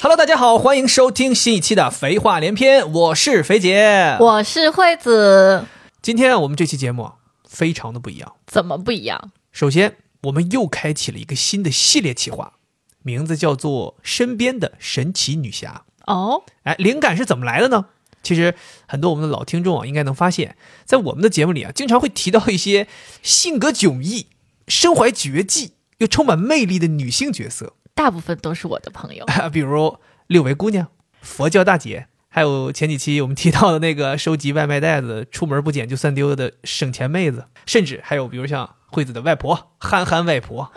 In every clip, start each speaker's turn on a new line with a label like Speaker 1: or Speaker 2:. Speaker 1: Hello，大家好，欢迎收听新一期的《肥话连篇》，我是肥姐。
Speaker 2: 我是惠子，
Speaker 1: 今天我们这期节目啊非常的不一样。
Speaker 2: 怎么不一样？
Speaker 1: 首先，我们又开启了一个新的系列企划，名字叫做《身边的神奇女侠》。
Speaker 2: 哦，
Speaker 1: 哎，灵感是怎么来的呢？其实很多我们的老听众啊，应该能发现，在我们的节目里啊，经常会提到一些性格迥异、身怀绝技又充满魅力的女性角色，
Speaker 2: 大部分都是我的朋友。
Speaker 1: 比如六维姑娘、佛教大姐，还有前几期我们提到的那个收集外卖袋子、出门不捡就算丢的省钱妹子，甚至还有比如像惠子的外婆、憨憨外 婆，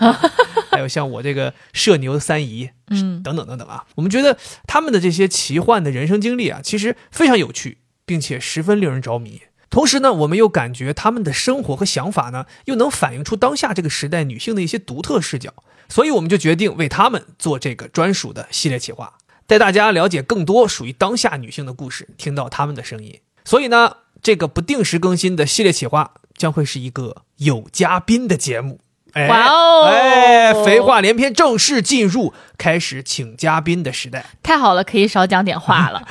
Speaker 1: 还有像我这个社牛的三姨，
Speaker 2: 嗯，
Speaker 1: 等等等等啊，我们觉得他们的这些奇幻的人生经历啊，其实非常有趣，并且十分令人着迷。同时呢，我们又感觉他们的生活和想法呢，又能反映出当下这个时代女性的一些独特视角，所以我们就决定为他们做这个专属的系列企划，带大家了解更多属于当下女性的故事，听到她们的声音。所以呢，这个不定时更新的系列企划将会是一个有嘉宾的节目。哎
Speaker 2: 哇哦
Speaker 1: 哎，肥话连篇，正式进入开始请嘉宾的时代。
Speaker 2: 太好了，可以少讲点话 了。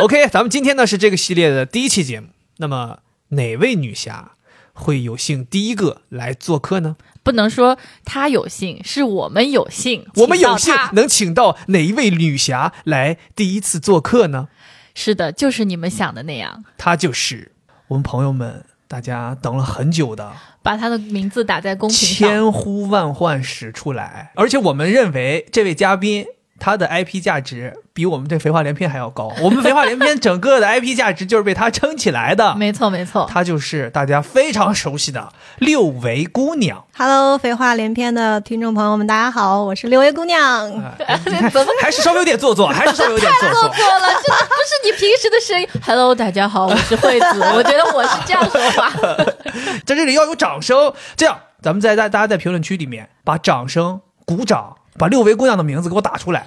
Speaker 1: OK，咱们今天呢是这个系列的第一期节目。那么哪位女侠会有幸第一个来做客呢？
Speaker 2: 不能说他有幸，是我们有幸，
Speaker 1: 我们有
Speaker 2: 请
Speaker 1: 幸
Speaker 2: 到他
Speaker 1: 能请到哪一位女侠来第一次做客呢？
Speaker 2: 是的，就是你们想的那样，
Speaker 1: 她就是我们朋友们大家等了很久的
Speaker 2: 把他的名字打在公屏 上。
Speaker 1: 千呼万唤始出来，而且我们认为这位嘉宾他的 IP 价值比我们对肥话连篇还要 高。我们肥话连篇整个的 IP 价值就是被他撑起来的。
Speaker 2: 没错，没错。
Speaker 1: 她就是大家非常熟悉的六维姑 娘，
Speaker 3: Hello，废话连篇的听众朋友们，大家好，我是刘维姑
Speaker 1: 啊
Speaker 3: 娘。
Speaker 2: 怎么
Speaker 1: 哎还是稍微有点做作，还是稍微有点做
Speaker 2: 做
Speaker 1: 作。
Speaker 2: 过了？这不是你平时的声音。Hello，大 家好，我是惠 子。我觉得我是这样说话。
Speaker 1: 在这里要有掌声，这样咱们在在大家在评论区里面把掌声、鼓掌，把六维姑娘的名字给我打出来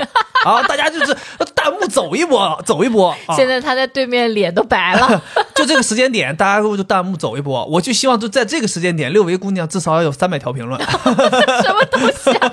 Speaker 1: 啊！大家就是弹幕走一波， 走一波啊！
Speaker 2: 现在他在对面脸都白 了。
Speaker 1: 就这个时间点，大家会不会就弹幕走一波？我就希望就在这个时间点，六维姑娘至少要有三百条评论。
Speaker 2: 什么东西、啊？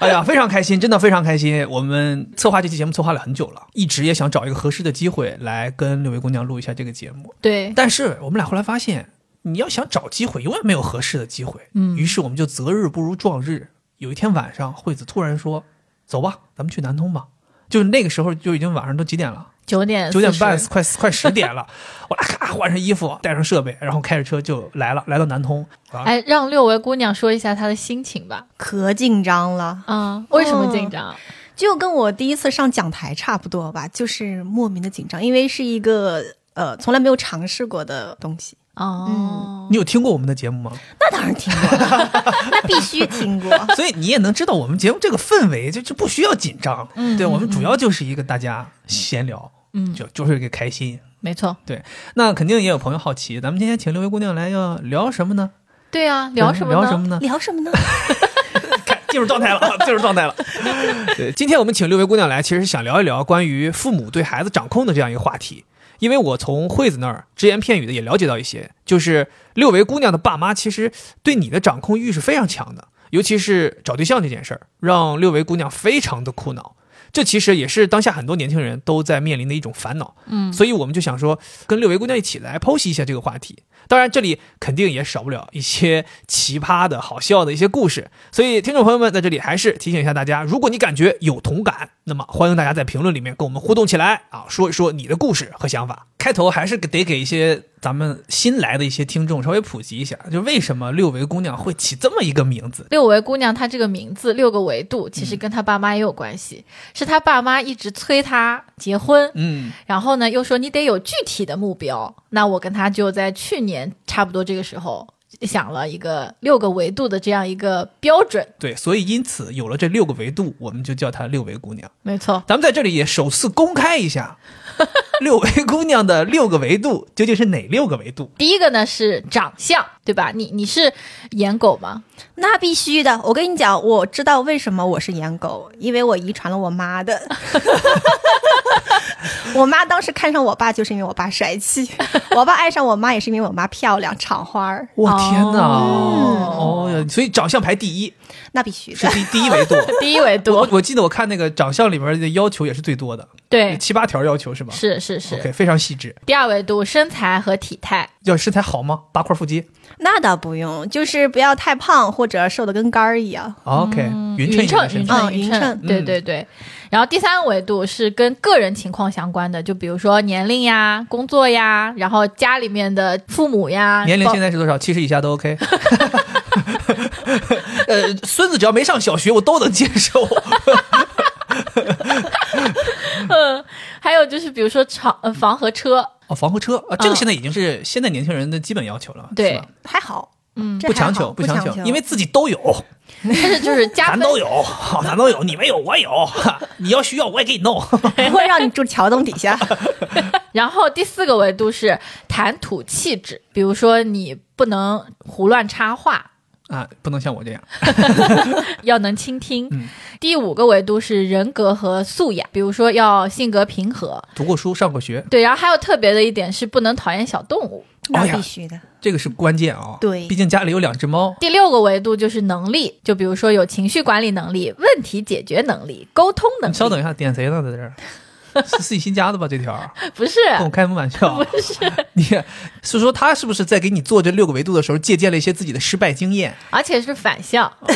Speaker 1: 哎呀，非常开心，真的非常开心。我们策划这期节目策划了很久了，一直也想找一个合适的机会来跟六维姑娘录一下这个节目。
Speaker 2: 对，
Speaker 1: 但是我们俩后来发现，你要想找机会，永远没有合适的机会。
Speaker 2: 嗯
Speaker 1: 于是我们就择日不如撞日。有一天晚上，惠子突然说：“走吧，咱们去南通吧。”就是那个时候就已经晚上都几点了？
Speaker 2: 九点
Speaker 1: 九点半
Speaker 2: 40，
Speaker 1: 快快十点了。 我俩咔换上衣服，带上设备，然后开着车就来了，来到南通。啊，
Speaker 2: 哎，让六维姑娘说一下她的心情吧。
Speaker 3: 可紧张了，
Speaker 2: 啊，为什么紧张？
Speaker 3: 就跟我第一次上讲台差不多吧，就是莫名的紧张，因为是一个呃从来没有尝试过的东西。
Speaker 2: 哦，
Speaker 1: 你有听过我们的节目 吗？
Speaker 3: 那当然听过了，那必须听过。
Speaker 1: 所以你也能知道我们节目这个氛围，就就不需要紧张。
Speaker 2: 嗯
Speaker 1: 对
Speaker 2: 嗯
Speaker 1: 我们主要就是一个大家闲聊，
Speaker 2: 嗯，
Speaker 1: 就就是一个开心。
Speaker 2: 没错，
Speaker 1: 那肯定也有朋友好奇，咱们今天请六位姑娘来要聊什么呢？嗯
Speaker 2: 对啊，聊什么呢？
Speaker 1: 聊什么呢？
Speaker 3: 聊什么呢？
Speaker 1: 看 进入状态了， 进入状态了。对，今天我们请六位姑娘来，其实是想聊一聊关于父母对孩子掌控的这样一个话题。因为我从惠子那儿只言片语的也了解到一些，就是六位姑娘的爸妈其实对你的掌控欲是非常强的，尤其是找对象这件事儿，让六位姑娘非常的苦恼。这其实也是当下很多年轻人都在面临的一种烦恼。
Speaker 2: 嗯，
Speaker 1: 所以我们就想说，跟六维姑娘一起来剖析一下这个话题。当然，这里肯定也少不了一些奇葩的好笑的一些故事，所以听众朋友们在这里还是提醒一下大家，如果你感觉有同感，那么欢迎大家在评论里面跟我们互动起来啊，说一说你的故事和想法。开头还是给得给一些咱们新来的一些听众稍微普及一下，就为什么六维姑娘会起这么一个名字？
Speaker 2: 六维姑娘她这个名
Speaker 1: 嗯
Speaker 2: 字六个维度，其实跟她爸妈也有关系，是她爸妈一直催她结婚，
Speaker 1: 嗯，
Speaker 2: 然后呢又说你得有具体的目标。那我跟她就在去年差不多这个时候想了一个六个维度的这样一个标准，
Speaker 1: 对，所以因此有了这六个维度，我们就叫她六维姑娘。
Speaker 2: 没错，
Speaker 1: 咱们在这里也首次公开一下六位姑娘的六个维度究竟是哪六个维度？
Speaker 2: 第一个呢是长相，对吧？你你是颜狗 吗？
Speaker 3: 那必须的。我跟你讲，我知道为什么我是颜狗，因为我遗传了我妈的。我妈当时看上我爸，就是因为我爸帅气；我爸爱上我妈，也是因为我妈漂亮、赏花儿。
Speaker 1: 我天哪！
Speaker 2: 哦
Speaker 1: 哦呀，所以长相排第一
Speaker 3: 那必须
Speaker 1: 是
Speaker 3: 的，
Speaker 1: 第第一 维度。
Speaker 2: 第一维
Speaker 1: 我
Speaker 2: 度，
Speaker 1: 我记得我看那个长相里边的要求也是最多的，
Speaker 2: 对，
Speaker 1: 七八条要求是吗？
Speaker 2: 是是是。
Speaker 1: OK，非常细致。
Speaker 2: 第二维度，身材和体态，
Speaker 1: 要身材好吗？八块腹肌。
Speaker 3: 那倒不用，就是不要太胖或者瘦的跟杆儿一样。
Speaker 1: OK，匀称嗯
Speaker 2: 匀
Speaker 1: 一点的
Speaker 2: 称，
Speaker 1: 身
Speaker 2: 嗯匀
Speaker 1: 材。
Speaker 3: 啊
Speaker 2: 称，匀
Speaker 3: 匀
Speaker 2: 称
Speaker 3: 称，
Speaker 2: 对对对。然后第三维度是跟个人情况相关的，就比如说年龄呀、工作呀，然后家里面的父母呀，
Speaker 1: 年龄
Speaker 2: 包
Speaker 1: 现在是多少？七十以下都 OK。呃，孙子只要没上小学，我都能接受。
Speaker 2: 呃，还有就是比如说床、呃房和车，
Speaker 1: 哦，房和车啊，这个
Speaker 2: 嗯
Speaker 1: 现在已经是现在年轻人的基本要求了，
Speaker 2: 对
Speaker 1: 是吧
Speaker 3: 还好，
Speaker 2: 嗯
Speaker 3: 这
Speaker 1: 不
Speaker 3: 还好
Speaker 1: 强求，
Speaker 3: 不
Speaker 1: 强
Speaker 3: 求，
Speaker 1: 因为自己都有，
Speaker 2: 但是就是加
Speaker 1: 咱
Speaker 2: 分
Speaker 1: 都有，好，咱都有，你没有我有，哈你要需要我也给你弄。
Speaker 3: 不会让你住桥洞底下。
Speaker 2: 然后第四个维度是谈吐气质，比如说你不能胡乱插话，
Speaker 1: 啊，不能像我这样。
Speaker 2: 要能倾听。
Speaker 1: 嗯
Speaker 2: 第五个维度是人格和素养，比如说要性格平和。
Speaker 1: 读过书，上过学，
Speaker 2: 对，然后还有特别的一点是不能讨厌小动物。
Speaker 3: 那
Speaker 1: 哎呀
Speaker 3: 必须的，
Speaker 1: 这个是关键啊、
Speaker 3: 对
Speaker 1: 毕竟家里有两只 猫。
Speaker 2: 第六个维度就是能力，就比如说有情绪管理能力、问题解决能力、沟通能
Speaker 1: 你稍
Speaker 2: 力。
Speaker 1: 等一下，点谁呢？在这儿？是自己新加的吧？这 条儿
Speaker 2: 不是，
Speaker 1: 跟我开什么玩笑？啊不是，你是说他是不是在给你做这六个维度的时候，借鉴了一些自己的失败经验？
Speaker 2: 而且是反向。
Speaker 1: 哦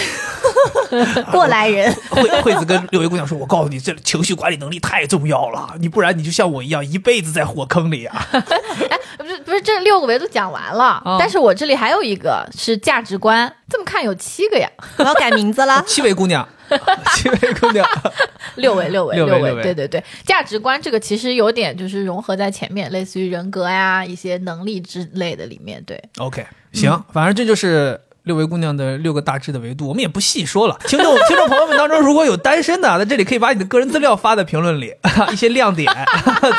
Speaker 3: 过来人。
Speaker 1: 惠惠子跟六位姑娘说：“我告诉你，这情绪管理能力太重要了，你不然你就像我一样，一辈子在火坑里啊！
Speaker 2: 哎，不是不是，这六个维度讲完了，
Speaker 1: 哦
Speaker 2: 但是我这里还有一个是价值观，这么看有七个呀，
Speaker 3: 我要改名字
Speaker 1: 。
Speaker 3: 了
Speaker 1: 七位姑娘，七位姑娘，
Speaker 2: 六维六维
Speaker 1: 六维
Speaker 2: 维
Speaker 1: 六，维
Speaker 2: 对对对，价值观这个其实有点就是融合在前面，类似于人格呀、一些能力之类的里面，对，
Speaker 1: OK，行，反正这就是。六位姑娘的六个大致的维度，我们也不细说了。听众 听众朋友们当中，如果有单身的啊，在这里可以把你的个人资料发在评论里， 一些亮点，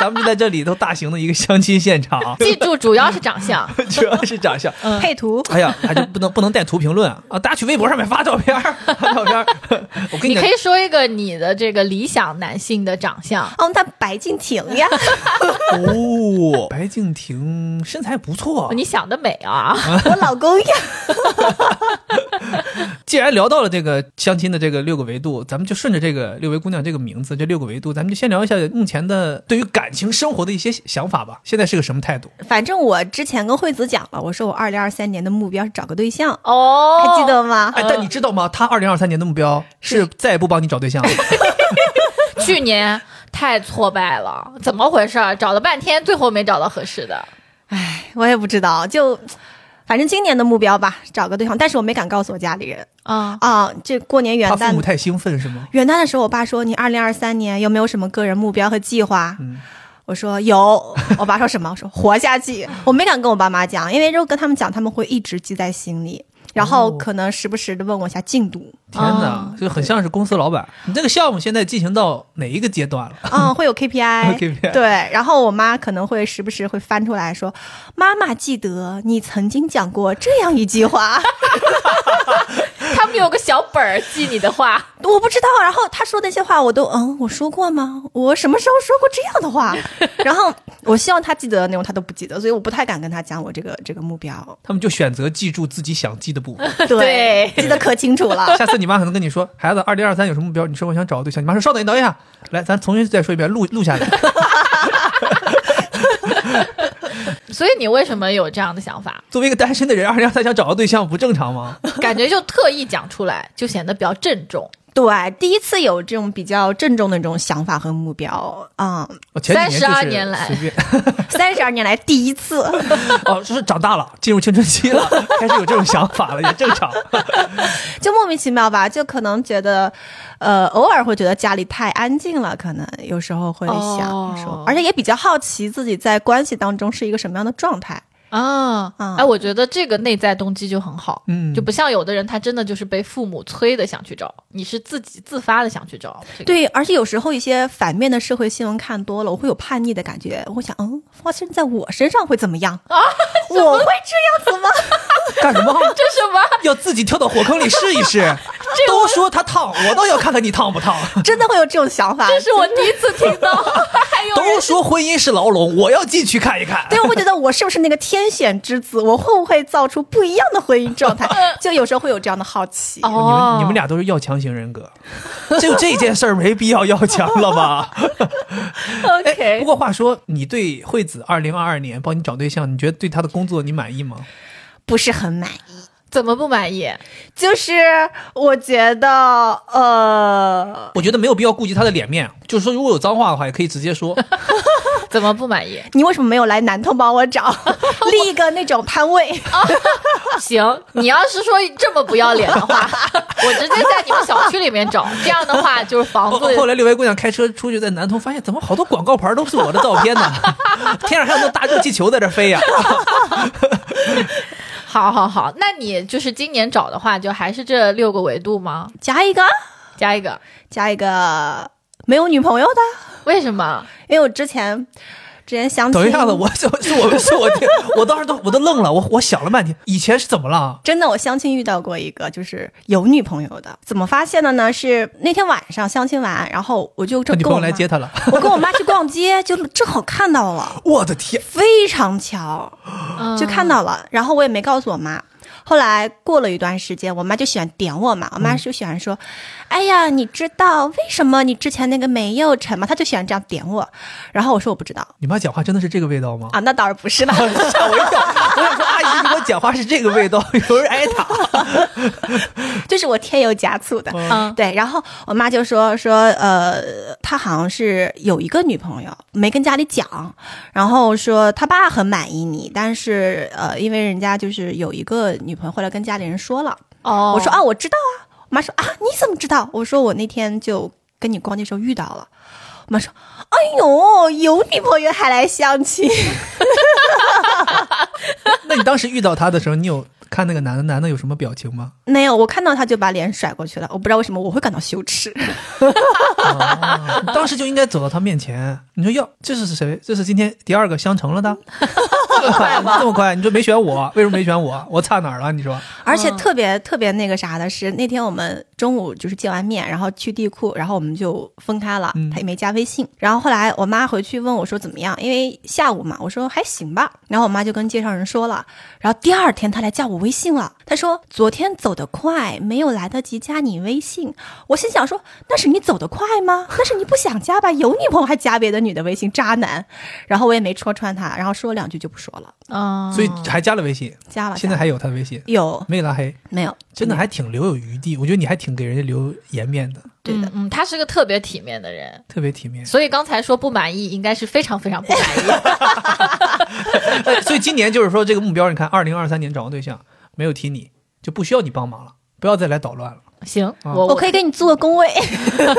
Speaker 1: 咱们就在这里头大型的一个相亲现场，
Speaker 2: 记住主要是 长相，
Speaker 1: 主要是长相。
Speaker 3: 配图
Speaker 1: 哎呀，还就不能不能带图评论啊！啊，大家去微博上面发照片儿，发照片儿。 我跟
Speaker 2: 你
Speaker 1: 讲
Speaker 2: 可，以说一个你的这个理想男性的长相，
Speaker 3: 哦，那白敬亭呀，
Speaker 1: 哦，白敬亭身材不错。
Speaker 2: 你想得美啊，
Speaker 1: 嗯
Speaker 3: 我老公呀，
Speaker 1: 既然聊到了这个相亲的这个六个维度，咱们就顺着这个六位姑娘这个名字，这六个维度，咱们就先聊一下目前的对于感情生活的一些想法吧。现在是个什么态度？
Speaker 3: 反正我之前跟惠子讲了，我说我二零二三年的目标是找个对象，
Speaker 2: 哦，
Speaker 3: 还记得吗？
Speaker 1: 哎，但你知道吗？她二零二三年的目标是再也不帮你找对象了。
Speaker 2: 去年太挫败了，怎么回事儿？找了半天，最后没找到合适的。
Speaker 3: 我也不知道，就反正今年的目标吧，找个对象，但是我没敢告诉我家里人
Speaker 2: 啊、
Speaker 3: 啊。这过年元
Speaker 1: 她父母
Speaker 3: 旦
Speaker 1: 太兴奋是 吗？
Speaker 3: 元旦的时候，我爸说你二零二三年有没有什么个人目标和计划？我说有，我爸说什么？我说活下去。我没敢跟我爸妈讲，因为如果跟他们讲，他们会一直记在心里，然后
Speaker 1: 哦
Speaker 3: 可能时不时的问我一下进度。
Speaker 1: 天哪
Speaker 2: 哦，
Speaker 1: 就很像是公司老板。你这个项目现在进行到哪一个阶段了？
Speaker 3: 嗯，会有 KPI，,
Speaker 1: KPI
Speaker 3: 对，然后我妈可能会时不时会翻出来说：“妈妈记得你曾经讲过这样一句话。
Speaker 2: 他们有个小本儿记你的话，”
Speaker 3: 我不知道，然后她说那些话我都嗯，我说过吗？我什么时候说过这样 的话？然后我希望她记得的内容她都不记得，所以我不太敢跟她讲我这个这个 目标。
Speaker 1: 他们就选择记住自己想记的部分。
Speaker 2: 对
Speaker 3: 记得可清楚了。
Speaker 1: 下次你妈可能跟你说，孩子，二零二三有什么目标？你说我想找个对象，你妈说稍等，你等一下，来，咱重新再说一遍，录录下来。
Speaker 2: 所以你为什么有这样的想法？
Speaker 1: 作为一个单身的人，二零二三想找个对象不正常吗？
Speaker 2: 感觉就特意讲出来， 就显得比较郑重。
Speaker 3: 对，第一次有这种比较郑重的这种想法和目标，嗯，
Speaker 1: 我哦前几年就是
Speaker 2: 32年来
Speaker 1: 随便
Speaker 3: 三十二年来第一次。
Speaker 1: 哦，就是长大了，进入青春期了，开始有这种想法了，也正常。
Speaker 3: 就莫名其妙吧，就可能觉得，呃，偶尔会觉得家里太安静了，可能有时候会想
Speaker 2: 哦
Speaker 3: 说，而且也比较好奇自己在关系当中是一个什么样的状态。
Speaker 2: 啊，
Speaker 3: 嗯
Speaker 2: 哎，我觉得这个内在动机就很好，
Speaker 1: 嗯
Speaker 2: 就不像有的人，他真的就是被父母催的想去找，你是自己自发的想去找，这个
Speaker 3: 对，而且有时候一些反面的社会新闻看多了，我会有叛逆的感觉，我会想，嗯，发生在我身上会怎么样啊？我会这样子吗？
Speaker 1: 干什么？
Speaker 2: 这什 么？
Speaker 1: 要自己跳到火坑里试一试。都说他烫，我倒要看看你烫不烫。
Speaker 3: 真的会有这种想法。
Speaker 2: 这是我第一次听到， 还有人
Speaker 1: 都说婚姻是牢笼，我要进去看一看。
Speaker 3: 对，我会觉得我是不是那个天选之子？我会不会造出不一样的婚姻状态？ 就有时候会有这样的好奇。
Speaker 1: 你们
Speaker 2: 哦，
Speaker 1: 你们 俩都是要强型人格，就这件事儿没必要要强了吧？不
Speaker 2: OK，
Speaker 1: 过话说，你对惠子二零二二年帮你找对象，你觉得对她的工作你满意吗？
Speaker 3: 不是很满意。
Speaker 2: 怎么不满意？
Speaker 3: 就是我觉得，呃，
Speaker 1: 我觉得没有必要顾及她的脸面，就是说如果有脏话的话，也可以直接说。
Speaker 2: 怎么不满意？
Speaker 3: 你为什么没有来南通帮我 找立一个那种摊位？
Speaker 2: 行，你要是说这么不要脸的话，我直接在你们小区里面找。这样的话，就是房
Speaker 1: 后
Speaker 2: 子
Speaker 1: 后来刘白姑娘开车出去，在南通发现怎么好多广告牌都是我的照片呢？ 天上还有那大热气球在这飞呀、
Speaker 2: 好好好，那你就是今年找的话，就还是这六个维度吗？
Speaker 3: 加一个，
Speaker 2: 加一个，
Speaker 3: 加一个没有女朋友的，
Speaker 2: 为什么？
Speaker 3: 因为我之前之前相亲，
Speaker 1: 等一下子，我是是我是我听，我当时都我都愣了，我我想了半天，以前是怎么了？啊
Speaker 3: 真的，我相亲遇到过一个就是有女朋友的，怎么发现的呢？是那天晚上相亲完，然后我就
Speaker 1: 他
Speaker 3: 正
Speaker 1: 女
Speaker 3: 跟
Speaker 1: 朋
Speaker 3: 我
Speaker 1: 友来
Speaker 3: 妈
Speaker 1: 接，他了，
Speaker 3: 我跟我妈去逛街，就正好看到了，
Speaker 1: 我的天！
Speaker 3: 非常巧，
Speaker 2: 嗯
Speaker 3: 就看到了，然后我也没告诉我妈。后来过了一段时间，我妈就喜欢点我嘛，我
Speaker 1: 嗯
Speaker 3: 妈就喜欢说：“哎呀，你知道为什么你之前那个没有成吗？”她就喜欢这样点我，然后我说我不知道
Speaker 1: 你妈讲话真的是这个味道吗？
Speaker 3: 啊，那当然不是了，
Speaker 1: 吓我一跳！我想说，阿姨，你给我讲话是这个味道，有人挨打。
Speaker 3: 就是我添油加醋的。
Speaker 2: 嗯，
Speaker 3: 对，然后我妈就说说，呃，他好像是有一个女朋友，没跟家里讲，然后说他爸很满意你，但是呃，因为人家就是有一个女朋友，后来跟家里人说了，
Speaker 2: 哦，
Speaker 3: 我说啊，我知道啊，我妈说啊，你怎么知道？我说我那天就跟你逛街时候遇到了，我妈说，哎呦，有女朋友还来相亲，
Speaker 1: 那你当时遇到他的时候，你有看那个男的男的有什么表情吗？
Speaker 3: 没有，我看到他就把脸甩过去了，我不知道为什么我会感到羞耻。
Speaker 1: 啊你当时就应该走到他面前，你说哟，这是谁？这是今天第二个相成了的，这么快 吗？这么快？你说没选我， 为什么没选我？我差哪儿了？你说
Speaker 3: 而且
Speaker 2: 嗯
Speaker 3: 特别、特别那个啥的是，那天我们中午就是见完面，然后去地库，然后我们就分开了
Speaker 1: 嗯，
Speaker 3: 他也没加微信。然后后来我妈回去问我说怎么样，因为下午嘛，我说还行吧。然后我妈就跟介绍人说了，然后第二天她来加我微信了，她说昨天走得快，没有来得及加你微信。我心想说，那是你走得快吗？那是你不想加吧？有女朋友还加别的女的微信，渣男。然后我也没戳穿他，然后说两句就不说了，
Speaker 2: 嗯，
Speaker 1: 所以还加了微信，
Speaker 3: 加了。
Speaker 1: 现在
Speaker 3: 加了
Speaker 1: 还有他的微信，
Speaker 3: 有
Speaker 1: 没拉黑，
Speaker 3: 没有？
Speaker 1: 真的还挺留有余地。我觉得你还挺给人家留颜面的，
Speaker 3: 对的。
Speaker 2: 嗯，嗯，他是个特别体面的人，
Speaker 1: 特别体面。
Speaker 2: 所以刚才说不满意，应该是非常非常不满意。
Speaker 1: 哎 所以今年就是说这个目标，你看二零二三年找个对象没有提你，就不需要你帮忙了，不要再来捣 乱了。
Speaker 2: 行，
Speaker 1: 啊
Speaker 2: 我
Speaker 3: 我可以给你租个工 位，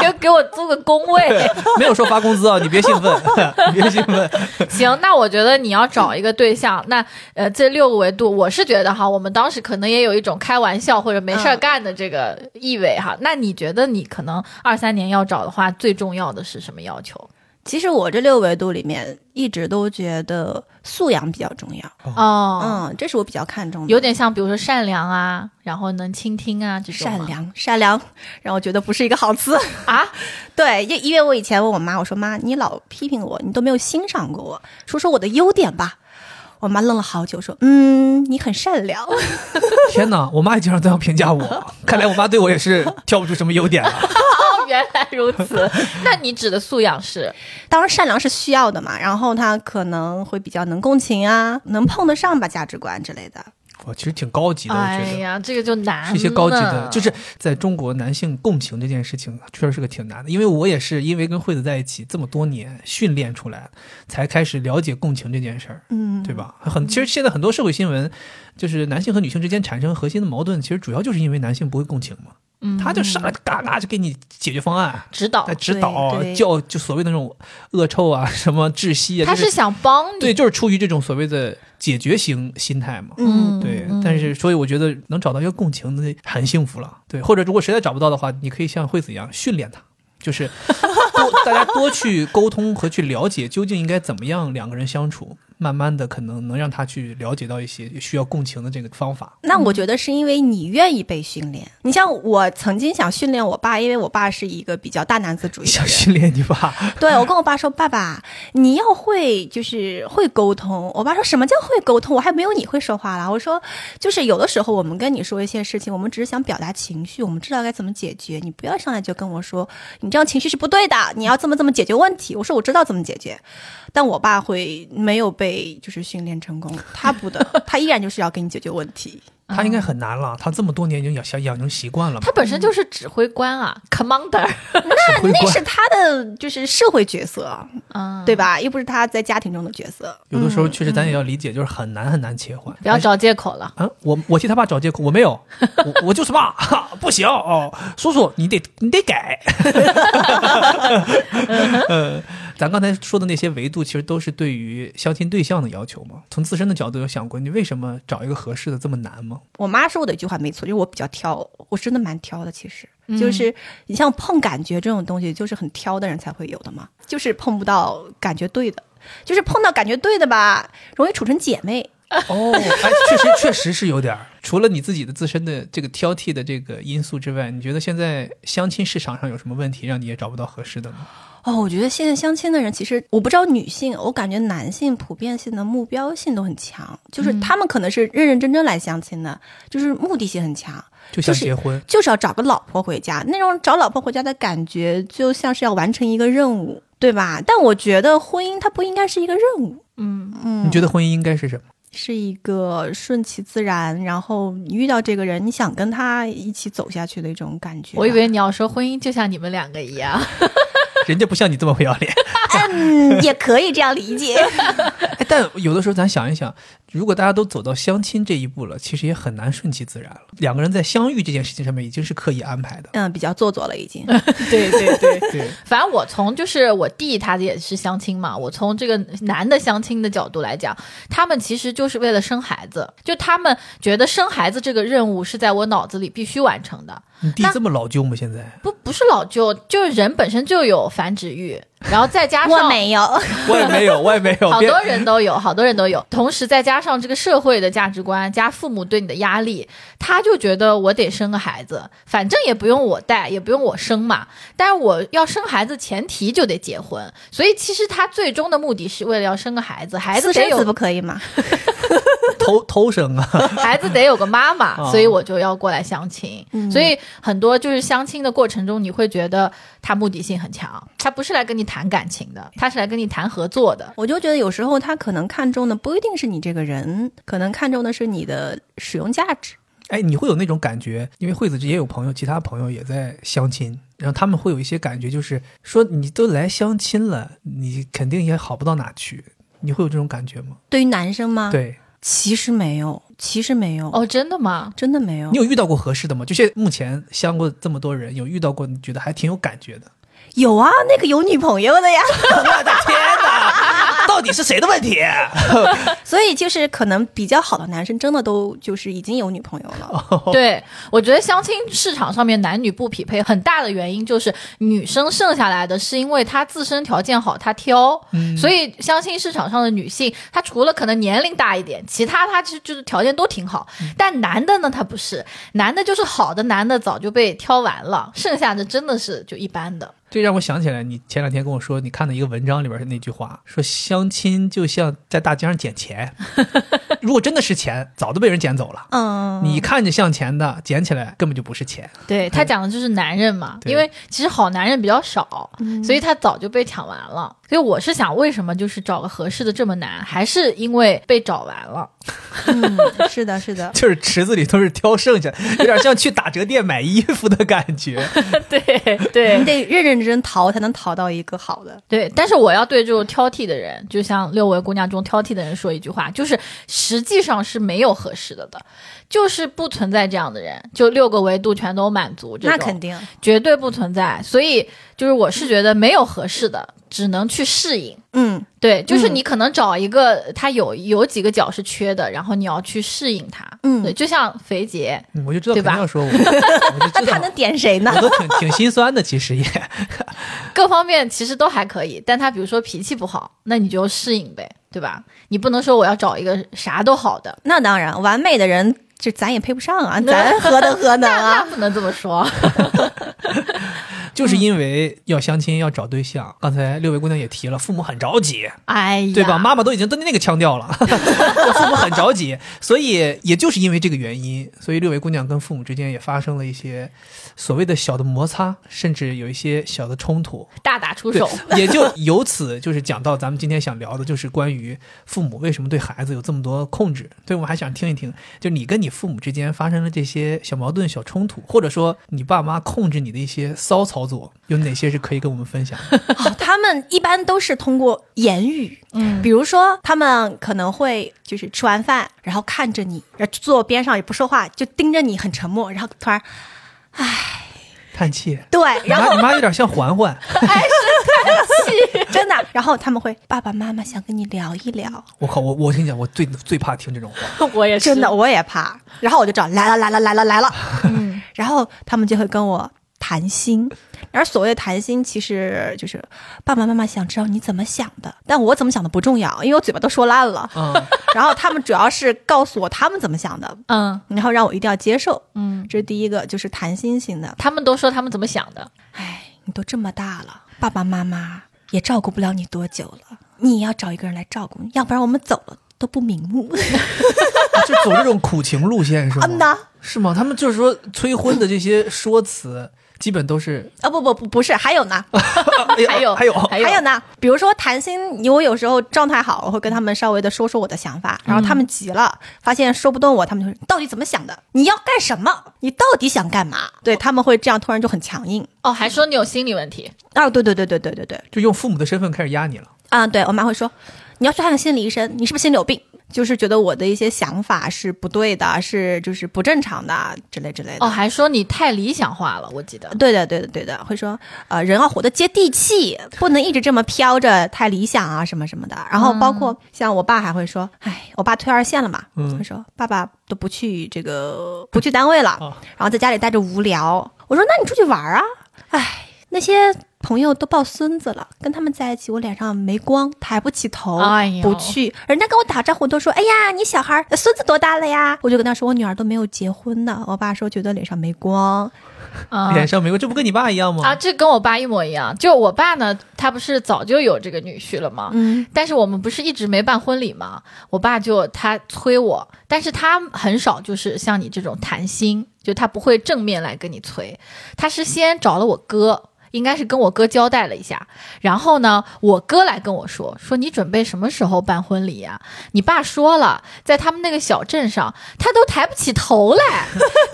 Speaker 2: 给给我租个工位。
Speaker 1: 没有说发工资啊，你别兴奋， 你别兴奋。
Speaker 2: 行，那我觉得你要找一个对象，那呃这六个维度，我是觉得哈，我们当时可能也有一种开玩笑或者没事儿
Speaker 3: 嗯
Speaker 2: 干的这个意味哈。那你觉得你可能二三年要找的话，最重要的是什么要求？
Speaker 3: 其实我这六维度里面，一直都觉得素养比较重要。
Speaker 2: 哦，
Speaker 3: 嗯，这是我比较看重的。
Speaker 2: 有点像比如说善良啊，然后能倾听啊这种吗。
Speaker 3: 善良，善良让我觉得不是一个好词。
Speaker 2: 啊，
Speaker 3: 对，因因为我以前问我妈，我说妈，你老批评我，你都没有欣赏过我，说说我的优点吧。我妈愣了好久，说：“嗯，你很善良。
Speaker 1: 天哪，我妈也经常这样评价我，看来我妈对我也是挑不出什么优点了。
Speaker 2: 哦，原来如此。那你指的素养是？
Speaker 3: 当然，善良是需要的嘛。然后她可能会比较能共情啊，能碰得上吧价值观之类的。
Speaker 1: 我其实挺高级的，我
Speaker 2: 哎
Speaker 1: 觉得。
Speaker 2: 呀，这个就难
Speaker 1: 是一些高级的
Speaker 2: 了，
Speaker 1: 就是在中国男性共情这件事情，确实是个挺难的。因为我也是因为跟惠子在一起这么多年训练出来，才开始了解共情这件事儿。
Speaker 3: 嗯，
Speaker 1: 对吧？很，其实现在很多社会新闻，就是男性和女性之间产生核心的矛盾，其实主要就是因为男性不会共情嘛。
Speaker 2: 嗯哦
Speaker 1: 他就上来嘎嘎就给你解决方案，
Speaker 2: 指导
Speaker 1: 来，指导
Speaker 3: 对、对
Speaker 1: 教，就所谓的那种恶臭啊、什么窒息啊，
Speaker 2: 他
Speaker 1: 就是
Speaker 2: 想帮你。
Speaker 1: 对，就是出于这种所谓的解决型心态嘛。
Speaker 3: 嗯，
Speaker 1: 对
Speaker 2: 嗯，
Speaker 1: 但是所以我觉得能找到一个共情的很幸福了。对，或者如果实在找不到的话，你可以像惠子一样训练他，就是多大家多去沟通和去了解究竟应该怎么样两个人相处。慢慢的可能能让他去了解到一些需要共情的这个方法。
Speaker 3: 那我觉得是因为你愿意被训练。你像我曾经想训练我爸，因为我爸是一个比较大男子主义的
Speaker 1: 想
Speaker 3: 人。
Speaker 1: 训练你吧，
Speaker 3: 对我跟我爸说：“爸爸，你要会就是会沟通。”我爸说什么叫会沟通？我还没有你会说话啦。我说就是有的时候我们跟你说一些事情，我们只是想表达情绪，我们知道该怎么解决。你不要上来就跟我说你这样情绪是不对的，你要这么这么解决问题。我说我知道怎么解决，但我爸会没有被就是训练成功，他不的，他依然就是要给你解决问题。
Speaker 1: 他应该很难了，他这么多年已经养想养成习惯了嘛
Speaker 2: 他。本身就是指挥官啊，commander，
Speaker 1: 嗯那
Speaker 3: 那是他的就是社会角色，
Speaker 2: 嗯，
Speaker 3: 对？吧？又不是他在家庭中的角色。
Speaker 1: 有的时候确实咱也要理解，就是很难很难切换。
Speaker 2: 不要找借口了，
Speaker 1: 啊，我我替他爸找借口，我没有，我我就是爸，哈不行哦，叔叔你得你得改。 呃，咱刚才说的那些维度，其实都是对于相亲对象的要求嘛。从自身的角度有想过，你为什么找一个合适的这么难吗？
Speaker 3: 我妈说我的一句话没错，就是我比较挑，我真的蛮挑的。其实就是你像碰感觉这种东西，就是很挑的人才会有的嘛，就是碰不到感觉对的，就是碰到感觉对的吧，容易处成姐妹。
Speaker 1: 哦，哎，确实确实是有点儿。除了你自己的自身的这个挑剔的这个因素之外，你觉得现在相亲市场上有什么问题，让你也找不到合适的吗？
Speaker 3: 哦，我觉得现在相亲的人，其实我不知道女性，我感觉男性普遍性的目标性都很强，就是他们可能是认认真真来相亲的，就是目的性很强。
Speaker 1: 就想
Speaker 3: 就是
Speaker 1: 结婚，
Speaker 3: 就是要找个老婆回家，那种找老婆回家的感觉，就像是要完成一个任务，对吧？但我觉得婚姻它不应该是一个任务，
Speaker 2: 嗯，
Speaker 3: 嗯，
Speaker 1: 你觉得婚姻应该是什么？
Speaker 3: 是一个顺其自然，然后你遇到这个人，你想跟他一起走下去的一种感觉吧。
Speaker 2: 我以为你要说婚姻就像你们两个一样，
Speaker 1: 人家不像你这么不要 脸。
Speaker 3: 嗯，也可以这样理解。
Speaker 1: 哎，但有的时候咱想一想，如果大家都走到相亲这一步了，其实也很难顺其自然了。两个人在相遇这件事情上面已经是刻意安排的。
Speaker 3: 嗯，比较做作了 已经。
Speaker 2: 对对对。
Speaker 1: 对，
Speaker 2: 反正我从就是我弟他也是相亲嘛，我从这个男的相亲的角度来讲，他们其实就是为了生孩子，就他们觉得生孩子这个任务是在我脑子里必须完成的，
Speaker 1: 你弟
Speaker 2: 那
Speaker 1: 这么老旧吗？现在
Speaker 2: 不不是老舅，就是人本身就有繁殖欲，然后再加上
Speaker 3: 我没有，
Speaker 1: 我也没有，我也没 有
Speaker 2: 好
Speaker 1: 别
Speaker 2: 多人都有，好多人都有。同时再加上这个社会的价值观，加父母对你的压力，他就觉得我得生个孩子，反正也不用我带，也不用我生嘛。但是我要生孩子，前提就得结婚。所以其实他最终的目的是为了要生个孩子，孩子
Speaker 3: 私
Speaker 2: 得
Speaker 3: 生子
Speaker 2: 有
Speaker 3: 不可以吗？
Speaker 1: 偷偷生啊！
Speaker 2: 孩子得有个妈妈，
Speaker 1: 哦
Speaker 2: 所以我就要过来相亲。
Speaker 3: 嗯
Speaker 2: 所以很多就是相亲的过程中，你会觉得他目的性很强，他不是来跟你谈感情的，他是来跟你谈合作的。
Speaker 3: 我就觉得有时候他可能看重的不一定是你这个人，可能看重的是你的使用价值。
Speaker 1: 哎，你会有那种感觉，因为惠子也有朋友，其他朋友也在相亲，然后他们会有一些感觉，就是说你都来相亲了，你肯定也好不到哪去。你会有这种感觉吗？
Speaker 3: 对于男生吗？，
Speaker 1: 对
Speaker 3: 其实没有，其实没有，
Speaker 2: 哦，真的吗？
Speaker 3: 真的没有
Speaker 1: 你。有遇到过合适的吗？就现在目前相过这么多人，有遇到过你觉得还挺有感觉的？
Speaker 3: 有啊，那个有女朋友的呀。
Speaker 1: 我的天哪，到底是谁的问 题？
Speaker 3: 所以就是可能比较好的男生，真的都就是已经有女朋友了。
Speaker 1: 哦
Speaker 2: 对，我觉得相亲市场上面男女不匹配，很大的原因就是女生剩下来的是因为她自身条件好，她挑，所以相亲市场上的女性，她除了可能年龄大一点，其他她其实就是条件都挺好。但男的呢，他不是，男的就是好的男的早就被挑完了，剩下的真的是就一般的。
Speaker 1: 这让我想起来，你前两天跟我说，你看的一个文章里边那句话，说相亲就像在大街上捡 钱，如果真的是钱，早都被人捡走了。
Speaker 3: 嗯，
Speaker 1: 你看着像钱的，捡起来根本就不是钱。
Speaker 2: 对他讲的就是男人嘛，
Speaker 1: 对，
Speaker 2: 因为其实好男人比较少，所以他早就被抢完了。所以我是想，为什么就是找个合适的这么难，还是因为被找完了？
Speaker 3: 嗯是的，是的
Speaker 1: 就是池子里都是挑剩下，有点像去打折店买衣服的感觉。
Speaker 2: 对对
Speaker 3: 你得认认真真淘，才能淘到一个好的。
Speaker 2: 对，但是我要对这种挑剔的人，就像六位姑娘中挑剔的人说一句话，就是实际上是没有合适的的，就是不存在这样的人，就六个维度全都满足这
Speaker 3: 那
Speaker 2: 种，
Speaker 3: 肯定，
Speaker 2: 绝对不存在。所以就是我是觉得没有合适的，只能去适应。
Speaker 3: 嗯，
Speaker 2: 对，就是
Speaker 3: 嗯
Speaker 2: 你可能找一个，他有有几个角是缺的，然后你要去适应它。
Speaker 3: 嗯
Speaker 2: 对，就像肥姐，
Speaker 1: 嗯我就知道
Speaker 2: 对
Speaker 1: 肯
Speaker 2: 吧
Speaker 1: 定要说我，我就
Speaker 3: 那
Speaker 1: 知道
Speaker 3: 他能。点谁呢
Speaker 1: 我？都挺挺心酸的，其实也
Speaker 2: 各方面其实都还可以，但她比如说脾气不好，那你就适应呗。对吧？你不能说我要找一个啥都好的，
Speaker 3: 那当然，完美的人这咱也配不上啊，咱何德何 能
Speaker 2: 那那
Speaker 3: 啊？
Speaker 2: 不能这么说。
Speaker 1: 就是因为要相亲要找对象，刚才六位姑娘也提了，父母很着急，
Speaker 2: 哎呀，
Speaker 1: 对吧？妈妈都已经都那个腔调了， 父母很着急，所以也就是因为这个原因，所以六位姑娘跟父母之间也发生了一些所谓的小的摩擦，甚至有一些小的冲突。
Speaker 2: 大打出
Speaker 1: 对
Speaker 2: 手，，
Speaker 1: 也就由此就是讲到咱们今天想聊的，就是关于父母为什么对孩子有这么多控制。对我们还想听一听，就你跟你父母之间发生的这些小矛盾、小冲突，或者说你爸妈控制你的一些骚操作，有哪些是可以跟我们分享的？
Speaker 3: 好哦他们一般都是通过言语，
Speaker 2: 嗯，
Speaker 3: 比如说他们可能会就是吃完饭，然后看着你，然后坐边上也不说话，就盯着你很沉默，然后突然
Speaker 1: 叹气。
Speaker 3: 对，
Speaker 1: 你
Speaker 3: 然后
Speaker 1: 妈，你妈有点像环环，
Speaker 3: 真的，然后他们会爸爸妈妈想跟你聊一聊，
Speaker 1: 我靠，我我跟你讲，我最最怕听这种话。。
Speaker 2: 我也是
Speaker 3: 真的，我也怕，然后我就找来了来了来了来了，
Speaker 2: 嗯
Speaker 3: 然后他们就会跟我谈心。而所谓的谈心，其实就是爸爸妈妈想知道你怎么想的，但我怎么想的不重要，因为我嘴巴都说烂了
Speaker 1: 嗯，
Speaker 3: 然后他们主要是告诉我他们怎么想的，
Speaker 2: 嗯
Speaker 3: 然后让我一定要接受。
Speaker 2: 嗯，
Speaker 3: 这是第一个，就是谈心型的。
Speaker 2: 他们都说他们怎么想的，
Speaker 3: 哎，你都这么大了，爸爸妈妈也照顾不了你多久了，你也要找一个人来照顾你，要不然我们走了都不瞑目。
Speaker 1: 就走这种苦情路线是
Speaker 3: 嗯
Speaker 1: 吗？
Speaker 3: 呐，
Speaker 1: 是吗？他们就是说催婚的这些说辞，基本都 是。
Speaker 3: 啊不不不不是，还有呢，
Speaker 1: 哎呀
Speaker 2: 还有
Speaker 1: 还有，
Speaker 2: 还有
Speaker 3: 还有呢，比如说谈心，我有时候状态好，我会跟他们稍微的说说我的想法，然后他们急了，发现说不动我，他们就说你到底怎么想的？你要干什么？你到底想干嘛？对他们会这样突然就很强硬。
Speaker 2: 哦，还说你有心理问题，
Speaker 3: 啊，对对对对对对对，
Speaker 1: 就用父母的身份开始压你了。
Speaker 3: 啊，对我妈会说，你要去看看心理医生，你是不是心里有病？就是觉得我的一些想法是不对的，是就是不正常的啊之类之类的。
Speaker 2: 哦，还说你太理想化了，我记得。
Speaker 3: 对的，对的，对的，会说，呃，人要活得接地气，不能一直这么飘着，太理想啊，什么什么的。然后包括像我爸还会说，哎，我爸退二线了嘛，
Speaker 1: 嗯
Speaker 3: 会说爸爸都不去这个不去单位了，
Speaker 1: 啊
Speaker 3: 然后在家里待着无聊。我说那你出去玩啊，哎，那些朋友都抱孙子了，跟他们在一起，我脸上没光，抬不起头，
Speaker 2: 哎呦
Speaker 3: 不去。人家跟我打招呼都说，哎呀，你小孩儿孙子多大了呀？我就跟他说我女儿都没有结婚呢。我爸说觉得脸上没光。
Speaker 2: 啊
Speaker 1: 脸上没有，这不跟你爸一样吗？
Speaker 2: 啊，这跟我爸一模一样。就我爸呢，他不是早就有这个女婿了吗？
Speaker 3: 嗯，
Speaker 2: 但是我们不是一直没办婚礼吗？我爸就他催我，但是他很少就是像你这种谈心，就他不会正面来跟你催，他是先找了我哥。应该是跟我哥交代了一下，然后呢，我哥来跟我说，说你准备什么时候办婚礼呀、你爸说了，在他们那个小镇上，他都抬不起头来，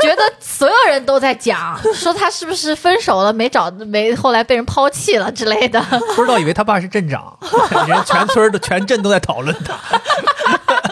Speaker 2: 觉得所有人都在讲，说他是不是分手了，没找没后来被人抛弃了之类的。
Speaker 1: 不知道以为他爸是镇 长，人全村的全镇都在讨论他。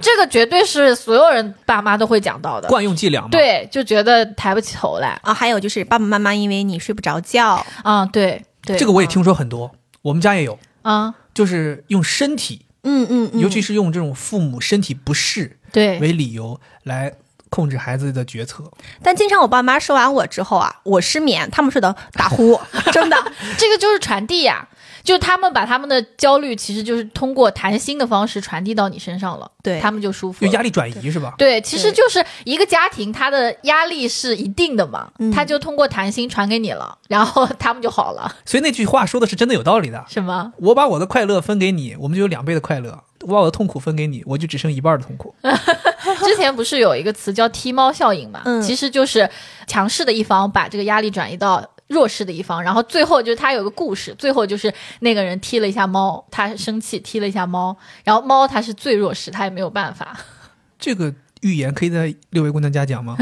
Speaker 2: 这个绝对是所有人爸妈都会讲到的。
Speaker 1: 惯用伎俩嘛，，
Speaker 2: 对，就觉得抬不起头来
Speaker 3: 啊，还有就是爸爸妈妈因为你睡不着觉，
Speaker 2: 啊、对对，
Speaker 1: 这个我也听说很多，我们家也有，
Speaker 2: 啊、
Speaker 1: 就是用身体，
Speaker 3: 嗯嗯嗯，
Speaker 1: 尤其是用这种父母身体不适
Speaker 2: 对，
Speaker 1: 为理由来控制孩子的决策。
Speaker 3: 但经常我爸妈说完我之后啊，我失眠，他们睡得打 呼，真的。
Speaker 2: 这个就是传递呀、就他们把他们的焦虑，其实就是通过谈心的方式传递到你身上了，
Speaker 3: 对
Speaker 2: 他们就舒服
Speaker 1: 用
Speaker 2: 了。
Speaker 1: 压力转移是吧？
Speaker 2: 对，其实
Speaker 3: 对
Speaker 2: 就是一个家庭，他的压力是一定的嘛，
Speaker 3: 嗯
Speaker 2: 他就通过谈心传给你了，然后他们就好了，
Speaker 1: 所以那句话说的是真的有道理的。
Speaker 2: 是吗？
Speaker 1: 我把我的快乐分给你，我们就有两倍的快乐；我把我的痛苦分给你，我就只剩一半的痛苦。
Speaker 2: 之前不是有一个词叫“踢猫效应”嘛？
Speaker 3: 嗯
Speaker 2: 其实就是强势的一方把这个压力转移到弱势的一方，然后最后就是他有个故事，最后就是那个人踢了一下猫，他生气踢了一下猫，然后猫它是最弱势，它也没有办法。
Speaker 1: 这个预言可以在六位姑娘家讲吗？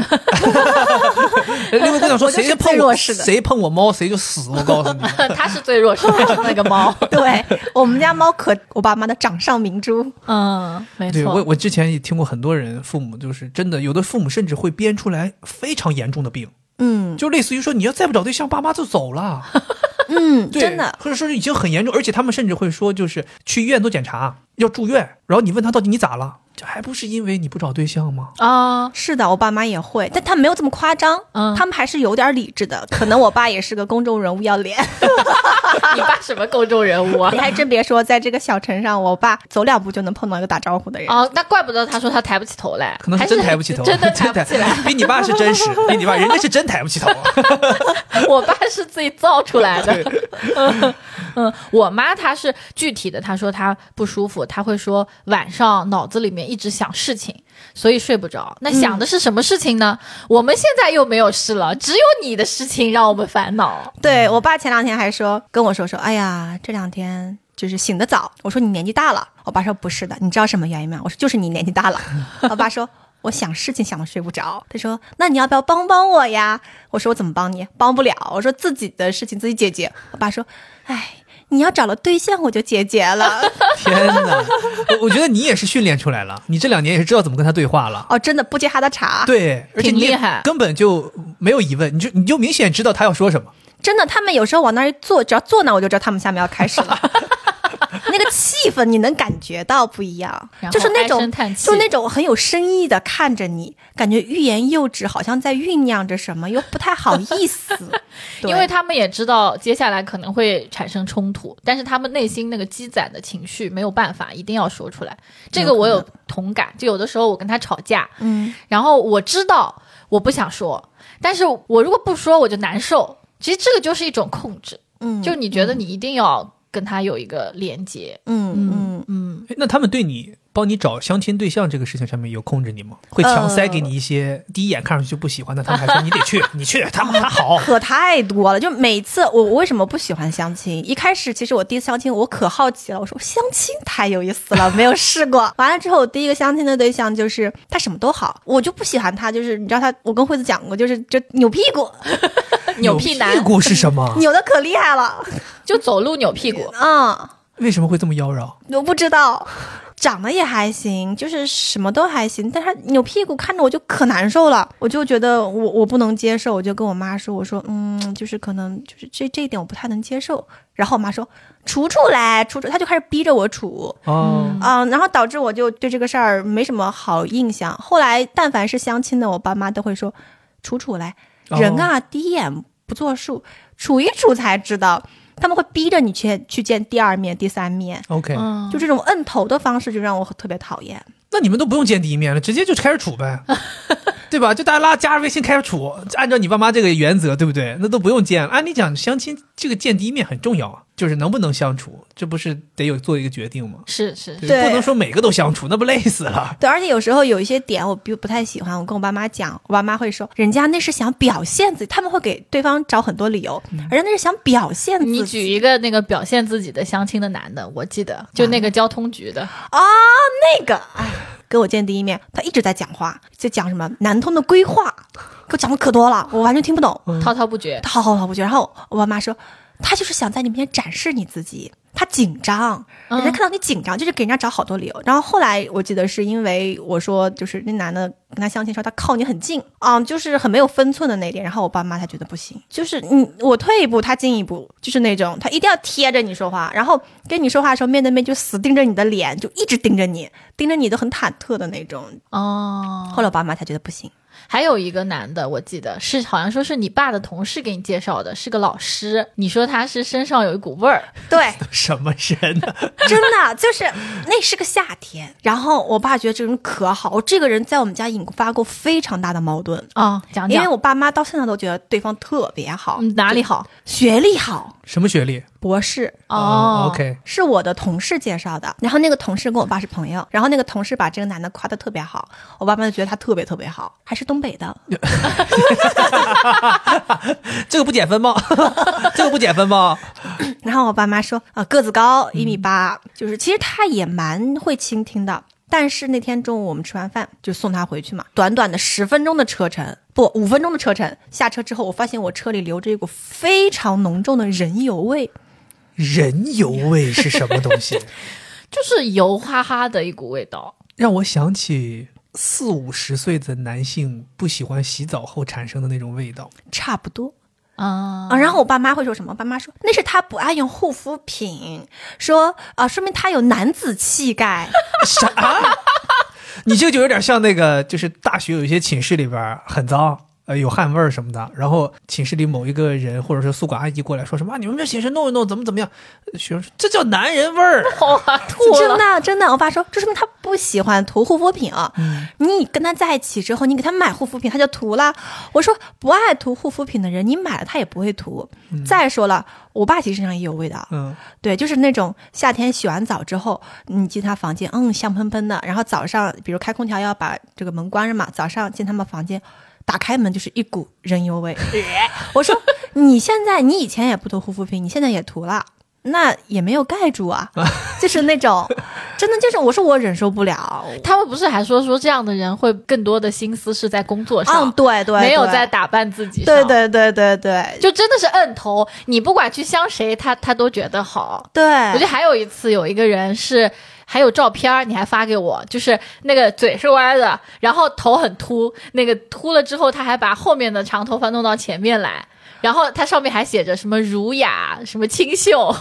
Speaker 1: 六位姑娘说：“
Speaker 3: 我就是
Speaker 1: 谁碰
Speaker 3: 最
Speaker 1: 我，
Speaker 3: 弱势的
Speaker 1: 谁碰我猫，谁就死。”我告诉你。
Speaker 2: 它是最弱势的那个猫，
Speaker 3: 对我们家猫可我爸妈的掌上明珠，
Speaker 2: 嗯，没
Speaker 1: 对我，
Speaker 2: 错，
Speaker 1: 我之前也听过很多人，父母就是真的，有的父母甚至会编出来非常严重的病，
Speaker 3: 嗯
Speaker 1: 就类似于说你要再不找对象，爸妈就走了，
Speaker 3: 嗯，
Speaker 1: 对
Speaker 3: 真的，
Speaker 1: 或者说是已经很严重，而且他们甚至会说，就是去医院做检查，要住院，然后你问他到底你咋了，这还不是因为你不找对象吗？
Speaker 2: 啊，
Speaker 3: 是的，我爸妈也会，但他们没有这么夸张，
Speaker 2: 嗯
Speaker 3: 他们还是有点理智的。可能我爸也是个公众人物要脸，
Speaker 2: 你爸什么公众人物啊
Speaker 3: 你？还真别说，在这个小城上，我爸走两步就能碰到一个打招呼的人。
Speaker 2: 哦，那怪不得他说他抬不起头来，
Speaker 1: 可能
Speaker 2: 还
Speaker 1: 是
Speaker 2: 是
Speaker 1: 真抬不起头，
Speaker 2: 真的 抬
Speaker 1: 真
Speaker 2: 不起来。
Speaker 1: 比你爸是真实，比你爸人家是真抬不起头。
Speaker 2: 我爸是自己造出来的
Speaker 1: 对。
Speaker 2: 嗯嗯，我妈她是具体的，她说她不舒服，她会说晚上脑子里面一直想事情，所以睡不着。那想的是什么事情呢？我们现在又没有事了，只有你的事情让我们烦恼。
Speaker 3: 对我爸前两天还说跟我说说，哎呀，这两天就是醒得早。我说你年纪大了，我爸说不是的，你知道什么原因吗？我说就是你年纪大了。我爸说。我想事情想的睡不着，他说：“那你要不要帮帮我呀？”我说：“我怎么帮你？帮不了。”我说：“自己的事情自己解决。”我爸说：“哎，你要找了对象我就解决了。
Speaker 1: 天哪，我我觉得你也是训练出来了，你这两年也是知道怎么跟他对话了”。
Speaker 3: 哦，真的不接他的茬。
Speaker 1: 对，而且
Speaker 2: 挺
Speaker 1: 你也
Speaker 2: 厉害
Speaker 1: 根本就没有疑问，你就你就明显知道他要说什么。
Speaker 3: 真的，他们有时候往那儿一坐，只要坐那儿，我就知道他们下面要开 始了。那个气氛你能感觉到不一样
Speaker 2: 然，后
Speaker 3: 就是那
Speaker 2: 唉
Speaker 3: 种
Speaker 2: 声叹气
Speaker 3: 就是那种很有深意的看着你，感觉欲言又止，好像在酝酿着什么，又不太好 意思。对
Speaker 2: 因为他们也知道接下来可能会产生冲突，但是他们内心那个积攒的情绪没有办法，一定要说出来。这个我有同感，就有的时候我跟他吵架，
Speaker 3: 嗯，
Speaker 2: 然后我知道我不想说，但是我如果不说我就难受。其实这个就是一种控制，
Speaker 3: 嗯
Speaker 2: 就你觉得你一定要跟他有一个连接，
Speaker 3: 嗯嗯，
Speaker 2: 嗯，
Speaker 1: 哎那他们对你帮你找相亲对象这个事情上面有控制你吗？会
Speaker 2: 呃
Speaker 1: 强塞给你一些第一眼看上去就不喜欢的，他们还说你得去，你去，他们他好。
Speaker 3: 可太多了。就每次我我为什么不喜欢相亲？一开始其实我第一次相亲我可好奇了，我说相亲太有意思了，没有试过。完了之后，我第一个相亲的对象就是他什么都好，我就不喜欢他，就是你知道他，我跟惠子讲过，就是就扭屁股，
Speaker 2: 扭屁男
Speaker 1: 屁股是什么？
Speaker 3: 扭的可厉害了，
Speaker 2: 就走路扭屁股，
Speaker 3: 嗯，
Speaker 1: 为什么会这么妖娆？
Speaker 3: 我不知道。长得也还行，就是什么都还行，但他扭屁股看着我就可难受了，我就觉得我我不能接受，我就跟我妈说，我说嗯，就是可能就是这这一点我不太能接受。然后我妈说处处来处处，她就开始逼着我处，
Speaker 1: 哦，
Speaker 3: 嗯、然后导致我就对这个事儿没什么好印象。后来但凡是相亲的，我爸妈都会说处处来，人啊，第一眼不作数，处一处才知道。他们会逼着你去去见第二面、第三面，
Speaker 1: 哦，OK，
Speaker 2: 嗯，
Speaker 3: 就这种摁头的方式，就让我特别讨厌。
Speaker 1: 那你们都不用见第一面了，直接就开始处呗，对吧？就大家拉加微信开始处，按照你爸妈这个原则，对不对？那都不用见了。按理讲，相亲这个见第一面很重要啊，就是能不能相处，这不是得有做一个决定吗？
Speaker 2: 是是，
Speaker 1: 对
Speaker 3: 对
Speaker 1: 不能说每个都相处，那不累死了。
Speaker 3: 对，而且有时候有一些点我不不太喜欢，我跟我爸妈讲，我爸妈会说，人家那是想表现自己，他们会给对方找很多理由，而人家那是想表现自己。
Speaker 2: 你举一个那个表现自己的相亲的男的，我记得就那个交通局的，
Speaker 3: 啊、那个，哎，跟我见第一面，他一直在讲话，在讲什么南通的规划，给我讲的可多了，我完全听不懂。
Speaker 2: 滔滔不绝，
Speaker 3: 他好好好不觉得。然后我爸妈说，他就是想在你面前展示你自己，他紧张，
Speaker 2: 嗯
Speaker 3: 人家看到你紧张，就是给人家找好多理由。然后后来我记得是因为我说，就是那男的跟他相亲的时候，他靠你很近啊、就是很没有分寸的那一点。然后我爸妈才觉得不行，就是你我退一步，他进一步，就是那种他一定要贴着你说话，然后跟你说话的时候面对面就死盯着你的脸，就一直盯着你，盯着你都很忐忑的那种。
Speaker 2: 哦，
Speaker 3: 后来我爸妈才觉得不行。
Speaker 2: 还有一个男的，我记得是好像说是你爸的同事给你介绍的，是个老师。你说他是身上有一股味儿，
Speaker 3: 对，
Speaker 1: 什么人呢？
Speaker 3: 真的就是那是个夏天，然后我爸觉得这个人可好，这个人在我们家引发过非常大的矛盾，
Speaker 2: 啊，讲
Speaker 3: 因
Speaker 2: 讲，
Speaker 3: 为我爸妈到现在都觉得对方特别好，
Speaker 2: 嗯哪里好？
Speaker 3: 学历好，
Speaker 1: 什么学历？
Speaker 3: 博士。
Speaker 2: 哦
Speaker 1: ，OK，
Speaker 3: 是我的同事介绍的，然后那个同事跟我爸是朋友，然后那个同事把这个男的夸得特别好，我爸妈就觉得他特别特别好，还是东北的，
Speaker 1: 这个不减分吗？ 这个不减分吗？
Speaker 3: 然后我爸妈说，呃，个子高，
Speaker 2: 嗯
Speaker 3: 一米八，就是其实他也蛮会倾听的。但是那天中午我们吃完饭就送他回去嘛，短短的十分钟的车程，不，五分钟的车程。下车之后，我发现我车里留着一股非常浓重的人油味，
Speaker 1: 人油味是什么东西？
Speaker 2: 就是油哈哈的一股味道。
Speaker 1: 让我想起四五十岁的男性不喜欢洗澡后产生的那种味道。
Speaker 3: 差不多
Speaker 2: 啊
Speaker 3: 啊。然后我爸妈会说什么？我爸妈说那是他不爱用护肤品，说啊、说明他有男子气概。
Speaker 1: 啥？ 你这个就有点像那个，就是大学有一些寝室里边儿很脏。呃，有汗味儿什么的，然后寝室里某一个人或者是宿管阿姨过来说什么，啊、你们这寝室弄一弄怎么怎么样？呃学生说这叫男人味儿，
Speaker 2: 好啊， 吐
Speaker 3: 真
Speaker 2: 了。
Speaker 3: 的真的，我爸说这说明他不喜欢涂护肤品。啊
Speaker 1: 嗯
Speaker 3: 你跟他在一起之后，你给他买护肤品，他就涂了。我说不爱涂护肤品的人，你买了他也不会涂。
Speaker 2: 嗯
Speaker 3: 再说了，我爸其实身上也有味道，
Speaker 1: 嗯，
Speaker 3: 对，就是那种夏天洗完澡之后，你进他房间，嗯，香喷喷的。然后早上，比如开空调要把这个门关上嘛，早上进他们房间，打开门就是一股人油 味。我说你现在，你以前也不涂护肤品，你现在也涂了。那也没有盖住 啊，就是那种，真的就是，我说我忍受不了。
Speaker 2: 他们不是还说说这样的人会更多的心思是在工作上，
Speaker 3: 嗯，对对，
Speaker 2: 没有
Speaker 3: 对
Speaker 2: 在，打扮自己上。
Speaker 3: 对对对对对
Speaker 2: 就真的是摁头，你不管去相谁，他他都觉得好。我
Speaker 3: 对
Speaker 2: 记得还有一次，有一个人是还有照片儿，你还发给我，就是那个嘴是歪的，然后头很秃，那个秃了之后，他还把后面的长头发弄到前面来，然后他上面还写着什么儒雅，什么清 秀，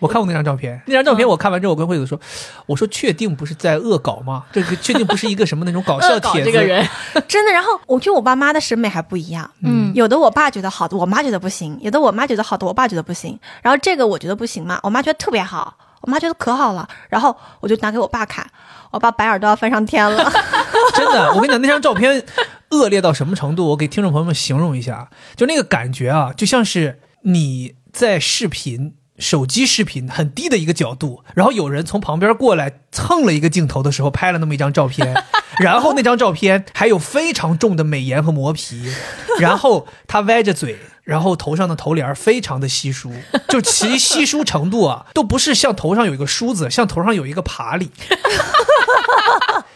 Speaker 1: 我看过那张照片，那张照片我看完之后，我跟惠子说，我说确定不是在恶搞吗？这个确定不是一个什么那种搞笑
Speaker 2: 恶搞
Speaker 1: 帖子？
Speaker 2: 这个人，
Speaker 3: 真的。然后我觉得我爸妈的审美还不一样，
Speaker 2: 嗯，
Speaker 3: 有的我爸觉得好的，我妈觉得不行；有的我妈觉得好的，我爸觉得不行。然后这个我觉得不行嘛，我妈觉得特别好，我妈觉得可好了。然后我就拿给我爸看，我爸白眼都要翻上天了。
Speaker 1: 真的，我跟你讲，那张照片恶劣到什么程度？我给听众朋友们形容一下，啊就那个感觉啊，就像是你在视频。手机视频很低的一个角度，然后有人从旁边过来蹭了一个镜头的时候，拍了那么一张照片， 然后那张照片还有非常重的美颜和磨皮， 然后他歪着嘴，然后头上的头帘儿非常的稀疏，就其稀疏程度啊，都不是像头上有一个梳子，像头上有一个爬犁，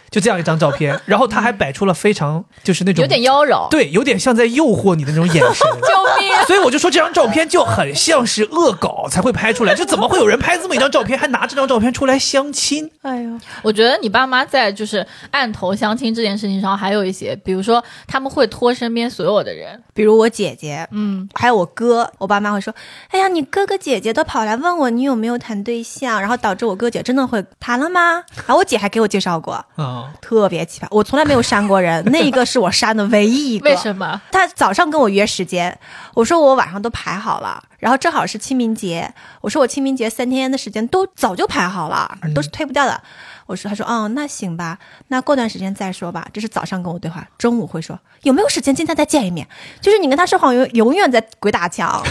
Speaker 1: 就这样一张照 片，然后他还摆出了非常就是那种
Speaker 2: 有点妖
Speaker 3: 嗯
Speaker 2: 娆，
Speaker 1: 对，有点像在诱惑你的那种眼神。
Speaker 2: 救命！
Speaker 1: 所以我就说这张照片就很像是恶搞才会拍出来，这怎么会有人拍这么一张照片，还拿这张照片出来相亲？
Speaker 3: 哎呦，
Speaker 2: 我觉得你爸妈在就是按头相亲这件事情上，还有一些，比如说他们会拖身边所有的人，
Speaker 3: 比如我姐姐，
Speaker 2: 嗯，
Speaker 3: 还有我哥，我爸妈会说：“哎呀，你哥哥姐姐都跑来问我你有没有谈对象。”然后导致我哥姐真的会谈了吗？然后我姐还给我介绍过，
Speaker 1: 啊、
Speaker 3: 特别奇葩，我从来没有删过人， 那一个是我删的唯一一个。
Speaker 2: 为什 么？
Speaker 3: 他早上跟我约时间，我说我晚上都排好了，然后正好是清明节，我说我清明节三天的时间都早就排好了，
Speaker 2: 嗯
Speaker 3: 都是推不掉的。我说，他说，哦，那行吧，那过段时间再说吧。这是早上跟我对话，中午会说有没有时间，今天再见一面。就是你跟他说谎，永永远在鬼打墙。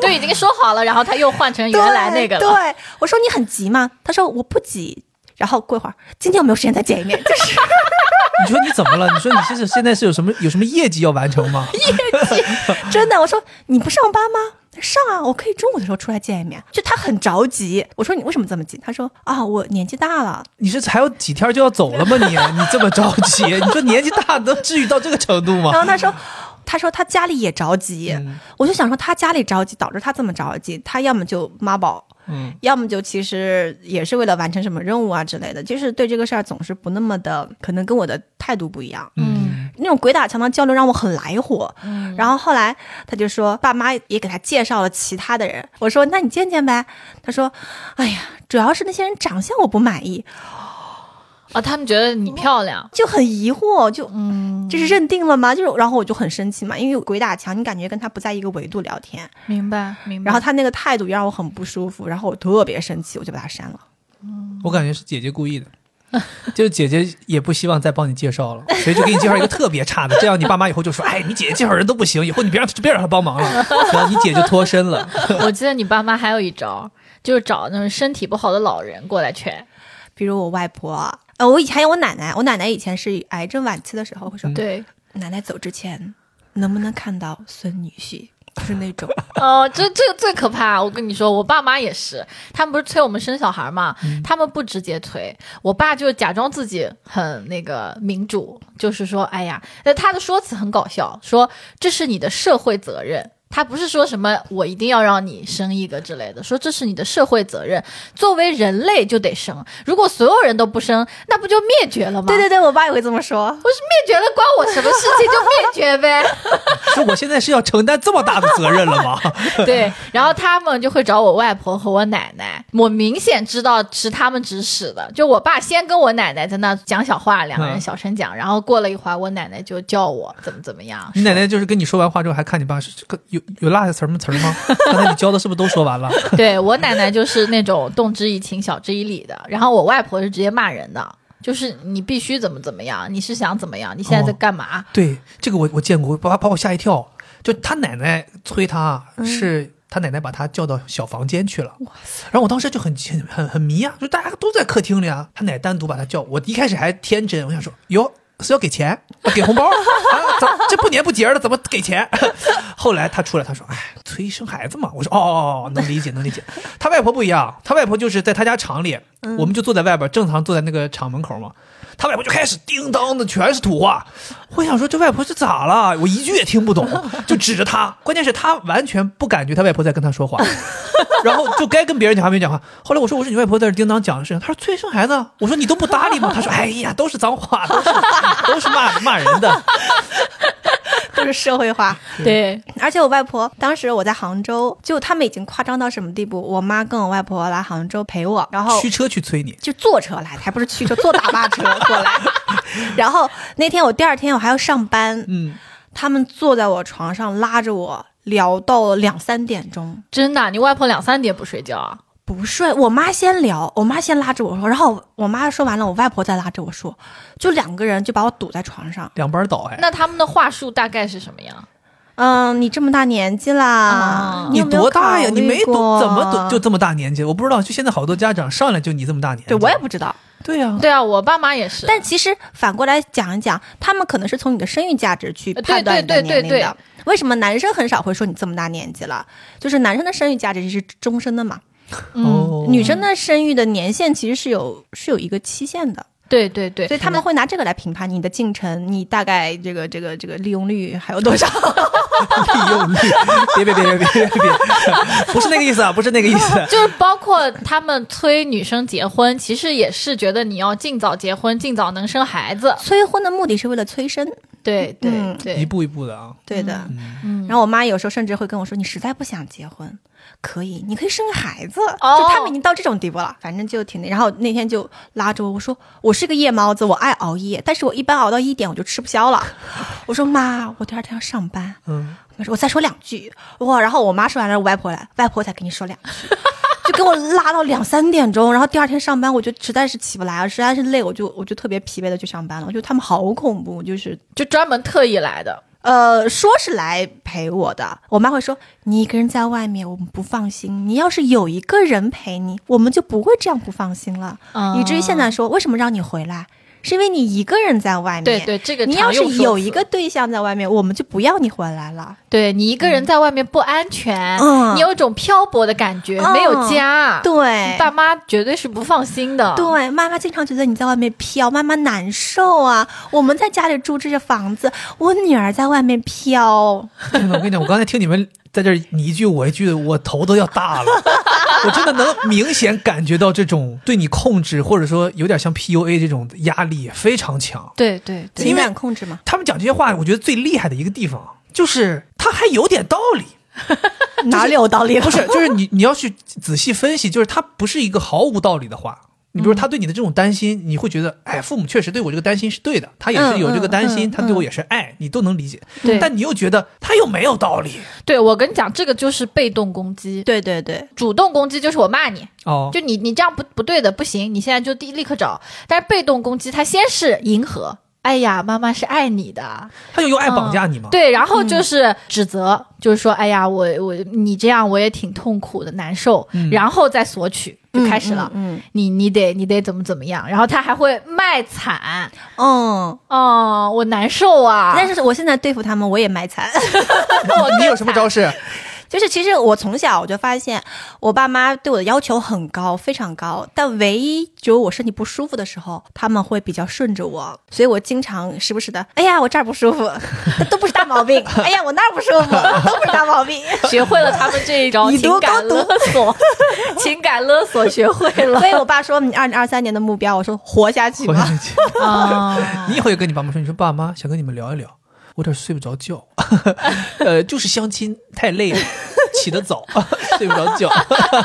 Speaker 2: 对，已经说好了，然后他又换成 原来那个
Speaker 3: 对
Speaker 2: 了。
Speaker 3: 对我说你很急吗？他说我不急。然后过一会儿，今天有没有时间再见一面？ 就是
Speaker 1: 你说你怎么了？你说你这是现在是有什么有什么业绩要完成吗？
Speaker 3: 真的，我说你不上班吗？上啊，我可以中午的时候出来见一面。就他很着急，我说你为什么这么急？他说啊，我年纪大了，
Speaker 1: 你是还有几天就要走了吗你？你这么着急？你说年纪大能至于到这个程度
Speaker 3: 然
Speaker 1: 吗？
Speaker 3: 后他说。他说他家里也着急，我就想说他家里着急导致他这么着急，他要么就妈宝，
Speaker 1: 嗯
Speaker 3: 要么就其实也是为了完成什么任务啊之类的，就是对这个事儿总是不那么的，可能跟我的态度不一样。
Speaker 2: 嗯
Speaker 3: 那种鬼打墙的交流让我很来火。然后后来他就说，爸妈也给他介绍了其他的人。我说那你见见呗。他说，哎呀，主要是那些人长相我不满意，
Speaker 2: 哦，他们觉得你漂亮，
Speaker 3: 就很疑惑，就
Speaker 2: 嗯，
Speaker 3: 这是认定了吗？就是然后我就很生气嘛，因为有鬼打墙，你感觉跟他不在一个维度聊天，
Speaker 2: 明白明白。
Speaker 3: 然后他那个态度让我很不舒服，然后我特别生气，我就把他删了。
Speaker 1: 我感觉是姐姐故意的， 就是姐姐也不希望再帮你介绍了，所以就给你介绍一个特别差的，这样你爸妈以后就说：“哎，你姐姐介绍人都不行，以后你别让别让她帮忙了。”然后你姐就脱身了。
Speaker 2: 我记得你爸妈还有一招，就是找那种身体不好的老人过来劝。
Speaker 3: 比如我外婆，呃，我以前还有我奶奶，我奶奶以前是癌症晚期的时候会说，
Speaker 2: 嗯对，
Speaker 3: 奶奶走之前能不能看到孙女婿，就是那种。
Speaker 2: 哦，这这个最可怕。我跟你说，我爸妈也是，他们不是催我们生小孩嘛，他们不直接催，我爸就假装自己很那个民主，就是说，哎呀，那他的说辞很搞笑，说这是你的社会责任。他不是说什么我一定要让你生一个之类的，说这是你的社会责任，作为人类就得生。如果所有人都不生，那不就灭绝了吗？
Speaker 3: 对对对，我爸也会这么说。
Speaker 2: 不是灭绝了，关我什么事情？就灭绝呗。
Speaker 1: 说我现在是要承担这么大的责任了吗？
Speaker 2: 对，然后他们就会找我外婆和我奶奶，我明显知道是他们指使的。就我爸先跟我奶奶在那讲小话，两个人小声讲，然后过了一会儿，我奶奶就叫我怎么怎 么样。
Speaker 1: 你奶奶就是跟你说完话之后，还看你爸是这个有有落下词儿吗？词儿吗？刚才你教的是不是都说完了？
Speaker 2: 对我奶奶就是那种动之以情，晓之以理的，然后我外婆是直接骂人的。就是你必须怎么怎么样，你是想怎么样？你现在在干嘛？
Speaker 1: 对，这个我我见过，把把我吓一跳。就他奶奶催他，是他奶奶把他叫到小房间去了。然后我当时就很很很很迷啊，就大家都在客厅里啊，他奶奶单独把他叫。我一开始还天真，我想说哟。是要给钱，啊给红包啊？咋这不年不节的，怎么给钱？ 后来他出来，他说：“哎，催生孩子嘛。”我说：“哦哦哦，能理解，能理解。” 他外婆不一样，他外婆就是在他家厂里，我们就坐在外边，正常坐在那个厂门口嘛。他外婆就开始叮当的，全是土话。我想说，这外婆是咋了？我一句也听不懂，就指着他。关键是他完全不感觉他外婆在跟他说话，然后就该跟别人讲话没讲话。后来我说：“我说你外婆在这叮当讲的事情。”他说：“催生孩子啊。”我说：“你都不搭理吗？”他说：“哎呀，都是脏话，都是都是骂骂人的。
Speaker 3: 都是社会化。
Speaker 2: 对，
Speaker 3: 而且我外婆当时我在杭州，就他们已经夸张到什么地步？我妈跟我外婆来杭州陪我，然后
Speaker 1: 驱车去催你，
Speaker 3: 就坐车来的，还不是驱车，坐大巴车过来。 然后那天我第二天我还要上班，
Speaker 1: 嗯，
Speaker 3: 他们坐在我床上拉着我聊到两三点钟
Speaker 2: 真的，你外婆两三点不睡觉啊？
Speaker 3: 不睡。我妈先聊，我妈先拉着我说，然后我妈说完了，我外婆再拉着我说，就两个人就把我堵在床上。
Speaker 1: 两班倒哎。
Speaker 2: 那他们的话术大概是什么样？
Speaker 3: 嗯，你这么大年纪啦
Speaker 2: 啊，
Speaker 1: 你
Speaker 3: 有没有
Speaker 1: 多大呀？
Speaker 3: 考
Speaker 1: 你
Speaker 3: 虑
Speaker 1: 没多
Speaker 3: 过
Speaker 1: 怎么多就这么大年纪？我不知道，就现在好多家长上来就你这么大年纪，
Speaker 3: 对我也不知道。
Speaker 1: 对
Speaker 3: 嗯
Speaker 1: 呀、
Speaker 2: 对啊，我爸妈也是，
Speaker 3: 但其实反过来讲一讲，他们可能是从你的生育价值去
Speaker 2: 呃对
Speaker 3: 判断你的
Speaker 2: 对对
Speaker 3: 年龄
Speaker 2: 对
Speaker 3: 的。为什么男生很少会说你这么大年纪了？就是男生的生育价值是终身的嘛，
Speaker 2: 嗯，
Speaker 1: 哦，
Speaker 3: 女生的生育的年限其实是有是有一个期限的，
Speaker 2: 对对对，嗯
Speaker 3: 所以他们会拿这个来评判你的进程，你大概这个这个这个利用率还有 多少？
Speaker 1: 利用率，别别别别别别别，不是那个意思啊，不是那个意思。
Speaker 2: 就是包括他们催女生结婚，其实也是觉得你要尽早结婚，尽早能生孩子。
Speaker 3: 催婚的目的是为了催生，
Speaker 2: 对对
Speaker 3: 嗯
Speaker 1: 一
Speaker 2: 对，
Speaker 1: 步一步的啊，
Speaker 3: 对的。
Speaker 2: 嗯，
Speaker 3: 然后我妈有时候甚至会跟我说：“你实在不想结婚，可以，你可以生个孩子。
Speaker 2: 哦
Speaker 3: 就他们已经到这种地步了，反正就挺那。然后那天就拉着我，我说：“我是个夜猫子，我爱熬夜，但是我一般熬到一点我就吃不 消了。”我说：“妈，我第二天要上班。”
Speaker 1: 嗯，
Speaker 3: 我说：“我再说两句。”哇！然后我妈说完了，我外婆来，外婆才跟你说两句。就给我拉到两三点钟，然后第二天上班，我就实在是起不来了，实在是累，我就我就特别疲惫的去上班了。我觉得他们好恐怖，就是
Speaker 2: 就专门特意来的。
Speaker 3: 呃，说是来陪我的，我妈会说你一个人在外面，我们不放心。你要是有一个人陪你，我们就不会这样不放心了。
Speaker 2: 嗯
Speaker 3: 以至于现在说，为什么让你回来，是因为你一个人在外面。
Speaker 2: 对对，这个
Speaker 3: 嗯你要
Speaker 2: 常
Speaker 3: 是
Speaker 2: 用说
Speaker 3: 有
Speaker 2: 辞
Speaker 3: 一个，对象在外面，我们就不要你回来了。
Speaker 2: 对你一个人在外面不安全，
Speaker 3: 嗯
Speaker 2: 你有一种漂泊的感觉，
Speaker 3: 嗯
Speaker 2: 没有家，
Speaker 3: 对，
Speaker 2: 啊爸妈绝对是不放心的。
Speaker 3: 对，妈妈经常觉得你在外面飘，妈妈难受啊。我们在家里住这些房子，我女儿在外面飘，
Speaker 1: 真的，我跟你讲，我刚才听你们在这儿你一句我一句，我头都要大了。我真的能明显感觉到这种对你控制，或者说有点像 PUA 这种压力非常强。
Speaker 2: 对对对
Speaker 1: 因
Speaker 3: 情
Speaker 1: 为
Speaker 3: 感控制嘛。
Speaker 1: 他们讲这些话，我觉得最厉害的一个地方就是他还有点道理。
Speaker 3: 哪里有道理了？
Speaker 1: 不 是，就是你你要去仔细分析，就是他不是一个毫无道理的话。你比如他对你的这种担心，你会觉得，哎，父母确实对我这个担心是对的，他也是有这个担心，
Speaker 3: 嗯嗯嗯
Speaker 1: 他对我也是爱，你都能理解。
Speaker 2: 对
Speaker 1: 但你又觉得他又没有道理
Speaker 2: 对，我跟你讲，这个就是被动攻击。
Speaker 3: 对对对，
Speaker 2: 主动攻击就是我骂你，
Speaker 1: 哦，
Speaker 2: 就你你这样不不对的，不行，你现在就立立刻找。但是被动攻击，他先是迎合，哎呀，妈妈是爱你的，
Speaker 1: 他就用爱绑架你嘛。
Speaker 2: 对，然后就是指责，就是说，哎呀，我我你这样我也挺痛苦的，难受，
Speaker 1: 嗯
Speaker 2: 然后再索取就开始了，
Speaker 3: 嗯
Speaker 2: 你你得你得怎么怎么样，然后他还会卖惨，
Speaker 3: 嗯嗯，
Speaker 2: 哦，我难受啊，
Speaker 3: 但是我现在对付他们，我也卖惨。
Speaker 1: 你有什么招式？
Speaker 3: 就是其实我从小我就发现，我爸妈对我的要求很高，非常高。但唯一只有我身体不舒服的时候，他们会比较顺着我，所以我经常时不时的，哎呀，我这儿不舒服， 都不是大毛病；哎呀，我那儿不舒服，都不是大毛病。
Speaker 2: 学会了他们这 一招
Speaker 3: 以毒
Speaker 2: 情感
Speaker 3: 攻毒
Speaker 2: 勒索，情感勒索学会 了
Speaker 3: 所以我爸说你二零二三年的目标，我说活下去
Speaker 1: 我
Speaker 3: 吧。
Speaker 1: 想起
Speaker 2: 啊。
Speaker 1: 你以后也跟你爸妈说，你说爸妈想跟你们聊一聊，我有点睡不着觉， 呃，就是相亲太累了，起得早， 睡不着觉。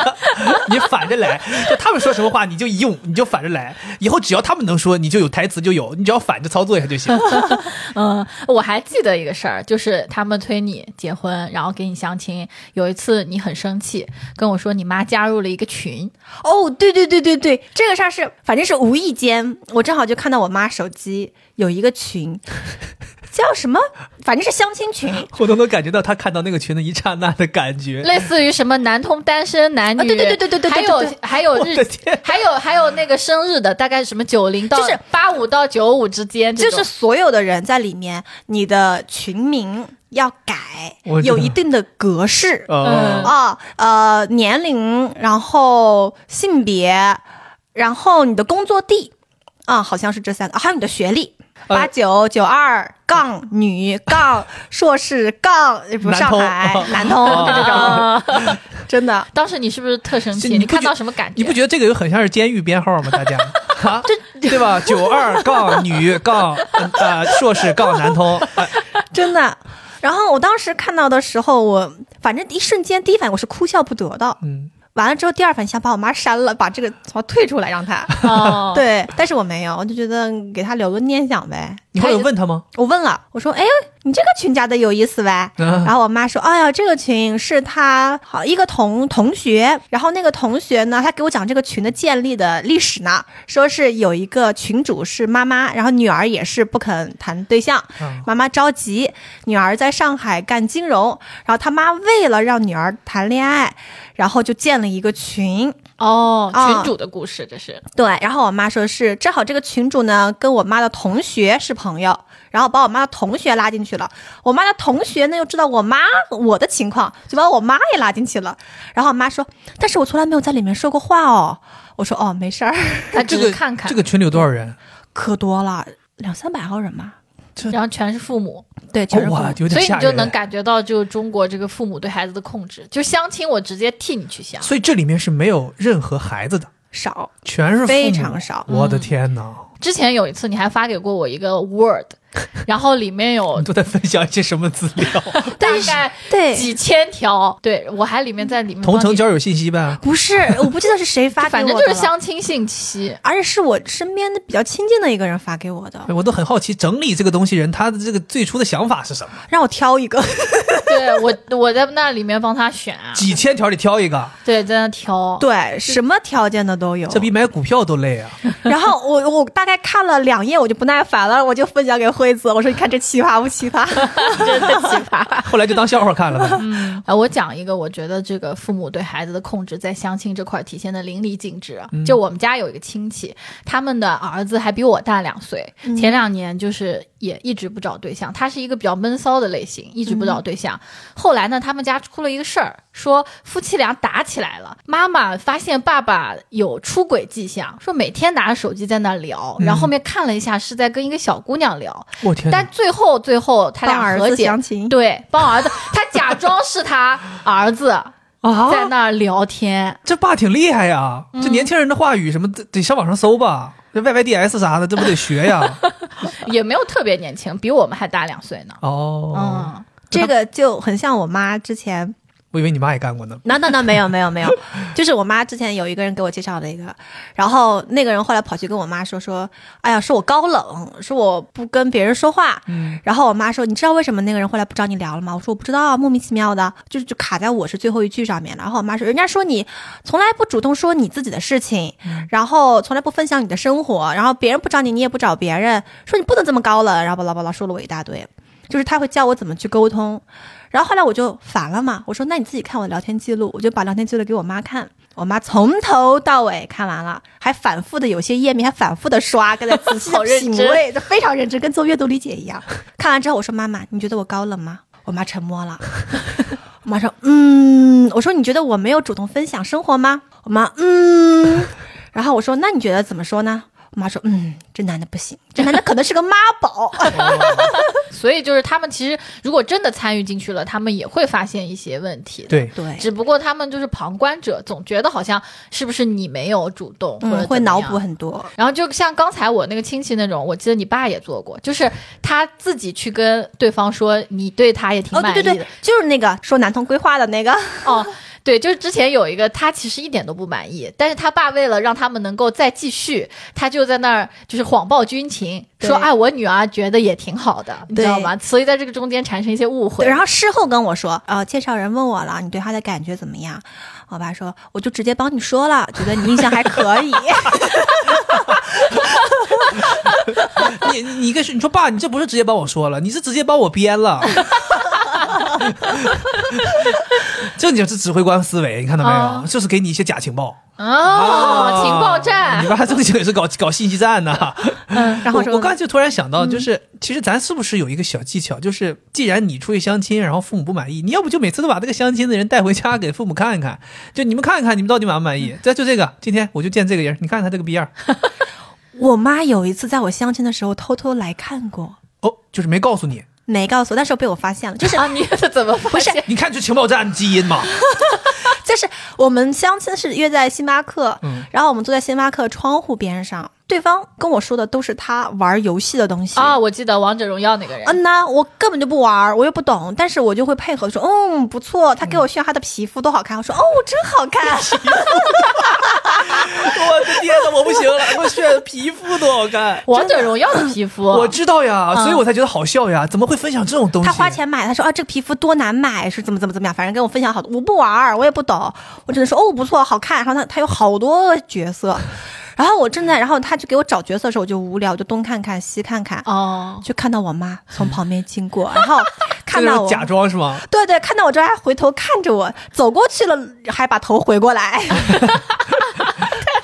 Speaker 1: 你反着来，就他们说什么话，你就一你就反着来。以后只要他们能说，你就有台词就有，你只要反着操作一下就行。
Speaker 2: 嗯，我还记得一个事儿，就是他们催你结婚，然后给你相亲。有一次你很生气，跟我说你妈加入了一个群，
Speaker 3: 哦，对对对对对，这个事儿是反正是无意间，我正好就看到我妈手机有一个群， 叫什么，反正是相 亲群。
Speaker 1: 我都能感觉到他看到那个群的一刹那的感觉。
Speaker 2: 类似于什么男同单身男女，
Speaker 3: 啊对对对对对对对
Speaker 2: 还
Speaker 3: 对
Speaker 2: 有
Speaker 3: 对
Speaker 2: 还有
Speaker 1: 我的
Speaker 2: 日
Speaker 1: 天，
Speaker 2: 还有还有那个生日的，大概什么九零到
Speaker 3: 就是
Speaker 2: 八五到九五之间这
Speaker 3: 就
Speaker 2: 种，
Speaker 3: 是所有的人在里面，你的群名要改
Speaker 1: 我，知道
Speaker 3: 有一定的格式
Speaker 1: 哦，
Speaker 3: 啊、呃，年龄，然后性别，然后你的工作地，啊、好像是这三个，啊还有你的学历，
Speaker 1: 呃
Speaker 3: 八九九二杠女杠硕士杠，不上海南通
Speaker 1: 哦
Speaker 3: 就这种，
Speaker 2: 啊，
Speaker 3: 真的。
Speaker 2: 当时你是不是特生
Speaker 1: 是
Speaker 2: 气？
Speaker 1: 你
Speaker 2: 你
Speaker 1: 不
Speaker 2: 看
Speaker 1: 觉
Speaker 2: 到什么感觉？
Speaker 1: 你不觉得这个有很像是监狱编号吗？大家， 啊，对吧？九二杠女杠呃硕士杠男通，呃
Speaker 3: 真的。然后我当时看到的时候，我反正一瞬间第一反应我是哭笑不得的。
Speaker 1: 嗯，
Speaker 3: 完了之后第二反应想把我妈删了，把这个从退出来让她。
Speaker 2: 哦，
Speaker 3: 对，但是我没有，我就觉得给她留个念想呗。
Speaker 1: 你会有问他吗？
Speaker 3: 我问了，我说：“哎，你这个群加的有意思呗？”
Speaker 1: 嗯
Speaker 3: 然后我妈说：“哎呀，这个群是她好一个同同学，然后那个同学呢，他给我讲这个群的建立的历史呢，说是有一个群主是妈妈，然后女儿也是不肯谈对象，
Speaker 1: 啊
Speaker 3: 妈妈着急，女儿在上海干金融，然后他妈为了让女儿谈恋爱，然后就建了一个群。
Speaker 2: 哦，
Speaker 3: 啊
Speaker 2: 群主的故事这是，
Speaker 3: 对，然后我妈说是正好这个群主呢跟我妈的同学是朋友，然后把我妈的同学拉进去了。我妈的同学呢又知道我妈我的情况，就把我妈也拉进去了。然后我妈说，但是我从来没有在里面说过话哦。我说哦，没事儿，
Speaker 2: 他只
Speaker 1: 这个
Speaker 2: 是看看，
Speaker 1: 这个群里有多少人？
Speaker 3: 可多了，两三百号人吧。
Speaker 1: 个
Speaker 2: 然后全是父母，
Speaker 3: 对，
Speaker 1: 哦
Speaker 3: 全是父母
Speaker 1: 哇，有
Speaker 2: 所
Speaker 1: 点
Speaker 2: 以
Speaker 1: 吓人。哎
Speaker 2: 你就能感觉到，就中国这个父母对孩子的控制。就相亲，我直接替你去相，
Speaker 1: 所以这里面是没有任何孩子的，
Speaker 3: 少，
Speaker 1: 全是父母
Speaker 3: 非常。少。
Speaker 1: 我
Speaker 2: 嗯
Speaker 1: 的天哪！
Speaker 2: 之前有一次你还发给过我一 个 Word，然后里面有
Speaker 1: 你都在分享一些什么资料？
Speaker 2: 大概
Speaker 3: 对，
Speaker 2: 几千条，对我还里面在里面
Speaker 1: 同
Speaker 2: 帮
Speaker 1: 城
Speaker 2: 你
Speaker 1: 交友信息啊呗。
Speaker 3: 不是，我不记得是谁发给我
Speaker 2: 反
Speaker 3: 的
Speaker 2: 正就是
Speaker 3: 了
Speaker 2: 相亲信息。
Speaker 3: 而且是我身边的比较亲近的一个人发给我的
Speaker 2: 嗯
Speaker 1: 哎，我都很好奇，整理这个东西人他的这个最初的想法是什
Speaker 2: 啊
Speaker 1: 么？
Speaker 3: 让我挑一个。
Speaker 2: 对我，我在那里面帮他选啊，
Speaker 1: 几千条里挑一个，
Speaker 2: 对，在那挑。
Speaker 3: 对，什么条件的都有。
Speaker 1: 这比买股票都累啊！
Speaker 3: 然后我我大概看了两页，我就不耐烦了，我就分享给惠子，我说你看这奇葩不奇葩？
Speaker 2: 真的奇葩。
Speaker 1: 后来就当笑话看了呗。
Speaker 2: 啊，我讲一个，我觉得这个父母对孩子的控制在相亲这块体现的淋漓尽致啊。就我们家有一个亲戚，他们的儿子还比我大两岁，前两年就是也一直不找对象，他是一个比较闷骚的类型，一直不找对象。后来呢，他们家出了一个事儿，说夫妻俩打起来了，妈妈发现爸爸有出轨迹象，说每天拿着手机在那聊，然后后面看了一下是在跟一个小姑娘聊，
Speaker 1: 我天哪
Speaker 2: 但！最后最后他
Speaker 3: 帮
Speaker 2: 俩
Speaker 3: 儿
Speaker 2: 和
Speaker 3: 子
Speaker 2: 解，
Speaker 3: 相亲
Speaker 2: 对，帮儿子，他假装是他 儿子
Speaker 3: 哦
Speaker 2: 在
Speaker 1: 啊，
Speaker 2: 那儿聊天。
Speaker 1: 这爸挺厉害呀！
Speaker 2: 嗯
Speaker 1: 这年轻人的话语什么得得上网上搜吧，这 YYDS 啥的，这不得学 呀？
Speaker 2: 也没有特别年轻，比我们还大两岁呢。
Speaker 1: 哦，
Speaker 2: 嗯，
Speaker 3: 这个就很像我妈之前，
Speaker 1: 我以为你妈也干过呢。
Speaker 3: 那那那没有没有没有，就是我妈之前有一个人给我介绍了一个，然后那个人后来跑去跟我妈说说，哎呀，说我高冷，说我不跟别人说话，
Speaker 1: 嗯，
Speaker 3: 然后我妈说：“你知道为什么那个人后来不找你聊了吗？”我说：“我不知道啊，莫名其妙的，就是就卡在我是最后一句上面了。”然后我妈说：“人家说你从来不主动说你自己的事情，然后从来不分享你的生活，然后别人不找你，你也不找别人，说你不能这么高冷，然后巴拉巴拉说了我一大堆，就是他会教我怎么去沟通。然后后来我就烦了嘛，我说：“那你自己看我的聊天记录。”我就把聊天记录给我妈看。我妈从头到尾看完了，还反复的有些页面还反复的刷，跟她仔细
Speaker 2: 好
Speaker 3: 的
Speaker 2: 认
Speaker 3: 品
Speaker 2: 真
Speaker 3: 味，非常认真，跟做阅读理解一样。看完之后，我说：“妈妈，你觉得我高冷吗？”我妈沉默了。我妈说：“嗯。”我说：“你觉得我没有主动分享生活吗？”我妈：“嗯。”然后我说：“那你觉得怎么说呢？”我妈说，嗯，这男的不行，这男的可能是个妈宝。
Speaker 2: 所以就是他们其实如果真的参与进去了，他们也会发现一些问题的。
Speaker 1: 对，
Speaker 3: 对，
Speaker 2: 只不过他们就是旁观者，总觉得好像是不是你没有主动，或者
Speaker 3: 嗯，会
Speaker 2: 怎么
Speaker 3: 脑
Speaker 2: 样哦
Speaker 3: 补很多。
Speaker 2: 然后就像刚才我那个亲戚那种，我记得你爸也做过，就是他自己去跟对方说你对他也挺
Speaker 3: 哦，
Speaker 2: 满意
Speaker 3: 对
Speaker 2: 的。
Speaker 3: 对对，就是那个说男童规划的那个，
Speaker 2: 哦对就是之前有一个他其实一点都不满意，但是他爸为了让他们能够再继续，他就在那儿就是谎报军情，
Speaker 3: 对
Speaker 2: 说啊我女儿觉得也挺好的，你知道
Speaker 3: 对
Speaker 2: 吗？所以在这个中间产生一些误会。
Speaker 3: 对然后事后跟我说，呃，介绍人问我了，你对他的感觉怎么样？我爸说，我就直接帮你说了，觉得你印象还 可以。
Speaker 1: 你你一个是你说爸，你这不是直接帮我说了，你是直接帮我编了。 正经是指挥官思维，你看到没有？
Speaker 2: 啊
Speaker 1: 就是给你一些假情报。啊
Speaker 2: 哦，情报
Speaker 1: 你
Speaker 2: 站，
Speaker 1: 爸正经也是搞搞信息战呐、
Speaker 3: 然后
Speaker 1: 我
Speaker 3: 说
Speaker 1: 我刚才就突然想到，就是、其实咱是不是有一个小技巧，就是既然你出去相亲，然后父母不满意，你要不就每次都把这个相亲的人带回家给父母看一看，就你们看一看，你们到底满不满意？这就这个，今天我就见这个人，你看看他这个逼样儿，
Speaker 3: 我妈有一次在我相亲的时候偷偷来看过，
Speaker 1: 哦，就是没告诉你，
Speaker 3: 没告诉我，但是我被我发现了， 就是
Speaker 2: 啊，你怎么发现？
Speaker 1: 你看出情报站基因嘛？
Speaker 3: 就是我们相亲是约在星巴克，
Speaker 1: 嗯
Speaker 3: 然后我们坐在星巴克窗户边上，对方跟我说的都是他玩游戏的东西。
Speaker 2: 啊，我记得王者荣耀那个人，
Speaker 3: 嗯呐，我根本就不玩儿，我又不懂，但是我就会配合说，嗯，不错。他给我炫耀他的皮肤多好看，我说，哦，真好 看。
Speaker 1: 我的天呐，我不行了，我选皮肤多好看。
Speaker 2: 王者荣耀的皮肤，
Speaker 1: 我知道呀，
Speaker 2: 嗯
Speaker 1: 所以我才觉得好笑呀，怎么会分享这种东西？
Speaker 3: 他花钱买，他说啊，这个皮肤多难买，是怎么怎么怎么样，反正跟我分享好多，我不玩儿，我也不懂，我只能说哦不错，好看。然后他他有好多角色，然后我正在，然后他就给我找角色的时候，我就无聊，我就东看看西看看，
Speaker 2: 哦，
Speaker 3: 就看到我妈从旁边经过，然后看
Speaker 1: 这
Speaker 3: 到
Speaker 1: 种
Speaker 3: 我，
Speaker 1: 假装是吗？
Speaker 3: 对对，看到我之后还回头看着我，走过去了还把头回过来，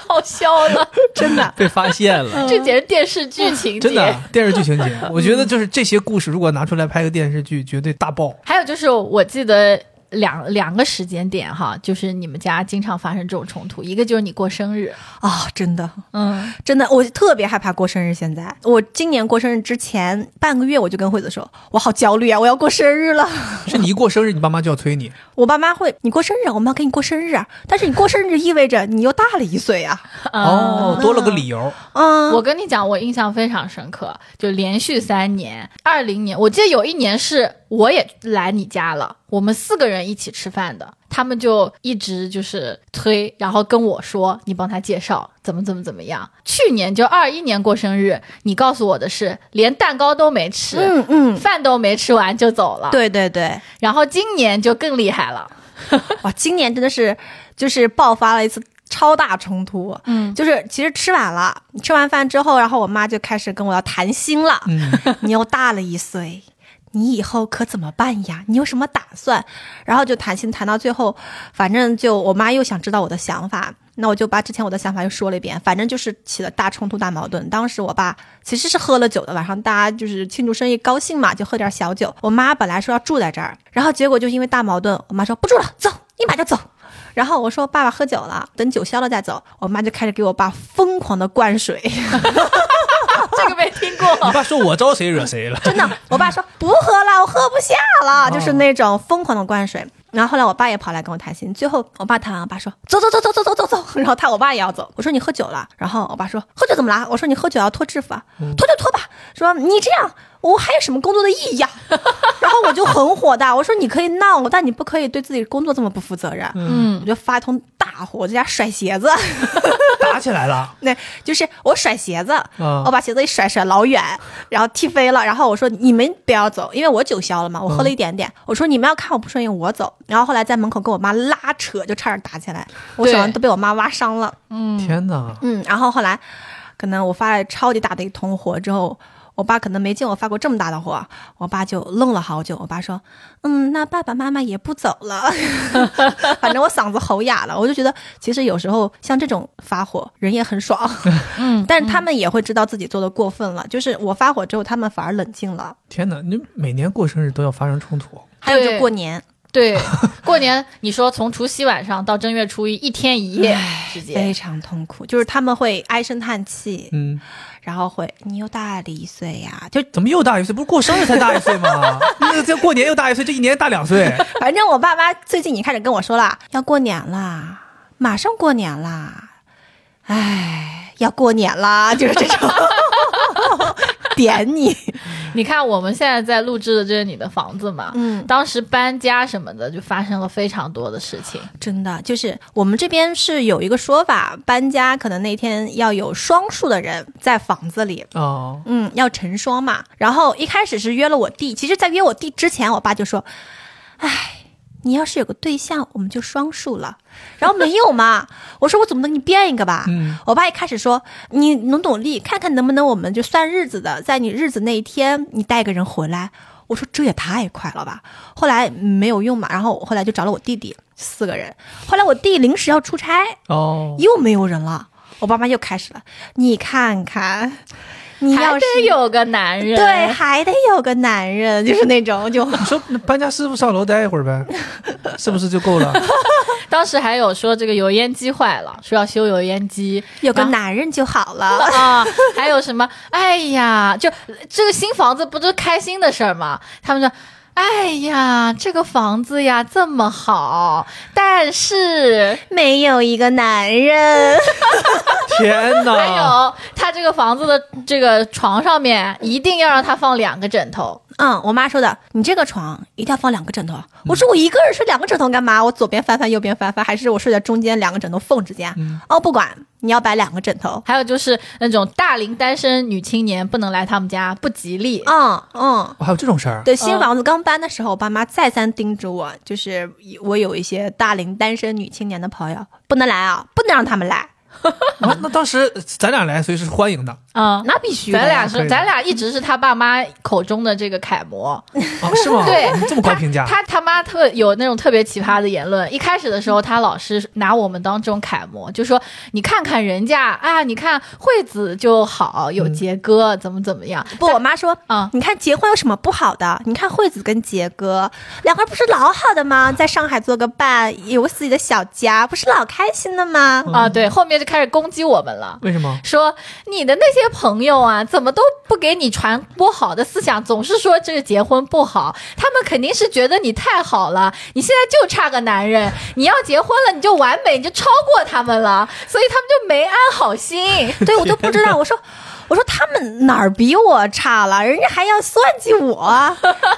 Speaker 2: 好笑了，
Speaker 3: 真 的。嗯
Speaker 1: 被发现了。
Speaker 2: 这简直电视剧情
Speaker 1: 真的
Speaker 2: 节。
Speaker 1: 电视剧情 节，我觉得就是这些故事，如果拿出来拍个电视剧，绝对大 爆。
Speaker 2: 还有就是，我记得两两个时间点哈，就是你们家经常发生这种冲突，一个就是你过生日，
Speaker 3: 啊、真的，
Speaker 2: 嗯，
Speaker 3: 真的，我特别害怕过生日。现在，我今年过生日之前半个月，我就跟惠子说，我好焦虑啊，我要过生日了。
Speaker 1: 是你一过生日，你爸妈就要催你，
Speaker 3: 我爸妈会，你过生日，我们要给你过生日，啊但是你过生日意味着你又大了一岁啊。
Speaker 1: 哦，多了个理由。
Speaker 3: 嗯，
Speaker 2: 我跟你讲，我印象非常深刻，就连续三年，二零年，我记得有一年是我也来你家了，我们四个人一起吃饭的，他们就一直就是推，然后跟我说你帮他介绍怎么怎么怎么样。去年就二一年过生日，你告诉我的是连蛋糕都没吃，
Speaker 3: 嗯嗯，
Speaker 2: 饭都没吃完就走了。，
Speaker 3: 对对对，
Speaker 2: 然后今年就更厉害了，
Speaker 3: 哇，今年真的是就是爆发了一次超大冲突。
Speaker 2: 嗯，
Speaker 3: 就是其实吃完了，吃完饭之后，然后我妈就开始跟我要谈心了。
Speaker 1: 嗯，
Speaker 3: 你又大了一岁，你以后可怎么办呀？你有什么打算？然后就谈心谈到最后，反正就我妈又想知道我的想法，那我就把之前我的想法又说了一遍，反正就是起了大冲突、大矛盾。当时我爸其实是喝了酒的，晚上大家就是庆祝生意高兴嘛，就喝点小酒。我妈本来说要住在这儿，然后结果就因为大矛盾，我妈说不住了，走，立马就走。然后我说爸爸喝酒了，等酒消了再走。我妈就开始给我爸疯狂的灌水，
Speaker 2: 这个没听
Speaker 1: 你
Speaker 2: 过。
Speaker 1: 爸说我招谁惹谁 了？
Speaker 3: 真的，我爸说不喝了，我喝不下了，就是那种疯狂的灌水。然后后来我爸也跑来跟我谈心，最后我爸谈完，我爸说走走走走走走走走， 然后他我爸也要走，我说你喝酒了，然后我爸说喝酒怎么啦？我说你喝酒要脱制服啊，脱就脱吧，说你这样我还有什么工作的意义呀、然后我就很火大，我说你可以闹我，但你不可以对自己工作这么不负责任，
Speaker 2: 嗯
Speaker 3: 我，就发一通大火，我在家甩鞋子。
Speaker 1: 打起来了。
Speaker 3: 那就是我甩鞋子，
Speaker 1: 啊
Speaker 3: 我把鞋子一甩甩老远，然后踢飞了。然后我说你们不要走，因为我酒消了嘛，我喝了一点点。我说你们要看我不顺眼，我走。然后后来在门口跟我妈拉扯，就差点打起来，我手上
Speaker 2: 对
Speaker 3: 都被我妈挖伤了。
Speaker 1: 天哪！
Speaker 3: 嗯，然后后来可能我发了超级大的一通火之后。我爸可能没见我发过这么大的火，我爸就愣了好久。我爸说：“嗯，那爸爸妈妈也不走了。” 反正我嗓子吼哑了，我就觉得其实有时候像这种发火，人也很爽。
Speaker 2: 嗯
Speaker 3: 但是他们也会知道自己做的过分了，就是我发火之后，他们反而冷静了。
Speaker 1: 天哪！你每年过生日都要发生冲突，
Speaker 3: 还有
Speaker 2: 对
Speaker 3: 就过年，
Speaker 2: 对，过年你说从除夕晚上到正月初一一天一夜之间，
Speaker 3: 非常痛苦，就是他们会唉声叹气，
Speaker 1: 嗯，
Speaker 3: 然后会你又大了一岁呀、就
Speaker 1: 怎么又大一岁？不是过生日才大一岁 吗？那这过年又大一岁，这一年大两岁。
Speaker 3: 反正我爸妈最近已经开始跟我说了，要过年啦，马上过年啦，唉，要过年啦， 就是这种点你，
Speaker 2: 你看我们现在在录制的这是你的房子嘛，
Speaker 3: 嗯，
Speaker 2: 当时搬家什么的就发生了非常多的事情，
Speaker 3: 真的就是我们这边是有一个说法，搬家可能那天要有双数的人在房子里。
Speaker 1: 哦，
Speaker 3: 嗯，要成双嘛。然后一开始是约了我弟，其实，在约我弟之前，我爸就说：“哎，你要是有个对象，我们就双数了。”然后没有嘛， 我说我总不能给你变一个吧。
Speaker 1: 嗯
Speaker 3: 我爸一开始说：“你努努力，看看能不能我们就算日子的，在你日子那一天，你带个人回来。”我说这也太快了吧！后来没有用嘛，然后我后来就找了我弟弟，四个人。后来我弟临时要出差，
Speaker 1: 哦，
Speaker 3: 又没有人了，我爸妈又开始了。你看看，你
Speaker 2: 还
Speaker 3: 要是
Speaker 2: 得有个男人，啊
Speaker 3: 对，还得有个男人，就是那 种就
Speaker 1: 你说那搬家师傅上楼待一会儿呗，是不是就 够了？
Speaker 2: 当时还有说这个油烟机坏了，说要修油烟机，
Speaker 3: 有个
Speaker 2: 然后
Speaker 3: 男人就 好了。
Speaker 2: 啊，还有什么？哎呀，就这个新房子不是开心的事儿吗？他们说。哎呀，这个房子呀这么好，但是
Speaker 3: 没有一个 男人，
Speaker 1: 天哪！
Speaker 2: 还有他这个房子的这个床上面一定要让他放两个枕头，
Speaker 3: 嗯，我妈说的，你这个床一定要放两个枕头。啊
Speaker 2: 嗯
Speaker 3: 我说我一个人睡两个枕头干嘛？我左边翻翻，右边翻翻，还是我睡在中间两个枕头缝之间？
Speaker 2: 嗯
Speaker 3: 哦，不管，你要摆两个枕头。
Speaker 2: 还有就是那种大龄单身女青年不能来他们家，不吉利。
Speaker 3: 嗯嗯，
Speaker 1: 还有这种事 儿？
Speaker 3: 对，新房子刚搬的时候，我爸妈再三叮嘱我，就是我有一些大龄单身女青年的朋友不能来啊，不能让他们来。
Speaker 1: 啊那当时咱俩来，所以是欢迎的。
Speaker 2: 嗯，
Speaker 3: 那必须的
Speaker 2: 咱俩
Speaker 1: 可以
Speaker 2: 是
Speaker 1: 的
Speaker 2: 咱俩一直是他爸妈口中的这个楷模。
Speaker 1: 啊，是吗？
Speaker 2: 对
Speaker 1: 你这么高评价，
Speaker 2: 他他妈特有那种特别奇葩的言论。一开始的时候，他老是拿我们当这种楷模，就说你看看人家啊，你看惠子就好，有杰哥、
Speaker 1: 嗯
Speaker 2: 怎么怎么样。
Speaker 3: 不，我妈说
Speaker 2: 啊
Speaker 3: 你看结婚有什么不好的？你看惠子跟杰哥两个人不是老好的 吗？在上海做个伴，有个自己的小家，不是老开心 的吗？
Speaker 1: 嗯
Speaker 2: 啊，对，后面就开始攻击我们了。
Speaker 1: 为什么？
Speaker 2: 说你的那些朋友啊，怎么都不给你传播好的思想，总是说这个结婚不好，他们肯定是觉得你太好了，你现在就差个男人，你要结婚了你就完美，你就超过他们了，所以他们就没安好心。
Speaker 3: 对我都不知道，我说。我说他们哪儿比我差了？人家还要算计 我，啊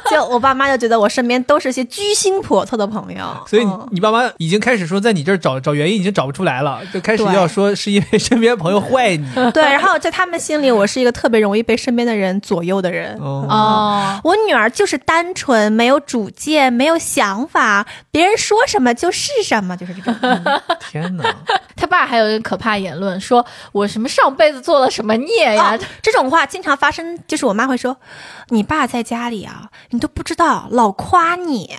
Speaker 3: 就我爸妈就觉得我身边都是些居心叵测的朋友，
Speaker 1: 所以你
Speaker 2: 哦
Speaker 3: 嗯
Speaker 1: 你爸妈已经开始说，在你这儿找找原因已经找不出来了，就开始
Speaker 3: 对
Speaker 1: 要说是因为身边朋友坏你。
Speaker 3: 对，然后在他们心里，我是一个特别容易被身边的人左右的人。
Speaker 1: 哦，
Speaker 2: 哦，
Speaker 3: 我女儿就是单纯，没有主见，没有想法，别人说什么就是什么，就是这种。
Speaker 1: 天哪！
Speaker 2: 他爸还有一个可怕言论，说我什么上辈子做了什么孽
Speaker 1: 啊
Speaker 2: 呀？
Speaker 3: 哦这种话经常发生，就是我妈会说：“你爸在家里啊，你都不知道，老夸你，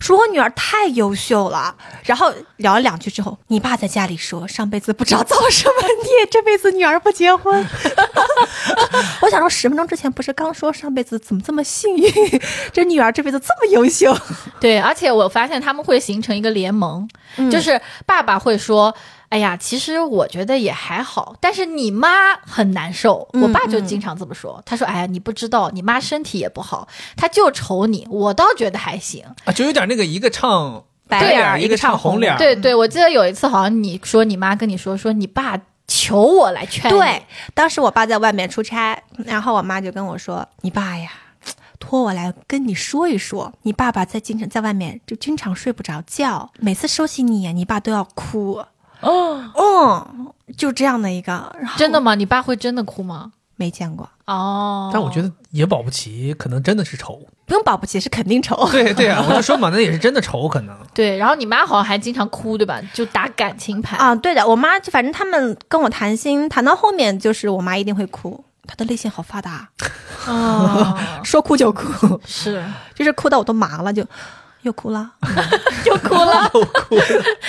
Speaker 3: 说我女儿太优秀了。”然后聊了两句之后，你爸在家里说：“上辈子不知道造什么孽，这辈子女儿不 结婚。”我想说，十分钟之前不是刚说上辈子怎么这么幸运，这女儿这辈子这么优秀？
Speaker 2: 对，而且我发现他们会形成一个联盟，
Speaker 3: 嗯
Speaker 2: 就是爸爸会说。哎呀，其实我觉得也还好，但是你妈很难受。
Speaker 3: 嗯
Speaker 2: 我爸就经常这么说，他说：“哎呀，你不知道，你妈身体也不好，她就愁你。”我倒觉得还行。
Speaker 1: 啊，就有点那个一个
Speaker 2: 哦
Speaker 1: 唱
Speaker 3: 白
Speaker 1: 脸
Speaker 3: 脸
Speaker 1: 儿，
Speaker 3: 儿
Speaker 1: 啊一个唱红
Speaker 3: 啊
Speaker 1: 脸儿。
Speaker 2: 对对，我记得有一次好像你说你妈跟你说说你爸求我来劝你，
Speaker 3: 对，当时我爸在外面出差，然后我妈就跟我说：“你爸呀，托我来跟你说一说，你爸爸在经常在外面就经常睡不着觉，每次收起你，你爸都要哭。”哦，嗯，就这样的一个，然后
Speaker 2: 真的吗？你爸会真的哭吗？
Speaker 3: 没见过，
Speaker 2: 哦，
Speaker 1: 但我觉得也保不齐，可能真的是 愁。
Speaker 3: 不用保不齐是肯定愁。
Speaker 1: 对对啊，我就说嘛，那也是真的愁，可能。
Speaker 2: 对，然后你妈好像还经常哭，对吧？就打感情牌。
Speaker 3: 啊，对的，我妈就反正他们跟我谈心，谈到后面就是我妈一定会哭，她的泪腺好发达，啊
Speaker 2: 哦
Speaker 3: 说哭就哭，
Speaker 2: 是
Speaker 3: 就是哭到我都麻了，就又哭了。
Speaker 2: 又哭 了，又哭了。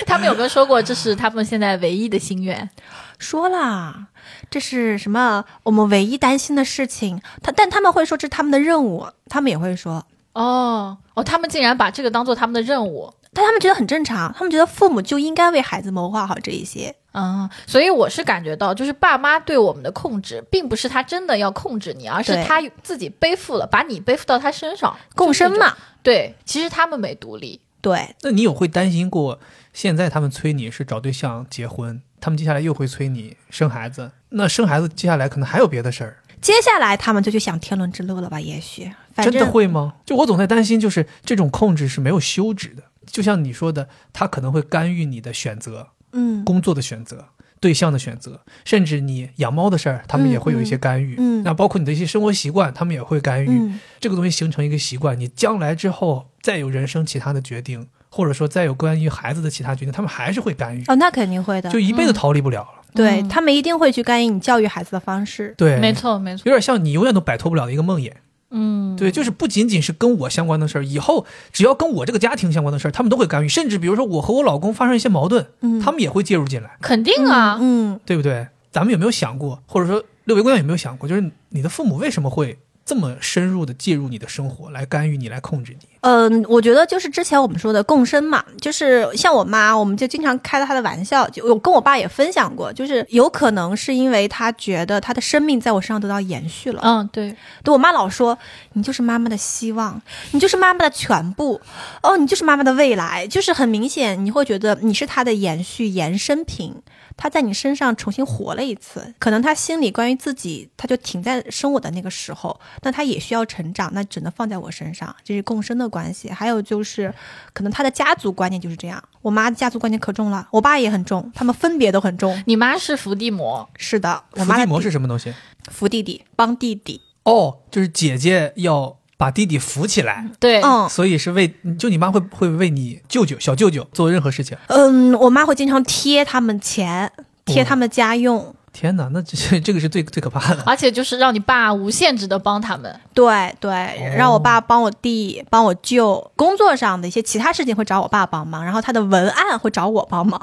Speaker 2: 他们有跟说过，这是他们现在唯一的心愿。
Speaker 3: 说啦，这是什么？我们唯一担心的事情。他但他们会说这是他们的任务，他们也会说
Speaker 2: 哦哦，他们竟然把这个当做他们的任务。
Speaker 3: 但他们觉得很正常，他们觉得父母就应该为孩子谋划好这一些。
Speaker 2: 啊、所以我是感觉到，就是爸妈对我们的控制，并不是他真的要控制你，而是
Speaker 3: 对
Speaker 2: 他自己背负了，把你背负到他身上，
Speaker 3: 共生嘛
Speaker 2: 就是这种。对，其实他们没独立，
Speaker 3: 对，
Speaker 1: 那你有会担心过，现在他们催你是找对象、结婚，他们接下来又会催你生孩子，那生孩子接下来可能还有别的事儿，
Speaker 3: 接下来他们就去想天伦之乐了吧？也许，反
Speaker 1: 真的
Speaker 3: 正
Speaker 1: 会吗？就我总在担心，就是这种控制是没有休止的，就像你说的，他可能会干预你的选择、
Speaker 3: 嗯
Speaker 1: 工作的选择。对象的选择，甚至你养猫的事儿，他们也会有一些干预。
Speaker 3: 嗯嗯
Speaker 1: 那包括你的一些生活习惯，他们也会干预。
Speaker 3: 嗯，
Speaker 1: 这个东西形成一个习惯，你将来之后再有人生其他的决定，或者说再有关于孩子的其他决定，他们还是会干预，
Speaker 3: 哦，那肯定会的嗯
Speaker 1: 就。一辈子逃离不了了。
Speaker 3: 对
Speaker 2: 嗯
Speaker 3: 他们一定会去干预你教育孩子的方式。
Speaker 1: 对，
Speaker 2: 没，错没错，
Speaker 1: 有点像你永远都摆脱不了的一个梦魇。
Speaker 2: 嗯，
Speaker 1: 对，就是不仅仅是跟我相关的事儿，以后只要跟我这个家庭相关的事儿，他们都会干预，甚至比如说我和我老公发生一些矛盾，
Speaker 3: 嗯，
Speaker 1: 他们也会介入进来，
Speaker 2: 肯定啊，
Speaker 3: 嗯，
Speaker 1: 对不对？咱们有没有想过，或者说六位姑娘有没有想过，就是你的父母为什么会这么深入的介入你的生活，来干预你，来控制你？
Speaker 3: 嗯，我觉得就是之前我们说的共生嘛，就是像我妈，我们就经常开她的玩笑，就我跟我爸也分享过，就是有可能是因为她觉得她的生命在我身上得到延续了。
Speaker 2: 嗯对，
Speaker 3: 对我妈老说，你就是妈妈的希望，你就是妈妈的全部，哦，你就是妈妈的未来，就是很明显，你会觉得你是她的延续、延伸品。她在你身上重新活了一次，可能她心里关于自己，她就停在生我的那个时候，那她也需要成长，那只能放在我身上，这是共生的关系。还有就是，可能她的家族观念就是这样，我妈家族观念可重了，我爸也很重，他们分别都很重。
Speaker 2: 你妈是伏地魔，
Speaker 3: 是的，我
Speaker 1: 伏
Speaker 3: 妈嗯
Speaker 1: 地
Speaker 3: 的
Speaker 1: 魔是
Speaker 3: 弟
Speaker 1: 什么东西？
Speaker 3: 扶弟弟，帮弟弟，
Speaker 1: 哦，就是姐姐要把弟弟扶起来，
Speaker 2: 对，
Speaker 3: 嗯，
Speaker 1: 所以是为就你妈会会为你舅舅小舅舅做任何事情。
Speaker 3: 嗯，我妈会经常贴他们钱，贴他们家用。
Speaker 1: 天哪，那这是 这个是最最可怕 的。
Speaker 2: 而且就是让你爸无限制的帮他们，
Speaker 3: 对对，让我爸帮我弟、帮我舅，工作上的一些其他事情会找我爸帮忙，然后他的文案会找我帮忙。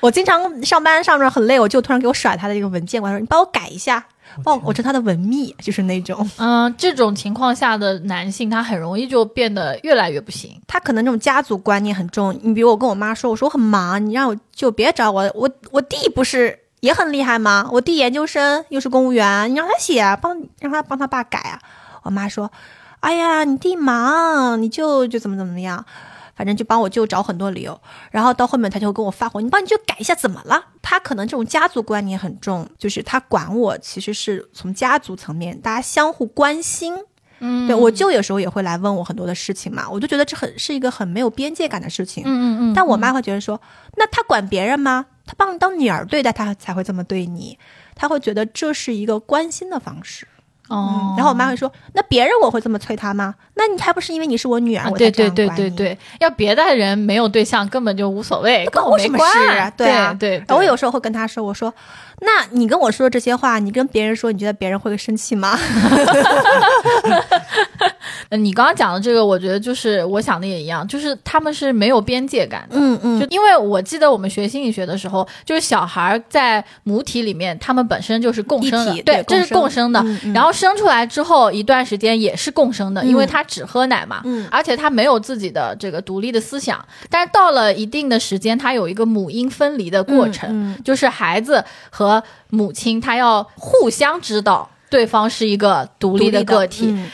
Speaker 3: 我经常上班上着很累，我舅突然给我甩他的这个文件过来，我说你帮我改一下，帮我我成他的文秘，就是那种
Speaker 2: 嗯，这种情况下的男性他很容易就变得越来越不行，
Speaker 3: 他可能这种家族观念很重。你比如我跟我妈说，我说我很忙，你让我舅别找我，我我弟不是。也很厉害吗？我弟研究生又是公务员，你让他写，帮让他帮他爸改啊。我妈说：“哎呀，你弟忙，你舅就怎么怎么样，反正就帮我舅找很多理由。”然后到后面他就跟我发火：“你帮你舅改一下，怎么了？”他可能这种家族观念很重，就是他管我其实是从家族层面，大家相互关心。
Speaker 2: 嗯
Speaker 3: 对我舅有时候也会来问我很多的事情嘛，我就觉得这很是一个很没有边界感的事情。
Speaker 2: 嗯嗯嗯，
Speaker 3: 但我妈会觉得说，那她管别人吗？她把你当女儿对待，她才会这么对你。她会觉得这是一个关心的方式。
Speaker 2: 哦
Speaker 3: 嗯，，然后我妈会说，那别人我会这么催她吗？那你还不是因为你是我女儿，
Speaker 2: 啊
Speaker 3: 我
Speaker 2: 对
Speaker 3: 才
Speaker 2: 对
Speaker 3: 这
Speaker 2: 对
Speaker 3: 样管
Speaker 2: 对
Speaker 3: 你。
Speaker 2: 对，要别的人没有对象根本就无所谓，
Speaker 3: 那
Speaker 2: 跟
Speaker 3: 关我
Speaker 2: 没
Speaker 3: 什么
Speaker 2: 关
Speaker 3: 事啊
Speaker 2: 对
Speaker 3: 对啊
Speaker 2: 对，
Speaker 3: 然后我有时候会跟她说，我说，那你跟我说的这些话，你跟别人说，你觉得别人会生气吗？
Speaker 2: 呃你刚刚讲的这个，我觉得就是我想的也一样，就是他们是没有边界感的。
Speaker 3: 嗯
Speaker 2: 就因为我记得我们学心理学的时候，就是小孩儿在母体里面，他们本身就是共生的
Speaker 3: 一，体
Speaker 2: 对，
Speaker 3: 对
Speaker 2: 这是共
Speaker 3: 共
Speaker 2: 生
Speaker 3: 生
Speaker 2: 的。
Speaker 3: 嗯嗯
Speaker 2: 然后生出来之后一段时间也是共生的，因为
Speaker 3: 嗯
Speaker 2: 他只喝奶嘛，
Speaker 3: 嗯
Speaker 2: 而且他没有自己的这个独立的思想。但是到了一定的时间，他有一个母婴分离的过程，
Speaker 3: 嗯
Speaker 2: 就是孩子和母亲他要互相知道对方是一个独立的个体。
Speaker 3: 嗯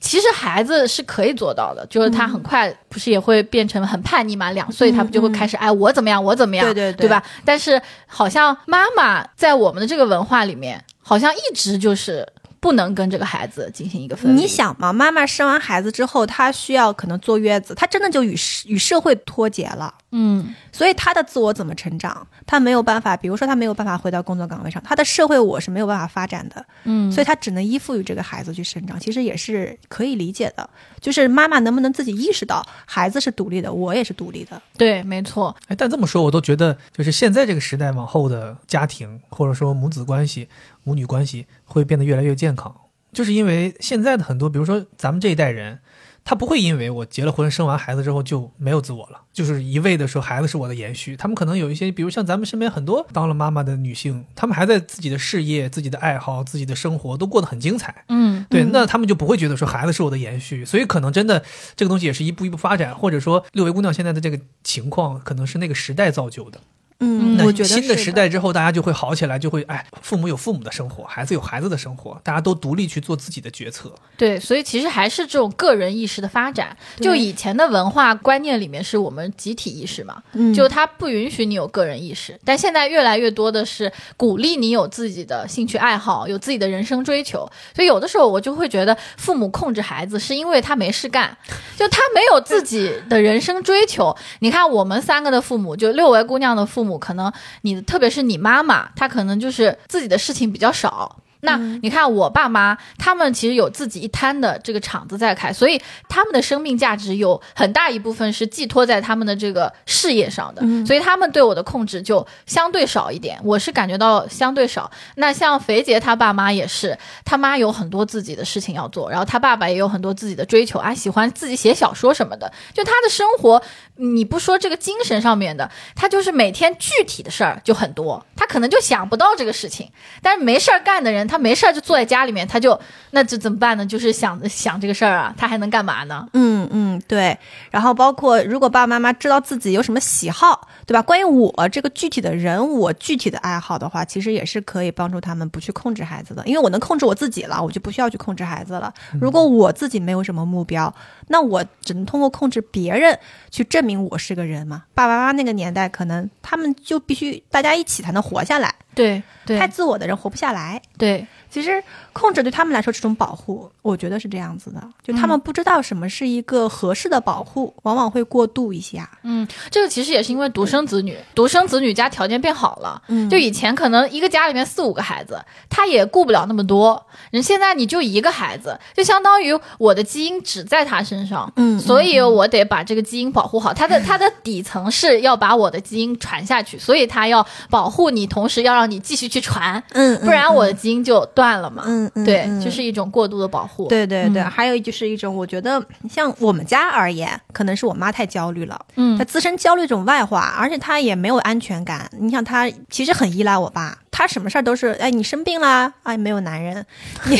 Speaker 2: 其实孩子是可以做到的，就是他很
Speaker 3: 嗯
Speaker 2: 快不是也会变成很叛逆嘛，两岁他不就会开始、哎我怎么样我怎么样，
Speaker 3: 对对
Speaker 2: 对
Speaker 3: 对
Speaker 2: 吧？但是好像妈妈在我们的这个文化里面，好像一直就是不能跟这个孩子进行一个分离。
Speaker 3: 你想嘛，妈妈生完孩子之后，她需要可能坐月子，她真的就与社与社会脱节了。
Speaker 2: 嗯，
Speaker 3: 所以她的自我怎么成长，她没有办法，比如说她没有办法回到工作岗位上，她的社会我是没有办法发展的，
Speaker 2: 嗯，
Speaker 3: 所以她只能依附于这个孩子去生长，其实也是可以理解的。就是妈妈能不能自己意识到，孩子是独立的，我也是独立的，
Speaker 2: 对，没错，
Speaker 1: 哎，但这么说我都觉得，就是现在这个时代往后的家庭或者说母子关系、母女关系会变得越来越健康，就是因为现在的很多，比如说咱们这一代人，他不会因为我结了婚、生完孩子之后就没有自我了，就是一味的说孩子是我的延续。他们可能有一些，比如像咱们身边很多当了妈妈的女性，她们还在自己的事业、自己的爱好、自己的生活都过得很精彩。
Speaker 2: 嗯，
Speaker 1: 对，那他们就不会觉得说孩子是我的延续，所以可能真的这个东西也是一步一步发展，或者说六维姑娘现在的这个情况，可能是那个时代造就的。
Speaker 3: 嗯，
Speaker 1: 那
Speaker 3: 我觉得
Speaker 1: 新
Speaker 3: 是的
Speaker 1: 的时代之后，大家就会好起来，就会哎，父母有父母的生活，孩子有孩子的生活，大家都独立去做自己的决策。
Speaker 2: 对，所以其实还是这种个人意识的发展。
Speaker 3: 对
Speaker 2: 就以前的文化观念里面是我们集体意识嘛，
Speaker 3: 嗯
Speaker 2: 就它不允许你有个人意识，但现在越来越多的是鼓励你有自己的兴趣爱好，有自己的人生追求。所以有的时候我就会觉得，父母控制孩子是因为他没事干，就他没有自己的人生追求。你看我们三个的父母，就六位姑娘的父母，可能你特别是你妈妈，她可能就是自己的事情比较少。那你看我爸妈，他们其实有自己一摊的这个厂子在开，所以他们的生命价值有很大一部分是寄托在他们的这个事业上的，所以他们对我的控制就相对少一点，我是感觉到哦相对少。那像肥姐她爸妈也是，她妈有很多自己的事情要做，然后她爸爸也有很多自己的追求啊，喜欢自己写小说什么的，就她的生活，你不说这个精神上面的，她就是每天具体的事儿就很多，她可能就想不到这个事情。但是没事儿干的人，他没事儿就坐在家里面，他就那就怎么办呢？就是想想这个事儿啊，他还能干嘛呢？
Speaker 3: 嗯嗯，对。然后包括如果爸爸妈妈知道自己有什么喜好，对吧？关于我这个具体的人，我具体的爱好的话，其实也是可以帮助他们不去控制孩子的，因为我能控制我自己了，我就不需要去控制孩子了。如果我自己没有什么目标，那我只能通过控制别人去证明我是个人嘛。爸爸妈妈那个年代，可能他们就必须大家一起才能活下来，
Speaker 2: 对对
Speaker 3: 太自我的人活不下来。
Speaker 2: 对，
Speaker 3: 其实控制对他们来说是种保护，我觉得是这样子的，就他们不知道什么是一个合适的保护，往往会过度一下。
Speaker 2: 嗯，这个其实也是因为独生子女，独生子女家条件变好了，
Speaker 3: 嗯
Speaker 2: 就以前可能一个家里面四五个孩子，他也顾不了那么多，人现在你就一个孩子，就相当于我的基因只在他身上，
Speaker 3: 嗯
Speaker 2: 所以我得把这个基因保护好。它的它的底层是要把我的基因传下去，所以它要保护你，同时要让你继续去传，
Speaker 3: 嗯
Speaker 2: 不然我的基因就断了嘛。
Speaker 3: 嗯嗯
Speaker 2: 对，
Speaker 3: 嗯
Speaker 2: 就是一种过度的保护。
Speaker 3: 对对对，
Speaker 2: 嗯
Speaker 3: 还有就是一种，我觉得像我们家而言，可能是我妈太焦虑了，
Speaker 2: 嗯
Speaker 3: 她自身焦虑这种外化，而且她也没有安全感。你想，她其实很依赖我爸，她什么事儿都是，哎，你生病啦，哎，没有男人， 你，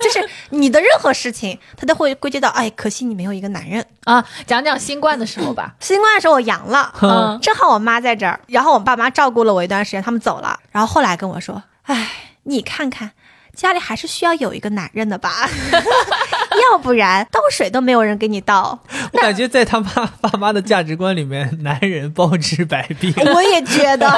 Speaker 3: 就是你的任何事情，她都会归结到，哎，可惜你没有一个男人。
Speaker 2: 啊，讲讲新冠的时候吧。
Speaker 3: 新冠的时候我阳了，
Speaker 2: 嗯
Speaker 3: 正好我妈在这儿，然后我爸妈照顾了我一段时间，他们走了，然后后来跟我说，哎，你看看。家里还是需要有一个男人的吧， 要不然倒水都没有人给你倒。
Speaker 1: 我感觉在他妈爸妈的价值观里面，男人包治百 病。
Speaker 3: 我也觉得，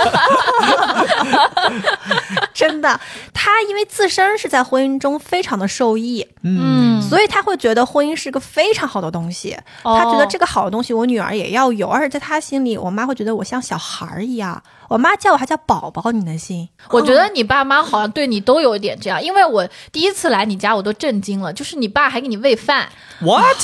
Speaker 3: 真的，他因为自身是在婚姻中非常的受益，
Speaker 2: 嗯，
Speaker 3: 所以他会觉得婚姻是个非常好的东西。
Speaker 2: 哦
Speaker 3: 他觉得这个好的东西，我女儿也要有，而且在他心里，我妈会觉得我像小孩儿一样，我妈叫我还叫宝宝，你能信？
Speaker 2: 我觉得你爸妈好像对你都有一点这样，因为我第一次来你家，我都震惊了，就是你爸还给你喂饭，
Speaker 1: What？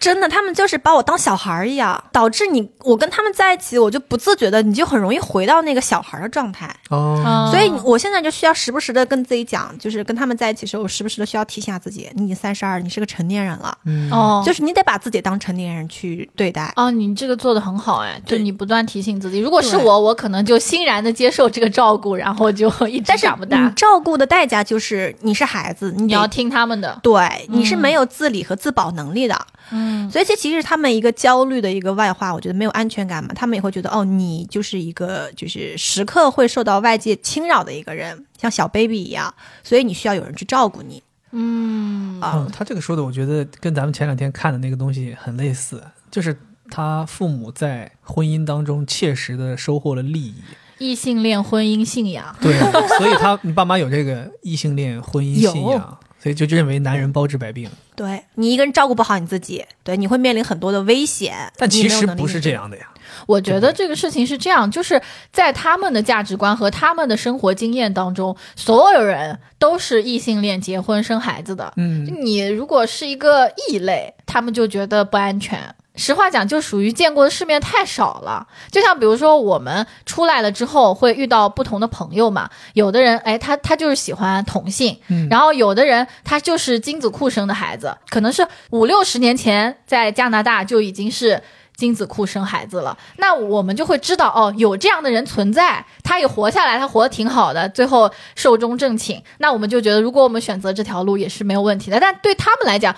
Speaker 3: 真的，他们就是把我当小孩儿一样，导致你我跟他们在一起，我就不自觉的，你就很容易回到那个小孩儿的状态。
Speaker 1: 哦，
Speaker 2: 嗯
Speaker 3: 所以我现在就需要时不时的跟自己讲，就是跟他们在一起的时候，我时不时的需要提醒下自己，你已经三十二，你是个成年人了，
Speaker 1: 嗯，
Speaker 2: 哦，
Speaker 3: 就是你得把自己当成年人去对待。
Speaker 2: 哦，你这个做的很好哎，就
Speaker 3: 对
Speaker 2: 你不断提醒自己。如果是
Speaker 3: 对
Speaker 2: 我，我可能就欣然的接受这个照顾，然后就一直长不
Speaker 3: 你
Speaker 2: 大。
Speaker 3: 照顾的代价就是你是孩子，你
Speaker 2: 你
Speaker 3: 得
Speaker 2: 要听他们的，
Speaker 3: 对，你是没有自理和自保能力的，
Speaker 2: 嗯
Speaker 3: 所以这其实是他们一个焦虑的一个外化，我觉得没有安全感嘛，他们也会觉得哦，你就是一个就是时刻会受到外界侵扰的一个人，像小 baby 一样，所以你需要有人去照顾你
Speaker 2: 嗯
Speaker 3: 啊
Speaker 1: 嗯，，他这个说的，我觉得跟咱们前两天看的那个东西很类似，就是他父母在婚姻当中切实的收获了利益。
Speaker 2: 异性恋婚姻信仰，
Speaker 1: 对，所以他你爸妈有这个异性恋婚姻信仰，所以就认为男人包治百病。
Speaker 3: 对你一个人照顾不好你自己，对你会面临很多的危险，
Speaker 1: 但
Speaker 3: 你
Speaker 1: 其
Speaker 3: 没有
Speaker 1: 实
Speaker 3: 能力
Speaker 1: 不是
Speaker 3: 面
Speaker 1: 这
Speaker 3: 对。
Speaker 1: 样的呀。
Speaker 2: 我觉得这个事情是这样，就是在他们的价值观和他们的生活经验当中，所有人都是异性恋结婚生孩子的。
Speaker 1: 嗯，
Speaker 2: 你如果是一个异类，他们就觉得不安全。实话讲，就属于见过的世面太少了。就像比如说，我们出来了之后会遇到不同的朋友嘛，有的人哎，他他就是喜欢同性，
Speaker 1: 嗯
Speaker 2: 然后有的人他就是精子库生的孩子，可能是五六十年前在加拿大就已经是。精子库生孩子了，那我们就会知道哦，有这样的人存在，他也活下来，他活得挺好的，最后寿终正寝。那我们就觉得，如果我们选择这条路也是没有问题的。但对他们来讲，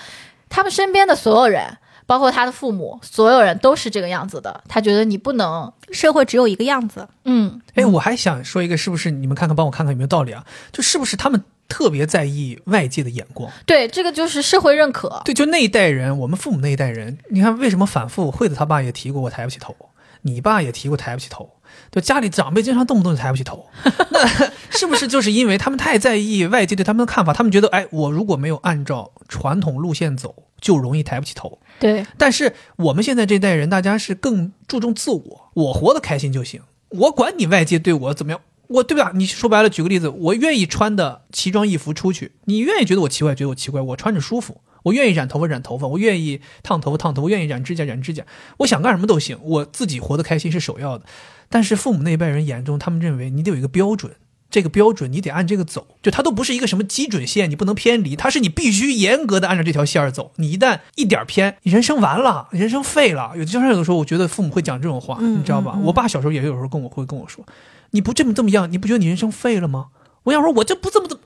Speaker 2: 他们身边的所有人，包括他的父母，所有人都是这个样子的。他觉得你不能，
Speaker 3: 社会只有一个样子，
Speaker 2: 嗯，
Speaker 1: 哎，我还想说一个，是不是你们看看，帮我看看有没有道理啊？就是不是他们特别在意外界的眼光？
Speaker 2: 对，这个就是社会认可。
Speaker 1: 对，就那一代人，我们父母那一代人，你看为什么反复惠子他爸也提过我抬不起头，你爸也提过抬不起头，就家里长辈经常动不动就抬不起 头，那是不是就是因为他们太在意外界对他们的看法？他们觉得，哎，我如果没有按照传统路线走，就容易抬不起头。
Speaker 2: 对，
Speaker 1: 但是我们现在这代人，大家是更注重自我，我活得开心就行，我管你外界对我怎么样，我对吧？你说白了，举个例子，我愿意穿的奇装异服出去，你愿意觉得我奇怪，觉得我奇怪，我穿着舒服，我愿意染头发染头发，我愿意烫头发烫头发，我愿意染指甲染指甲，我想干什么都行，我自己活得开心是首要的。但是父母那一辈人眼中，他们认为你得有一个标准。这个标准你得按这个走，就它都不是一个什么基准线，你不能偏离，它是你必须严格的按照这条线儿走。你一旦一点儿偏，你人生完了，人生废了。有经常有的时候，我觉得父母会讲这种话，
Speaker 3: 嗯
Speaker 1: 你知道吧？我爸小时候也有时候跟我会跟我说，你不这么这么样，你不觉得你人生废了吗？我想说，我这不这么这么，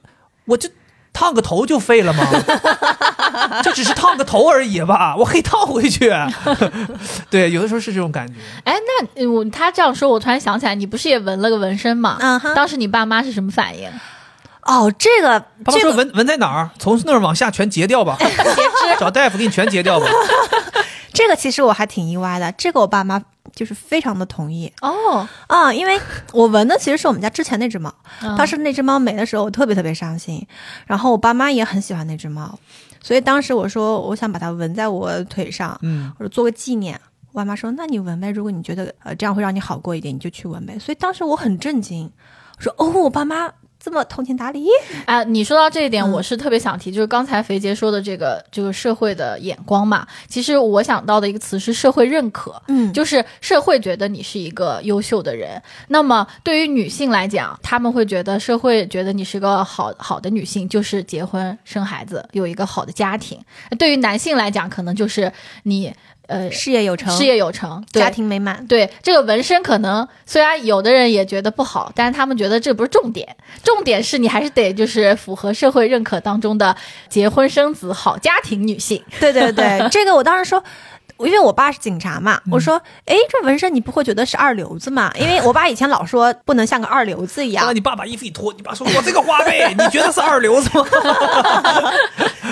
Speaker 1: 我这烫个头就废了吗？ 这只是烫个头而已吧，我可以烫回去。 对，有的时候是这种感觉。
Speaker 2: 哎，那我他这样说，我突然想起来，你不是也纹了个纹身吗？
Speaker 3: 嗯哼
Speaker 2: 当时你爸妈是什么反应？
Speaker 3: 哦，这个
Speaker 1: 爸爸
Speaker 3: 这
Speaker 1: 说
Speaker 3: 个
Speaker 1: 纹纹在哪儿？从那儿往下全截掉吧， 找大夫给你全截掉 吧。
Speaker 3: 这个其实我还挺意外的，这个我爸妈就是非常的同意
Speaker 2: 哦，
Speaker 3: 啊、因为我纹的其实是我们家之前那只猫，
Speaker 2: 嗯
Speaker 3: 当时那只猫没的时候，我特别特别伤心，然后我爸妈也很喜欢那只猫，所以当时我说我想把它纹在我腿上，
Speaker 1: 嗯，
Speaker 3: 我说做个纪念。我爸妈说：“那你纹呗，如果你觉得呃这样会让你好过一点，你就去纹呗。”所以当时我很震惊，我说：“哦，我爸妈这么通情达理。
Speaker 2: 啊，你说到这一点，
Speaker 3: 嗯
Speaker 2: 我是特别想提，就是刚才肥杰说的这个这个社会的眼光嘛。其实我想到的一个词是社会认可”，
Speaker 3: 嗯就
Speaker 2: 就是社会觉得你是一个优秀的人。那么对于女性来讲，他们会觉得社会觉得你是个好好的女性，就是结婚生孩子，有一个好的家庭。对于男性来讲，可能就是你呃
Speaker 3: 事业有成，
Speaker 2: 事业有成，对
Speaker 3: 家庭美满。
Speaker 2: 对这个纹身，可能虽然有的人也觉得不好，但是他们觉得这不是重点，重点是你还是得就是符合社会认可当中的结婚生子好家庭女性。
Speaker 3: 对对对，这个我当时说。因为我爸是警察嘛，
Speaker 2: 嗯
Speaker 3: 我说，哎，这纹身你不会觉得是二流子嘛？因为我爸以前老说不能像个二流子一
Speaker 1: 后来
Speaker 2: 哦
Speaker 3: 样。
Speaker 1: 你爸把衣服一脱，你爸说：“我这个花呗， 你觉得是二流子 吗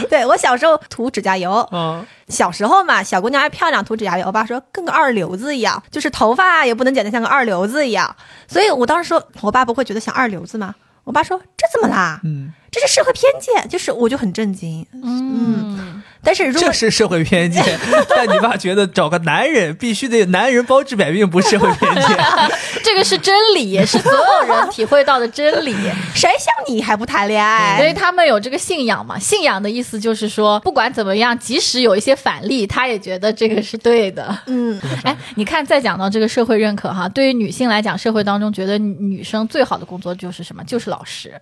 Speaker 3: 对我小时候涂指甲油？”，
Speaker 1: 啊，
Speaker 3: 小时候嘛，小姑娘还漂亮，涂指甲油，我爸说跟个二流子一样，就是头发啊也不能剪得像个二流子一样。所以我当时说，我爸不会觉得像二流子吗？我爸说这怎么啦？
Speaker 1: 嗯，
Speaker 3: 这是社会偏见，就是我就很震惊。
Speaker 2: 嗯，
Speaker 3: 但是如 果
Speaker 1: 这是社会偏 见。但你爸觉得找个男人必须得男人包治百病，不是社会偏 见。
Speaker 2: 这个是真理，也是所有人体会到的真理。
Speaker 3: 谁像你还不谈恋
Speaker 2: 所以
Speaker 3: 爱？
Speaker 2: 他们有这个信仰嘛？信仰的意思就是说，不管怎么样，即使有一些反例，他也觉得这个是对的。
Speaker 3: 嗯，
Speaker 2: 哎，你看，再讲到这个社会认可哈，对于女性来讲，社会当中觉得女女生最好的工作就是什么？就是老师，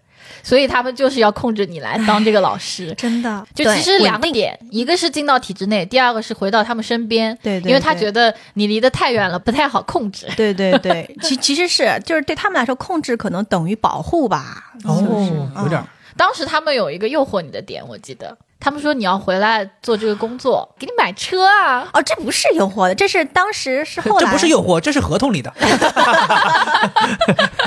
Speaker 2: 所以他们就是要控制你来当这个老 师。
Speaker 3: 真的，
Speaker 2: 就其实
Speaker 3: 对
Speaker 2: 两个点，一个是进到体制内，第二个是回到他们身边，
Speaker 3: 对对
Speaker 2: 因为他
Speaker 3: 对
Speaker 2: 觉得你离得太远了，不太好控制。
Speaker 3: 对对对，其其实是就是对他们来说，控制可能等于保护吧。
Speaker 1: 哦，有点儿。
Speaker 2: 当时他们有一个诱惑你的点，我记得他们说你要回来做这个工作，给你买车啊，
Speaker 3: 哦，这不是诱惑的，这是当时是后来，
Speaker 1: 这不是诱惑，这是合同里的。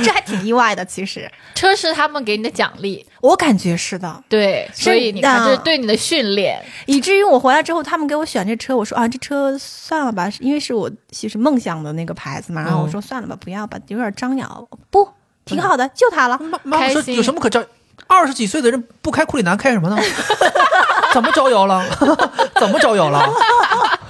Speaker 3: 这还挺意外的。其实
Speaker 2: 车是他们给你的奖励，
Speaker 3: 我感觉是的，
Speaker 2: 对，所以你看
Speaker 3: 的
Speaker 2: 这是对你的训练。
Speaker 3: 以至于我回来之后，他们给我选这车，我说啊，这车算了吧，因为是我其实梦想的那个牌子嘛。然后我说算了吧，不要吧，有点张扬，不，挺好的，就它了。
Speaker 1: 妈妈说
Speaker 2: 开心
Speaker 1: 有什么可招？二十几岁的人不开库里南开什么呢？ 怎么招摇了？ 怎么招摇了？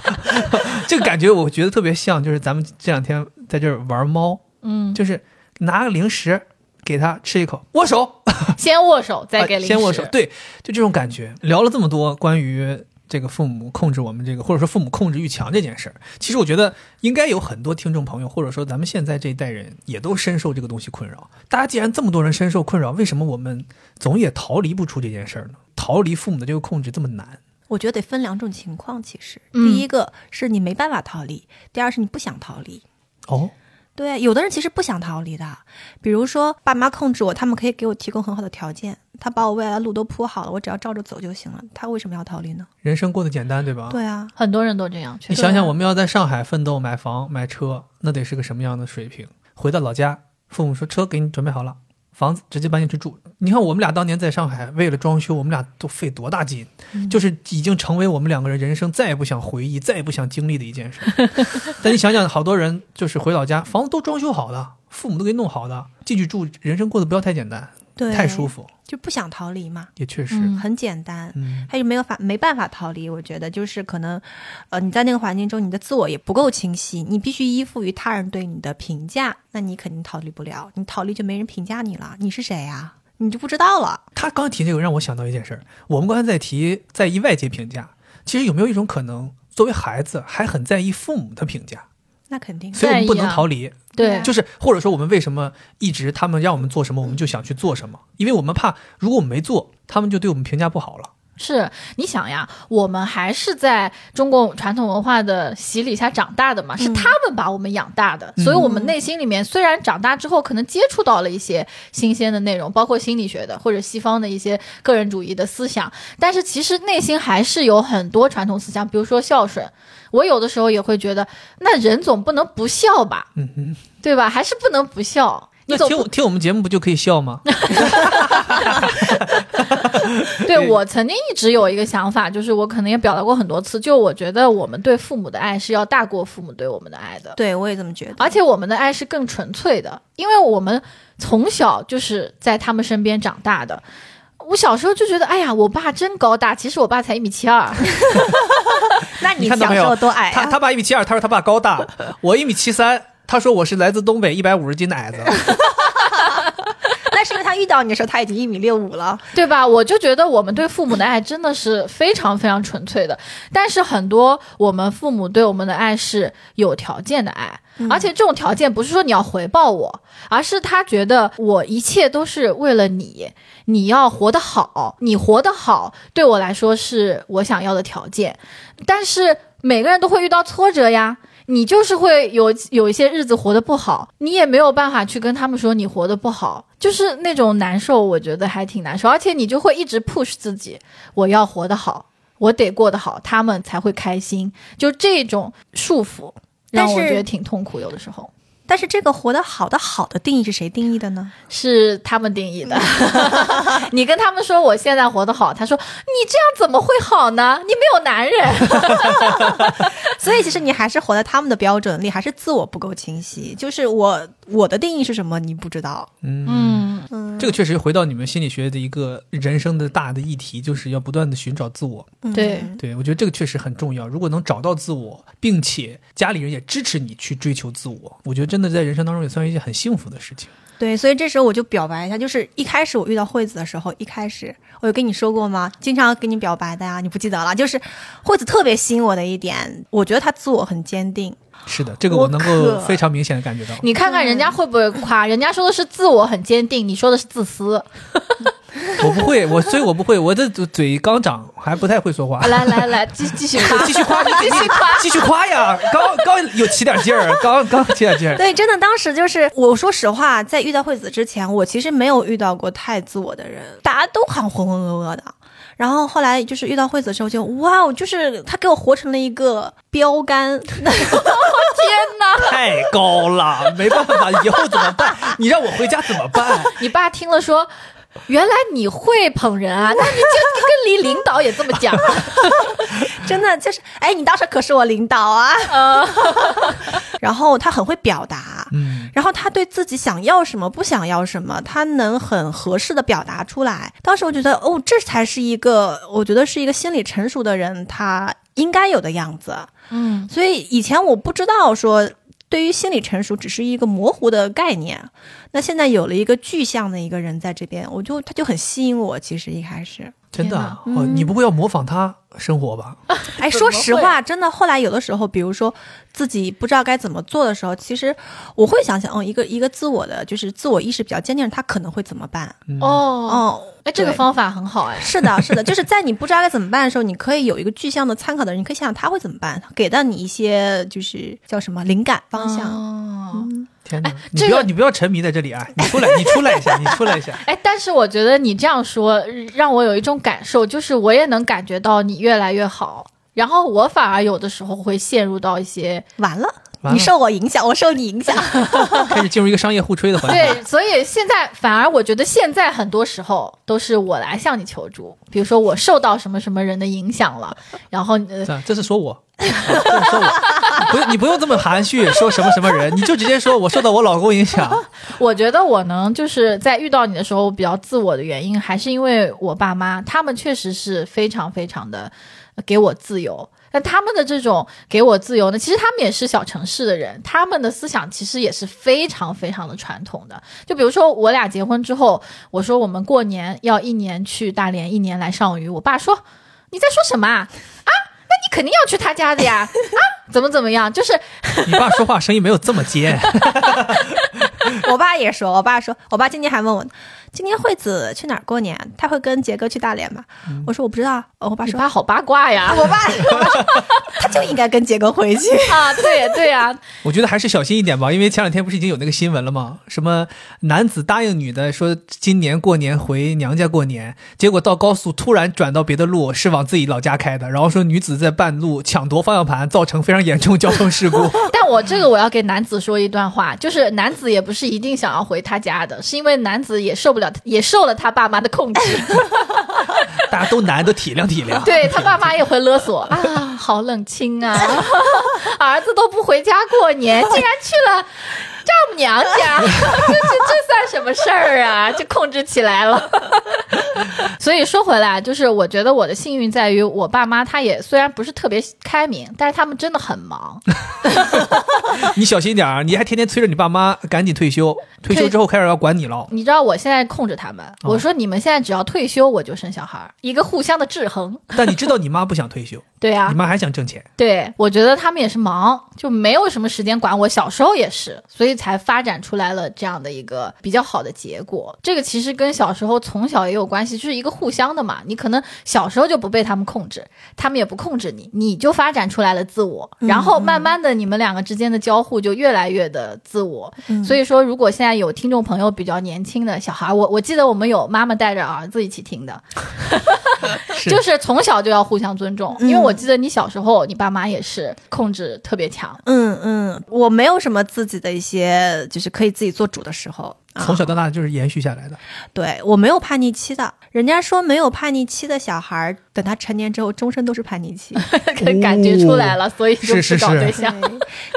Speaker 1: 这个感觉我觉得特别像，就是咱们这两天在这儿玩猫，
Speaker 2: 嗯，
Speaker 1: 就是拿个零食给它吃一口，握手，
Speaker 2: 呃先握手，再给
Speaker 1: 啊
Speaker 2: 零食。
Speaker 1: 先握手，对，就这种感觉。聊了这么多关于这个父母控制我们这个，或者说父母控制欲强这件事儿，其实我觉得应该有很多听众朋友，或者说咱们现在这一代人也都深受这个东西困扰。大家既然这么多人深受困扰，为什么我们总也逃离不出这件事儿呢？逃离父母的这个控制这么难？
Speaker 3: 我觉得得分两种情况，其实，
Speaker 2: 嗯
Speaker 3: 第一个是你没办法逃离，第二是你不想逃离。
Speaker 1: 哦，
Speaker 3: 对，有的人其实不想逃离的，比如说爸妈控制我，他们可以给我提供很好的条件，他把我未来的路都铺好了，我只要照着走就行了，他为什么要逃离呢？
Speaker 1: 人生过得简单，对吧？。
Speaker 3: 对啊，
Speaker 2: 很多人都这样，确
Speaker 1: 你
Speaker 2: 实啊
Speaker 1: 想想，我们要在上海奋斗买房买车，那得是个什么样的水平？回到老家，父母说车给你准备好了，房子直接搬进去住。你看我们俩当年在上海，为了装修，我们俩都费多大劲，
Speaker 2: 嗯
Speaker 1: 就是已经成为我们两个人人生再也不想回忆、再也不想经历的一件事。 但你想想，好多人就是回老家，房子都装修好了，父母都给弄好了，进去住，人生过得不要太简单，
Speaker 3: 对，
Speaker 1: 太舒
Speaker 3: 服，
Speaker 1: 服，
Speaker 3: 就不想逃离嘛，
Speaker 1: 也确实。
Speaker 2: 嗯
Speaker 3: 很简单。
Speaker 1: 嗯
Speaker 3: 他就没有法没办法逃离，我觉得就是可能，呃，你在那个环境中，你的自我也不够清晰，你必须依附于他人对你的评价，那你肯定逃离不了，你逃离就没人评价你了，你是谁呀、你就不知道了。
Speaker 1: 他刚提这个让我想到一件事儿，我们刚才在提在意外界评价，其实有没有一种可能，作为孩子还很在意父母的评价，
Speaker 3: 那肯定，
Speaker 1: 所以我们不能逃离，
Speaker 2: 对，
Speaker 1: 就是或者说我们为什么一直他们让我们做什么，我们就想去做什么，因为我们怕如果我们没做，他们就对我们评价不好了。
Speaker 2: 是你想呀，我们还是在中国传统文化的洗礼下长大的
Speaker 1: 嗯
Speaker 2: 嘛，是他们把我们养大的，所以我们内心里面虽然长大之后可能接触到了一些新鲜的内容，包括心理学的或者西方的一些个人主义的思想，但是其实内心还是有很多传统思想，比如说孝顺。我有的时候也会觉得，那人总不能不孝吧，
Speaker 1: 嗯哼，
Speaker 2: 对吧？还是不能不孝。你
Speaker 1: 那
Speaker 2: 总
Speaker 1: 听
Speaker 2: 不
Speaker 1: 我听我们节目不就可以笑 吗？
Speaker 2: 对我曾经一直有一个想法，就是我可能也表达过很多次，就我觉得我们对父母的爱是要大过父母对我们的爱的，
Speaker 3: 对我也这么觉
Speaker 1: 啊
Speaker 3: 得。
Speaker 2: 而且我们的爱是更纯粹的，因为我们从小就是在他们身边长大的。我小时候就觉得，哎呀，我爸真高大，其实我爸才一米七二。
Speaker 3: 那
Speaker 1: 你
Speaker 3: 你
Speaker 1: 看到
Speaker 3: 小
Speaker 1: 没
Speaker 3: 时
Speaker 1: 有
Speaker 3: 候多矮
Speaker 1: 他
Speaker 3: 啊？
Speaker 1: 他爸一米七二，他说他爸高大，我一米七三，他说我是来自东北一百五十斤的 矮子。
Speaker 3: 那是因为他遇到你的时候，他已经一米六五了。
Speaker 2: 对吧？我就觉得我们对父母的爱真的是非常非常纯粹的，但是很多我们父母对我们的爱是有条件的爱，而且这种条件不是说你要回报我，而是他觉得我一切都是为了你，你要活得好，你活得好对我来说是我想要的条件，但是每个人都会遇到挫折呀。你就是会有有一些日子活得不好，你也没有办法去跟他们说你活得不好，就是那种难受，我觉得还挺难受，而且你就会一直 push 自己，我要活得好，我得过得好，他们才会开心，就这种束缚。
Speaker 3: 但
Speaker 2: 让我
Speaker 3: 是
Speaker 2: 觉得挺痛苦，有的时候
Speaker 3: 但是这个活得好的好的定义是谁定义的呢？
Speaker 2: 是他们定义的。 你跟他们说我现在活得好，他说你这样怎么会好呢？你没有男人。
Speaker 3: 所以其实你还是活在他们的标准里，还是自我不够清晰。就是我我的定义是什么，你不知道。
Speaker 2: 嗯，
Speaker 1: 这个确实回到你们心理学的一个人生的大的议题，就是要不断的寻找自我。
Speaker 3: 嗯
Speaker 2: 对
Speaker 1: 对，我觉得这个确实很重要。如果能找到自我，并且家里人也支持你去追求自我，我觉得真的在人生当中也算是一件很幸福的事情。
Speaker 3: 对，所以这时候我就表白一下，就是一开始我遇到惠子的时候，一开始我有跟你说过吗？经常跟你表白的呀，你不记得了？就是惠子特别吸引我的一点，我觉得她自我很坚定。
Speaker 1: 是的，这个
Speaker 3: 我
Speaker 1: 我能够
Speaker 3: 可
Speaker 1: 非常明显的感觉到。
Speaker 2: 你看看人家会不会夸？人家说的是自我很坚定，你说的是自私。
Speaker 1: 我不会，我所以我不会，我的嘴嘴刚长，还不太会说话。
Speaker 2: 来来来，继继续 夸，
Speaker 1: 继续夸，你
Speaker 2: 继续夸。
Speaker 1: 继续夸呀！刚刚有起点劲儿，刚刚起点劲儿。
Speaker 3: 对，真的，当时就是我说实话，在遇到惠子之前，我其实没有遇到过太自我的人，大家都很浑浑噩噩的。然后后来就是遇到惠子之后就，哇哦，就是她给我活成了一个标杆，
Speaker 2: 天哪！
Speaker 1: 太高了，没办法，以后怎么办？你让我回家怎么办？
Speaker 2: 你爸听了说，原来你会捧人啊？那你就跟你领导也这么讲，啊
Speaker 3: 真的就是，哎，你当时可是我领导啊。 然后她很会表达，
Speaker 1: 嗯，
Speaker 3: 然后他对自己想要什么、不想要什么，他能很合适的表达出来。当时我觉得，哦，这才是一个，我觉得是一个心理成熟的人他应该有的样子。
Speaker 2: 嗯，
Speaker 3: 所以以前我不知道说，对于心理成熟只是一个模糊的概念。那现在有了一个具象的一个人在这边，我就他就很吸引我。其实一开始，
Speaker 1: 真的
Speaker 2: 天
Speaker 1: 啊
Speaker 2: 哪，嗯
Speaker 1: 哦，你不会要模仿他生活吧？
Speaker 3: 哎，
Speaker 2: 怎
Speaker 3: 说
Speaker 2: 么
Speaker 3: 实
Speaker 2: 会
Speaker 3: 话，真的，后来有的时候，比如说自己不知道该怎么做的时候，其实我会想想，嗯，一个一个自我的就是自我意识比较坚定的人，他可能会怎么办？
Speaker 2: 哦，
Speaker 3: 哦，
Speaker 2: 哎，这个
Speaker 3: 对
Speaker 2: 方法很好哎，
Speaker 3: 是的，是的，就是在你不知道该怎么办的时候，你可以有一个具象的参考的人，你可以想想他会怎么办，给到你一些就是叫什么灵感方向。
Speaker 2: 哦
Speaker 3: 嗯
Speaker 1: 天哪，你
Speaker 2: 这
Speaker 1: 不要
Speaker 2: 个
Speaker 1: 你不要沉迷在这里啊！你出来，你出来一下，你出来一下。
Speaker 2: 哎，但是我觉得你这样说嗯让我有一种感受，就是我也能感觉到你越来越好，然后我反而有的时候会陷入到一些
Speaker 3: 完了，
Speaker 1: 完了
Speaker 3: 你受我影响，我受你影响。
Speaker 1: 开始进入一个商业互吹的环节。
Speaker 2: 对，所以现在反而我觉得现在很多时候都是我来向你求助，比如说我受到什么什么人的影响了，然后呃
Speaker 1: 这这是说我，啊这是说我，不用你不用这么含蓄，说什么什么人，你就直接说我受到我老公影响。
Speaker 2: 我觉得我能就是在遇到你的时候比较自我的原因，还是因为我爸妈他们确实是非常非常的给我自由。但他们的这种给我自由呢，其实他们也是小城市的人，他们的思想其实也是非常非常的传统的。就比如说我俩结婚之后，我说我们过年要一年去大连，一年来上虞，我爸说你在说什么啊？啊，那你肯定要去他家的呀！啊，怎么怎么样？就是
Speaker 1: 你爸说话声音没有这么尖，
Speaker 3: 我爸也说，我爸说，我爸今年还问我，今年惠子去哪儿过年？他会跟杰哥去大连吗？我说我不知道。我爸
Speaker 2: 你
Speaker 3: 说，
Speaker 2: 爸好八卦呀！
Speaker 3: 我爸我爸说他就应该跟杰哥回去。
Speaker 2: 啊，对对呀、
Speaker 1: 我觉得还是小心一点吧，因为前两天不是已经有那个新闻了吗？什么男子答应女的说今年过年回娘家过年，结果到高速突然转到别的路，是往自己老家开的，然后说女子在半路抢夺方向盘，造成非常严重交通事故。
Speaker 2: 但我这个我要给男子说一段话，就是男子也不是一定想要回他家的，是因为男子也受不了，也受了他爸妈的控制，
Speaker 1: 大家都难，都体谅体谅。
Speaker 2: 对他爸妈也会勒索 啊，好冷清啊， 儿子都不回家过年，竟然去了丈母娘家， 这这这算什么事儿啊？就控制起来了。 所以说回来，就是我觉得我的幸运在于我爸妈，他也虽然不是特别开明，但是他们真的很忙，
Speaker 1: 你小心点儿，你还天天催着你爸妈赶紧退休，退休之后开始要管你 了。
Speaker 2: 你知道我现在控制他们，我
Speaker 1: 哦
Speaker 2: 说你们现在只要退休，我就生小孩儿，一个互相的制衡。
Speaker 1: 但你知道你妈不想退休，
Speaker 2: 对啊
Speaker 1: 你，妈还想挣钱。
Speaker 2: 对，我觉得他们也是忙，就没有什么时间管我。小时候也是，所以才发展出来了这样的一个比较好的结果。这个其实跟小时候从小也有关系，就是一个互相的嘛。你可能小时候就不被他们控制，他们也不控制你，你就发展出来了自我，然后慢慢的你们两个之间的交互就越来越的自我。所以说，如果现在有听众朋友比较年轻的小孩儿，我我记得我们有妈妈带着儿子一起听的，
Speaker 1: 是
Speaker 2: 啊就是嗯从小就要互相尊重，因为我记得你小时候，你爸妈也是控制特别 强。
Speaker 3: 嗯嗯，我没有什么自己的一些就是可以自己做主的时候。啊
Speaker 1: 从小到大就是延续下来的，
Speaker 3: 对我没有叛逆期的，人家说没有叛逆期的小孩儿，等他成年之后，终身都是叛逆 期。
Speaker 2: 感觉出来了，所以哦就是
Speaker 1: 是
Speaker 2: 不搞
Speaker 1: 是
Speaker 2: 对象。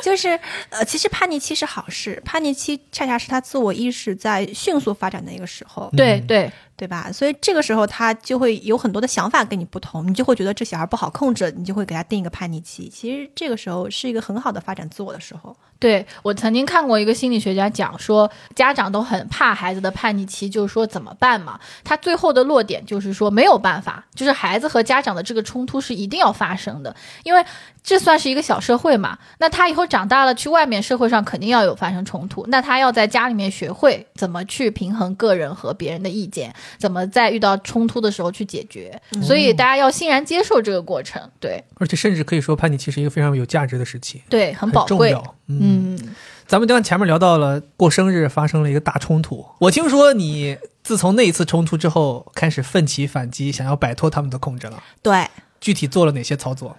Speaker 3: 就是呃，其实叛逆期是好事，叛逆期恰恰是他自我意识在迅速发展的一个时候，
Speaker 2: 对对
Speaker 3: 对吧？所以这个时候他就会有很多的想法跟你不同，你就会觉得这小孩不好控制，你就会给他定一个叛逆期。其实这个时候是一个很好的发展自我的时候。
Speaker 2: 对，我曾经看过一个心理学家讲说，家长都很怕孩子的叛逆期，就是说怎么办嘛？他最后的落点就是说没有办法，就是孩子和家长的这个冲突是一定要发生的，因为这算是一个小社会嘛。那他以后长大了去外面社会上肯定要有发生冲突，那他要在家里面学会怎么去平衡个人和别人的意见，怎么在遇到冲突的时候去解决。
Speaker 1: 嗯
Speaker 2: 所以大家要欣然接受这个过程，对
Speaker 1: 而且甚至可以说叛逆期是一个非常有价值的时期，
Speaker 2: 对，很
Speaker 1: 很
Speaker 2: 宝
Speaker 1: 重
Speaker 2: 贵。
Speaker 1: 要。嗯，
Speaker 2: 嗯，
Speaker 1: 咱们刚前面聊到了过生日发生了一个大冲突，我听说你自从那一次冲突之后开始奋起反击，想要摆脱他们的控制了。
Speaker 3: 对，
Speaker 1: 具体做了哪些操 作？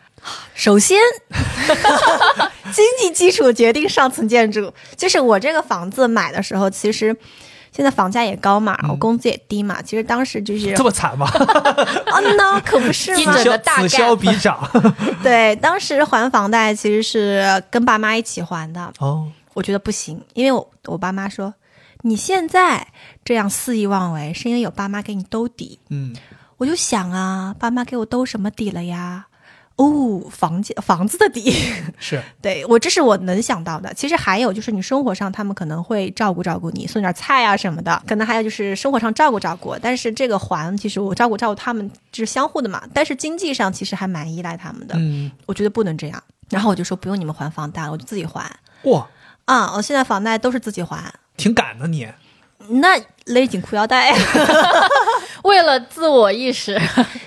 Speaker 3: 首先，经济基础决定上层建筑。就是我这个房子买的时候，其实现在房价也高嘛，我工资也低嘛。其实当时就是，
Speaker 1: 这么惨 吗？
Speaker 3: 啊，那可不 是
Speaker 2: 一
Speaker 3: 嘛
Speaker 2: 整
Speaker 1: 此。
Speaker 2: 个
Speaker 1: 消
Speaker 2: 大
Speaker 1: 此消彼 长。
Speaker 3: 对，当时还房贷其实是跟爸妈一起还的，
Speaker 1: 哦，
Speaker 3: 我觉得不行，因为我我爸妈说，你现在这样肆意妄为，是因为有爸妈给你兜底。
Speaker 1: 嗯，
Speaker 3: 我就想啊，爸妈给我兜什么底了呀？哦，房价房子的底，
Speaker 1: 是
Speaker 3: 对我这是我能想到的。其实还有就是你生活上，他们可能会照顾照顾你，送点菜啊什么的。可能还有就是生活上照顾照顾，但是这个还其实我照顾照顾他们就是相互的嘛。但是经济上其实还蛮依赖他们的，
Speaker 1: 嗯，
Speaker 3: 我觉得不能这样。然后我就说不用你们还房贷了，我就自己还。
Speaker 1: 哇，
Speaker 3: 啊、我现在房贷都是自己还，
Speaker 1: 挺敢的你，
Speaker 3: 那勒紧裤腰带。
Speaker 2: 为了自我意 识，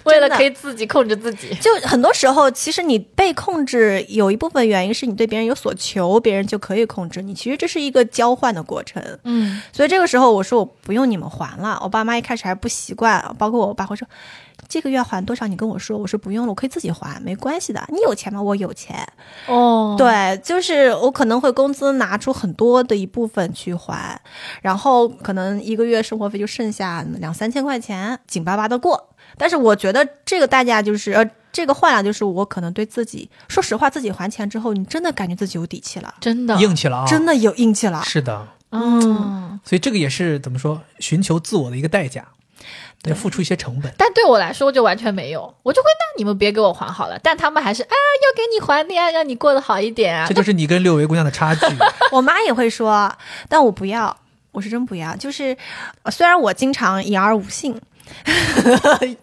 Speaker 2: 为了可以自己控制自己，
Speaker 3: 就很多时候，其实你被控制有一部分原因是你对别人有所求，别人就可以控制你。其实这是一个交换的过程。
Speaker 2: 嗯，
Speaker 3: 所以这个时候我说我不用你们还了，我爸妈一开始还不习惯，包括我爸会说这个月还多少，你跟我说，我说不用了，我可以自己还，没关系的。你有钱吗？我有钱。
Speaker 2: 哦，，
Speaker 3: 对，就是我可能会工资拿出很多的一部分去还，然后可能一个月生活费就剩下两三千块钱，紧巴巴的过。但是我觉得这个代价就是，呃，这个换来就是我可能对自己，说实话，自己还钱之后，你真的感觉自己有底气了，
Speaker 2: 嗯真的，
Speaker 1: 硬气了啊，
Speaker 3: 真的有硬气了。
Speaker 1: 是的，
Speaker 2: 嗯。
Speaker 1: 所以这个也是怎么说，寻求自我的一个代价，得付出一些成本。
Speaker 2: 但对我来说就完全没有，我就会那你们别给我还好了，但他们还是啊要给你还的呀，让你过得好一点啊
Speaker 1: 这。就是你跟六维姑娘的差距，
Speaker 3: 我妈也会说，但我不要，我是真不要。就是呃虽然我经常言而无信，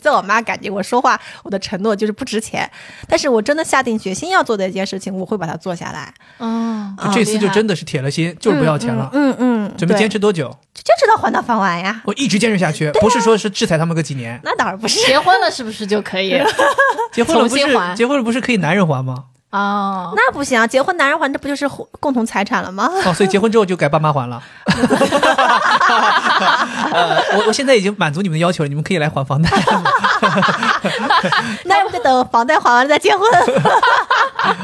Speaker 3: 在我妈感觉我说话我的承诺就是不值钱，但是我真的下定决心要做的一件事情，我会把它做下来。
Speaker 2: 嗯
Speaker 3: 啊
Speaker 1: 这次就真的是铁了心，就是不要钱了。
Speaker 3: 嗯嗯，嗯
Speaker 1: 哦准备坚
Speaker 3: 持，
Speaker 1: 持多久？
Speaker 3: 就坚持到还到饭碗呀。
Speaker 1: 我一直坚持下去，不是说是制裁他们个几年。
Speaker 3: 那当然 不是，
Speaker 2: 结婚了是不是就可 以
Speaker 1: 结婚了不是
Speaker 2: 重新还
Speaker 1: 结婚了不是可以男人还吗？
Speaker 2: 啊？
Speaker 3: 那不行啊！结婚男人还，这不就是共同财产 了吗？
Speaker 1: 哦，所以结婚之后就改爸妈还了。呃，我我现在已经满足你们的要求了，你们可以来还房贷了。
Speaker 3: 那不得等房贷还完了再结婚？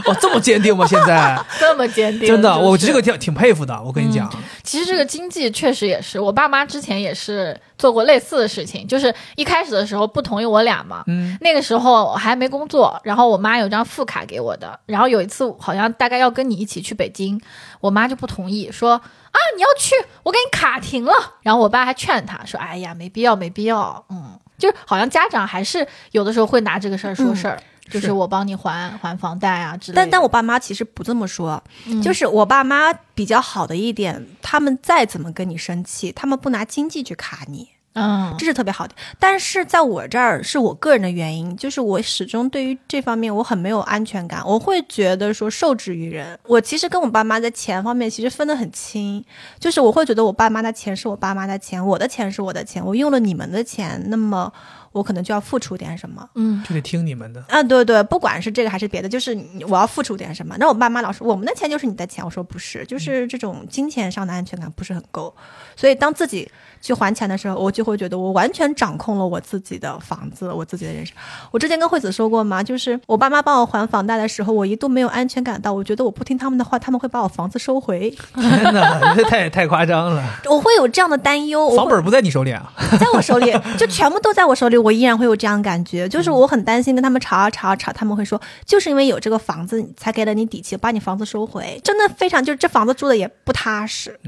Speaker 1: 哦，这么坚定吗？现在
Speaker 2: 这么坚定，
Speaker 1: 真的，
Speaker 2: 就是
Speaker 1: 我这个挺挺佩服的。我跟你讲，
Speaker 2: 其实这个经济确实也是，我爸妈之前也是做过类似的事情，就是一开始的时候不同意我俩嘛，
Speaker 1: 嗯，
Speaker 2: 那个时候我还没工作，然后我妈有张副卡给我的，然后有一次好像大概要跟你一起去北京，我妈就不同意，说啊你要去，我给你卡停了，然后我爸还劝她说，哎呀没必要没必要，嗯，就是好像家长还是有的时候会拿这个事儿说事儿。就是
Speaker 1: 是
Speaker 2: 我帮你还还房贷啊之类的，
Speaker 3: 嗯但但我爸妈其实不这么说，
Speaker 2: 嗯
Speaker 3: 就是我爸妈比较好的一点，他们再怎么跟你生气，他们不拿经济去卡你。
Speaker 2: 嗯
Speaker 3: 这是特别好的。但是在我这儿是我个人的原因，就是我始终对于这方面我很没有安全感，我会觉得说受制于人。我其实跟我爸妈在钱方面其实分得很清，就是我会觉得我爸妈的钱是我爸妈的钱，我的钱是我的钱，我用了你们的钱，那么我可能就要付出点什么。
Speaker 2: 嗯
Speaker 1: 就得听你们的。
Speaker 3: 啊，对对，不管是这个还是别的，就是你我要付出点什么。那我爸妈老说我们的钱就是你的钱，我说不是，就是这种金钱上的安全感不是很够。所以当自己去还钱的时候，我就会觉得我完全掌控了我自己的房子，我自己的人生。我之前跟惠子说过嘛，就是我爸妈帮我还房贷的时候，我一度没有安全感到，我觉得我不听他们的话，他们会把我房子收回，
Speaker 1: 天哪， 这太太夸张了，
Speaker 3: 我会有这样的担忧。 我
Speaker 1: 房
Speaker 3: 会
Speaker 1: 本不在你手里啊！
Speaker 3: 在我手里，就全部都在我手里，我依然会有这样感觉，就是我很担心跟他们吵啊吵啊吵，他们会说，就是因为有这个房子才给了你底气，把你房子收回，真的非常就是这房子住的也不踏实，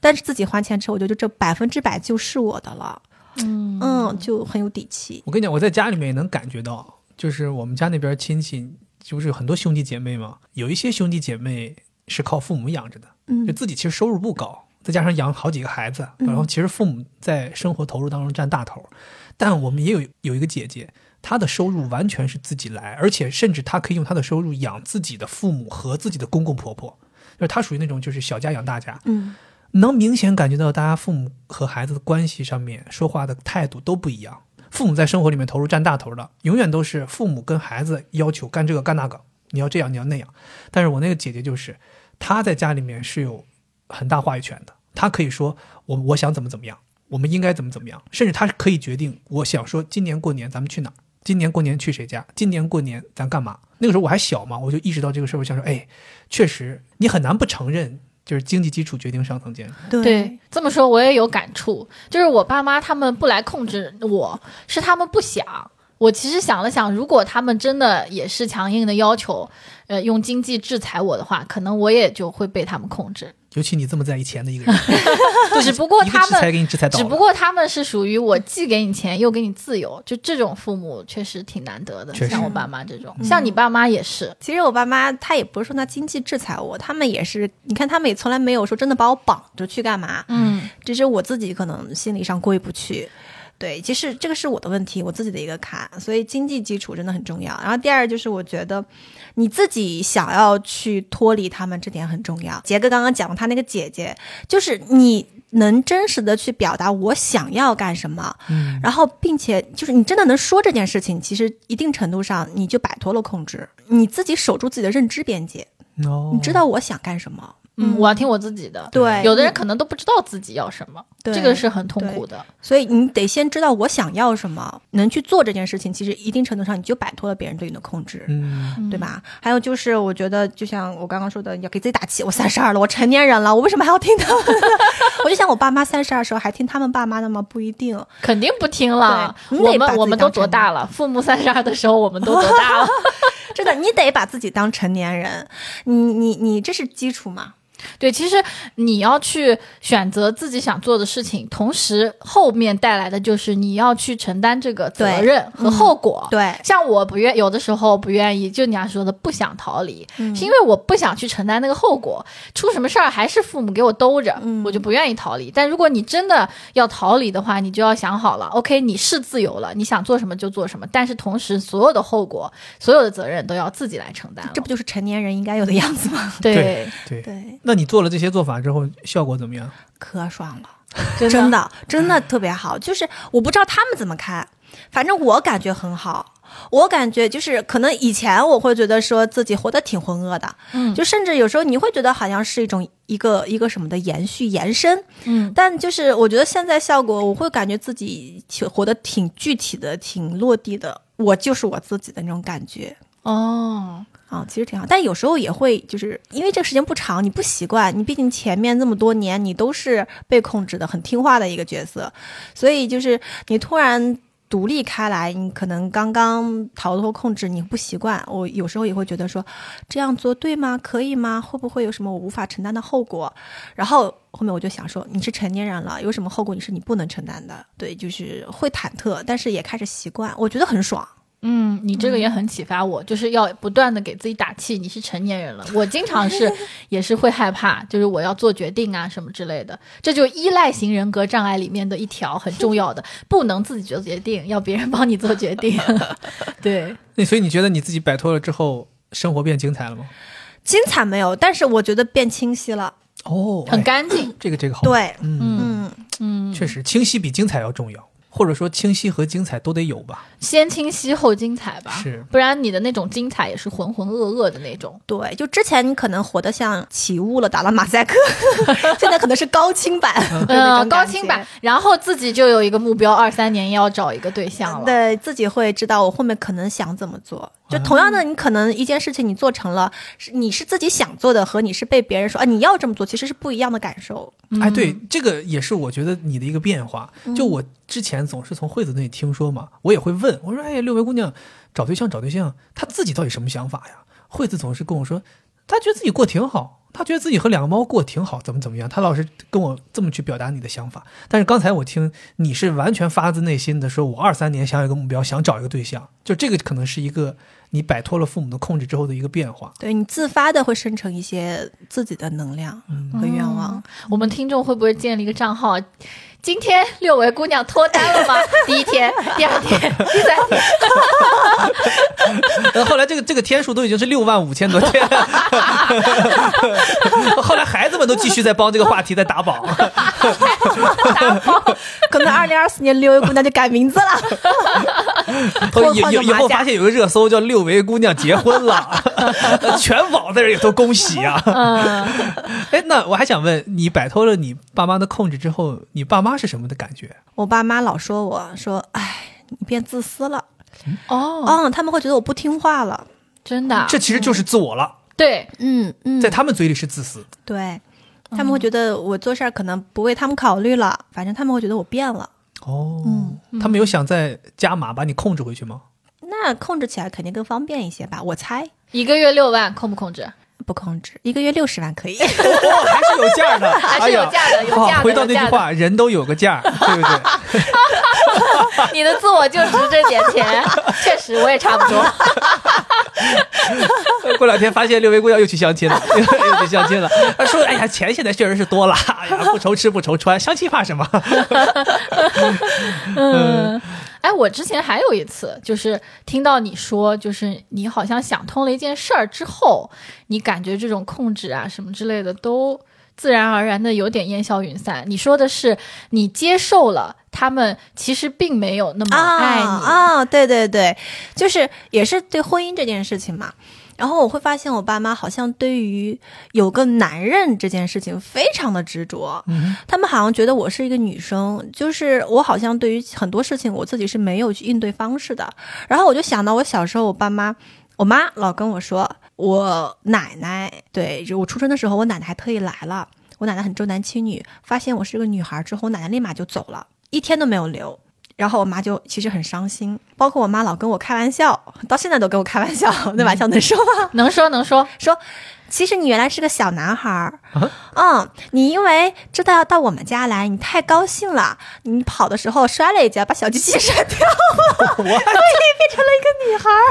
Speaker 3: 但是自己还钱之后，我觉得这百分之百就是我的了，
Speaker 2: 嗯
Speaker 3: 嗯，就很有底气，
Speaker 1: 我跟你讲，我在家里面也能感觉到，就是我们家那边亲戚，就是有很多兄弟姐妹嘛，有一些兄弟姐妹是靠父母养着的，
Speaker 3: 嗯
Speaker 1: 就自己其实收入不高，再加上养好几个孩子，
Speaker 3: 嗯
Speaker 1: 然后其实父母在生活投入当中占大头。但我们也有有一个姐姐，她的收入完全是自己来，而且甚至她可以用她的收入养自己的父母和自己的公公婆婆，就是她属于那种就是小家养大家，
Speaker 3: 嗯
Speaker 1: 能明显感觉到大家父母和孩子的关系上面说话的态度都不一样。父母在生活里面投入占大头的，永远都是父母跟孩子要求干这个干那个，你要这样你要那样。但是我那个姐姐就是，她在家里面是有很大话语权的，她可以说我我想怎么怎么样，我们应该怎么怎么样，甚至她可以决定我想说今年过年咱们去哪儿，今年过年去谁家，今年过年咱干嘛。那个时候我还小嘛，我就意识到这个事儿，我想说，哎，确实你很难不承认，就是经济基础决定上层建筑。
Speaker 3: 对
Speaker 2: 对，这么说我也有感触，就是我爸妈他们不来控制我，是他们不想。我其实想了想，如果他们真的也是强硬的要求，呃，用经济制裁我的话，可能我也就会被他们 控制。
Speaker 1: 尤其你这么在意钱的一个人，
Speaker 2: 只不过
Speaker 1: 一个
Speaker 2: 他
Speaker 1: 制
Speaker 2: 们
Speaker 1: 裁给你制裁倒
Speaker 2: 只
Speaker 1: 了。
Speaker 2: 不过他们是属于我既给你钱又给你自由，就这种父母确实挺难得的。
Speaker 1: 确实嗯
Speaker 2: 像我爸妈这种，像你爸妈也是。
Speaker 3: 其实我爸妈他也不是说他经济制裁我，他们也是，你看他们也从来没有说真的把我绑着去干嘛，
Speaker 2: 嗯，
Speaker 3: 只是我自己可能心理上过意不去。对，其实这个是我的问题，我自己的一个坎，所以经济基础真的很重要。然后第二就是我觉得你自己想要去脱离他们，这点很重要。杰哥刚刚讲他那个姐姐，就是你能真实的去表达我想要干什么，
Speaker 1: 嗯，
Speaker 3: 然后，并且就是你真的能说这件事情，其实一定程度上你就摆脱了控制，你自己守住自己的认知边界，
Speaker 1: 哦，
Speaker 3: 你知道我想干什么。
Speaker 2: 嗯，我要听我自己的。
Speaker 3: 对，
Speaker 2: 有的人可能都不知道自己要什么，
Speaker 3: 对
Speaker 2: 这个是很痛苦的。
Speaker 3: 所以你得先知道我想要什么，能去做这件事情，其实一定程度上你就摆脱了别人对你的控制。
Speaker 1: 嗯，
Speaker 3: 对吧？还有就是，我觉得就像我刚刚说的，要给自己打气。我三十二了，我成年人了，我为什么还要听他们的？ 我就想，我爸妈三十二时候还听他们爸妈的吗？不一定。
Speaker 2: 肯定不听了。
Speaker 3: 对你得
Speaker 2: 我
Speaker 3: 把
Speaker 2: 们
Speaker 3: 自己
Speaker 2: 我们都
Speaker 3: 当成
Speaker 2: 多大了？父母三十二的时候，我们都多大 了？
Speaker 3: 真的，你得把自己当成年人。你你你，这是基础嘛？
Speaker 2: 对，其实你要去选择自己想做的事情，同时后面带来的就是你要去承担这个责
Speaker 3: 对
Speaker 2: 任和
Speaker 3: 嗯
Speaker 2: 后果。
Speaker 3: 对，
Speaker 2: 像我不愿，有的时候不愿意，就你要说的不想逃离，
Speaker 3: 嗯
Speaker 2: 是因为我不想去承担那个后果，出什么事儿还是父母给我兜着，
Speaker 3: 嗯
Speaker 2: 我就不愿意逃离。但如果你真的要逃离的话，你就要想好了，OK，你是自由了，你想做什么就做什么，但是同时所有的后果、所有的责任都要自己来承担了。
Speaker 3: 这不就是成年人应该有的样子吗？
Speaker 2: 对，
Speaker 1: 对。
Speaker 3: 对，
Speaker 1: 那你做了这些做法之后，效果怎么样？
Speaker 3: 可爽了，
Speaker 2: 真的
Speaker 3: 真的真的特别好。就是我不知道他们怎么看，反正我感觉很好。我感觉就是，可能以前我会觉得说自己活得挺浑噩的，
Speaker 2: 嗯
Speaker 3: 就甚至有时候你会觉得好像是一种一个一个什么的延续延伸，
Speaker 2: 嗯，
Speaker 3: 但就是我觉得现在效果，我会感觉自己挺活得挺具体的，挺落地的，我就是我自己的那种感觉。
Speaker 2: 哦，
Speaker 3: 啊、其实挺好，但有时候也会，就是因为这个时间不长，你不习惯，你毕竟前面这么多年你都是被控制的、很听话的一个角色，所以就是你突然独立开来，你可能刚刚逃脱控制，你不习惯。我有时候也会觉得说，这样做对吗？可以吗？会不会有什么我无法承担的后果？然后后面我就想说，你是成年人了，有什么后果你是你不能承担的？对，就是会忐忑，但是也开始习惯，我觉得很爽。
Speaker 2: 嗯，你这个也很启发我，就是要不断的给自己打气。你是成年人了，我经常 是也是会害怕，就是我要做决定啊什么之类的，这就依赖型人格障碍里面的一条很重要的，不能自己做决定，要别人帮你做决 定。对，
Speaker 1: 那所以你觉得你自己摆脱了之后，生活变精彩了吗？
Speaker 3: 精彩没有，但是我觉得变清晰了。
Speaker 1: 哦，
Speaker 2: 很
Speaker 1: 哎
Speaker 2: 干 净。
Speaker 1: 这个这个好，，
Speaker 3: 对，
Speaker 1: 嗯，
Speaker 3: 嗯，
Speaker 2: 嗯，
Speaker 1: 确实清晰比精彩要重要，或者说清晰和精彩都得有吧。
Speaker 2: 先清晰后精彩吧，
Speaker 1: 是
Speaker 2: 不然你的那种精彩也是浑浑噩噩的那种。
Speaker 3: 对，就之前你可能活得像起雾了，打了马赛克， 现在可能是高清版，对
Speaker 2: 嗯，
Speaker 3: 那种
Speaker 2: 高
Speaker 3: 感觉
Speaker 2: 清版，然后自己就有一个目标，二三年要找一个对象了。
Speaker 3: 嗯
Speaker 2: 嗯
Speaker 3: 对自己会知道我后面可能想怎么做。就同样的，你可能一件事情你做成了，是你是自己想做的和你是被别人说啊你要这么做，其实是不一样的感受。
Speaker 1: 哎，对，这个也是我觉得你的一个变化。就我之前总是从惠子那里听说嘛，我也会问我说：“哎，六位姑娘找对象找对象，她自己到底什么想法呀？”惠子总是跟我说，她觉得自己过挺好，她觉得自己和两个猫过挺好，怎么怎么样。她老是跟我这么去表达你的想法。但是刚才我听你是完全发自内心的说，我二三年想有一个目标，想找一个对象，就这个可能是一个你摆脱了父母的控制之后的一个变化。
Speaker 3: 对你自发的会生成一些自己的能量
Speaker 2: 嗯
Speaker 3: 和愿望。
Speaker 2: 我们听众会不会建立一个账号？今天六位姑娘脱单了吗？第一天、第二天、第三天，
Speaker 1: 呃，后来这个这个天数都已经是六万五千多天了， 后来孩子们都继续在帮这个话题在打榜，
Speaker 2: 打包
Speaker 3: 可能二零二四年六位姑娘就改名字了，
Speaker 1: 后
Speaker 3: 脱
Speaker 1: 以
Speaker 3: 光
Speaker 1: 以
Speaker 3: 了
Speaker 1: 以后
Speaker 3: 马甲
Speaker 1: 发现有个热搜叫“六维姑娘结婚了”， 全网的人也都恭喜啊！
Speaker 2: 嗯，
Speaker 1: 哎，那我还想问你，摆脱了你爸妈的控制之后，你爸妈是什么的感觉？
Speaker 3: 我爸妈老说我说，哎，你变自私了。
Speaker 2: 哦，
Speaker 3: 嗯，他们会觉得我不听话了。
Speaker 2: 真的啊，
Speaker 1: 这其实就是自我了，
Speaker 2: 对，
Speaker 3: 嗯嗯
Speaker 1: 在他们嘴里是自私。
Speaker 3: 对，他们会觉得我做事儿可能不为他们考虑了，反正他们会觉得我变了。
Speaker 1: 哦，
Speaker 3: 嗯，
Speaker 1: 他没有想再加码把你控制回去吗？
Speaker 3: 那控制起来肯定更方便一些吧？我猜
Speaker 2: 一个月六万，控不控制？
Speaker 3: 不控制，一个月六十万可以。
Speaker 1: 哦，还是有价的，
Speaker 2: 还是有价的，有价
Speaker 1: 哦，
Speaker 2: 的。
Speaker 1: 回到
Speaker 2: 有
Speaker 1: 那
Speaker 2: 价
Speaker 1: 句
Speaker 2: 的，
Speaker 1: 话，人都有个价，对不对？
Speaker 2: 你的自我就值这点钱， 确实我也差不多。
Speaker 1: 过两天发现六味姑娘又去相亲了， 又去相亲了。她说：“哎呀，钱现在确实是多了，哎 呀，不愁吃不愁穿，相亲怕什么？
Speaker 2: 嗯，哎，我之前还有一次，就是听到你说，就是你好像想通了一件事儿之后，你感觉这种控制啊什么之类的都自然而然的有点烟消云散。你说的是你接受了他们其实并没有那么爱你，
Speaker 3: 啊啊，对对对，就是也是对婚姻这件事情嘛。然后我会发现，我爸妈好像对于有个男人这件事情非常的执着，
Speaker 1: 嗯
Speaker 3: 他们好像觉得我是一个女生，就是我好像对于很多事情我自己是没有去应对方式的。然后我就想到我小时候，我爸妈，我妈老跟我说，我奶奶，对，就我出生的时候，我奶奶还特意来了，我奶奶很重男轻女，发现我是个女孩之后，我奶奶立马就走了，一天都没有留。然后我妈就其实很伤心，包括我妈老跟我开玩笑，到现在都跟我开玩笑，那玩笑能说吗？
Speaker 2: 能说能说，
Speaker 3: 说其实你原来是个小男孩儿
Speaker 1: 啊，
Speaker 3: 嗯，你因为知道要到我们家来，你太高兴了，你跑的时候摔了一跤，把小鸡鸡摔掉，
Speaker 1: 我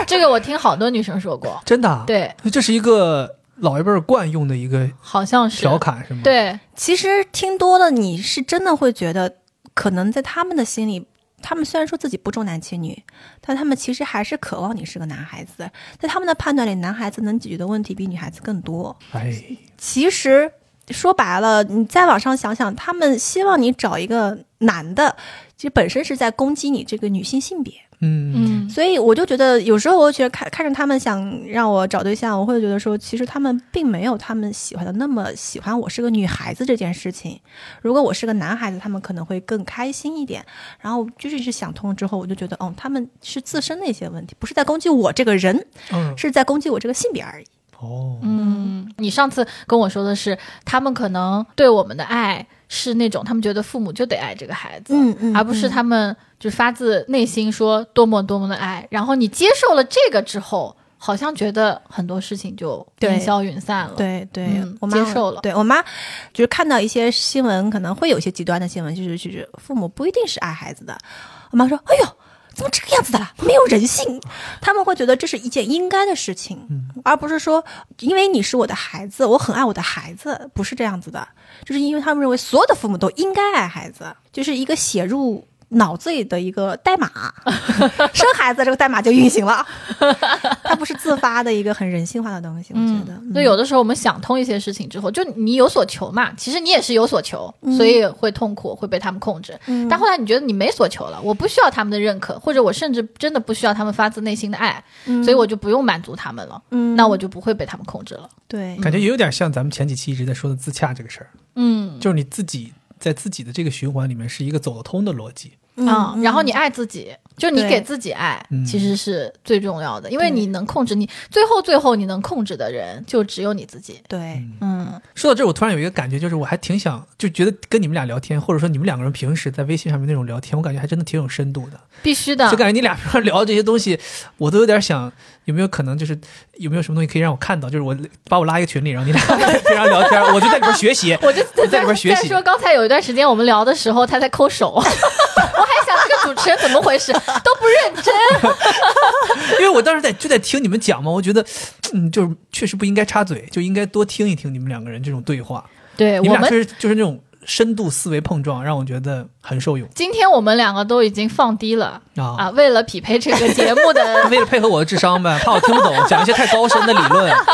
Speaker 2: 这个我听好多女生说过，
Speaker 1: 真的啊，
Speaker 2: 对，
Speaker 1: 这是一个老一辈儿惯用的一个
Speaker 2: 好像是
Speaker 1: 调侃，是吗？，
Speaker 2: 对，
Speaker 3: 其实听多了，你是真的会觉得，可能在他们的心里，他们虽然说自己不重男轻女，但他们其实还是渴望你是个男孩子。在他们的判断里，男孩子能解决的问题比女孩子更多。
Speaker 1: 哎，
Speaker 3: 其实说白了，你再往上想想，他们希望你找一个男的，其实本身是在攻击你这个女性性别。
Speaker 1: 嗯，
Speaker 2: 嗯，
Speaker 3: 所以我就觉得，有时候我觉得看看着他们想让我找对象，我会觉得说，其实他们并没有他们喜欢的那么喜欢我是个女孩子这件事情。如果我是个男孩子，他们可能会更开心一点。然后就是是想通了之后，我就觉得，哦，他们是自身的一些问题，不是在攻击我这个人，
Speaker 1: 嗯，
Speaker 3: 是在攻击我这个性别而已。
Speaker 1: 哦，
Speaker 2: 嗯，你上次跟我说的是，他们可能对我们的爱是那种他们觉得父母就得爱这个孩子，
Speaker 3: 嗯嗯
Speaker 2: 而不是他们就发自内心说多么多么的爱。然后你接受了这个之后，好像觉得很多事情就
Speaker 3: 对
Speaker 2: 烟消云散了。，
Speaker 3: 对对，
Speaker 2: 嗯
Speaker 3: 我妈
Speaker 2: 接受了
Speaker 3: 对我妈就是看到一些新闻，可能会有一些极端的新闻，就是就是父母不一定是爱孩子的。我妈说：“哎呦，怎么这个样子的啦？没有人 性。”他们会觉得这是一件应该的事情，
Speaker 2: 嗯
Speaker 3: 而不是说因为你是我的孩子，我很爱我的孩子，不是这样子的。就是因为他们认为所有的父母都应该爱孩子，就是一个写入。脑子里的一个代 码，生孩子这个代码就运行了，它不是自发的一个很人性化的东西，我觉得。嗯
Speaker 2: 就嗯有的时候我们想通一些事情之后，就你有所求嘛，其实你也是有所求，
Speaker 3: 嗯
Speaker 2: 所以会痛苦，会被他们控制。但后来你觉得你没所求了，我不需要他们的认可，或者我甚至真的不需要他们发自内心的爱，所以我就不用满足他们了，
Speaker 3: 嗯
Speaker 2: 那我就不会被他们控制了。
Speaker 3: 对，
Speaker 1: 感觉也有点像咱们前几期一直在说的自洽这个事儿，
Speaker 2: 嗯
Speaker 1: 就是你自己在自己的这个循环里面是一个走得通的逻辑。
Speaker 3: 嗯
Speaker 2: 啊、然后你爱自己，就是你
Speaker 3: 对
Speaker 2: 给自己爱
Speaker 1: 嗯，
Speaker 2: 其实是最重要
Speaker 3: 嗯
Speaker 2: 的，因为你能控制你最后最后你能控制的人就只有你自己。
Speaker 3: 对，
Speaker 2: 嗯，
Speaker 1: 说到这儿，我突然有一个感觉，就是我还挺想，就觉得跟你们俩聊天，或者说你们两个人平时在微信上面那种聊天，我感觉还真的挺有深度的。
Speaker 2: 必须的
Speaker 1: 就。感觉你俩平常聊这些东西，我都有点想，有没有可能就是有没有什么东西可以让我看到？就是我把我拉一个群里，然后你俩 平常聊天，我就在里边学 习。
Speaker 2: 我就
Speaker 1: 在里边学习
Speaker 2: 再说刚才有一段时间我们聊的时候，他在抠手，我 还想这个主持人怎么回事，都不认真。
Speaker 1: 因为我当时在就在听你们讲嘛，我觉得，嗯，就是确实不应该插嘴，就应该多听一听你们两个人这种对话。
Speaker 2: 对
Speaker 1: 你们
Speaker 2: 我
Speaker 1: 俩
Speaker 2: 们
Speaker 1: 确实就是那种深度思维碰撞，让我觉得很受用
Speaker 2: 今天我们两个都已经放低了
Speaker 1: 啊。
Speaker 2: 啊，为了匹配这个节 目的
Speaker 1: 为了配合我的智商呗，怕我听不懂，讲一些太高深的理论啊！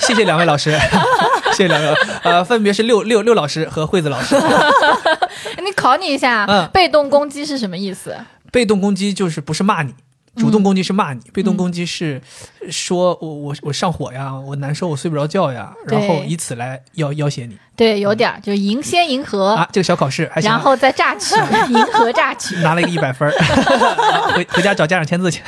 Speaker 1: 谢谢两位老师， 谢谢两位老师，呃，分别是六六六老师和惠子老师。
Speaker 2: 你考你一下，
Speaker 1: 嗯
Speaker 2: 被动攻击是什么意思？
Speaker 1: 被动攻击就是不是骂你，
Speaker 2: 嗯
Speaker 1: 主动攻击是骂你，被动攻击是说我我我上火呀，我难受，我睡不着觉呀，
Speaker 2: 对
Speaker 1: 然后以此来要要挟你
Speaker 2: 对，有点儿就迎先迎合，
Speaker 1: 啊。这个小考试还行
Speaker 2: 哦然，后再榨取，迎合榨取。
Speaker 1: 拿了一个一百 分儿，啊回回家找家长签字去。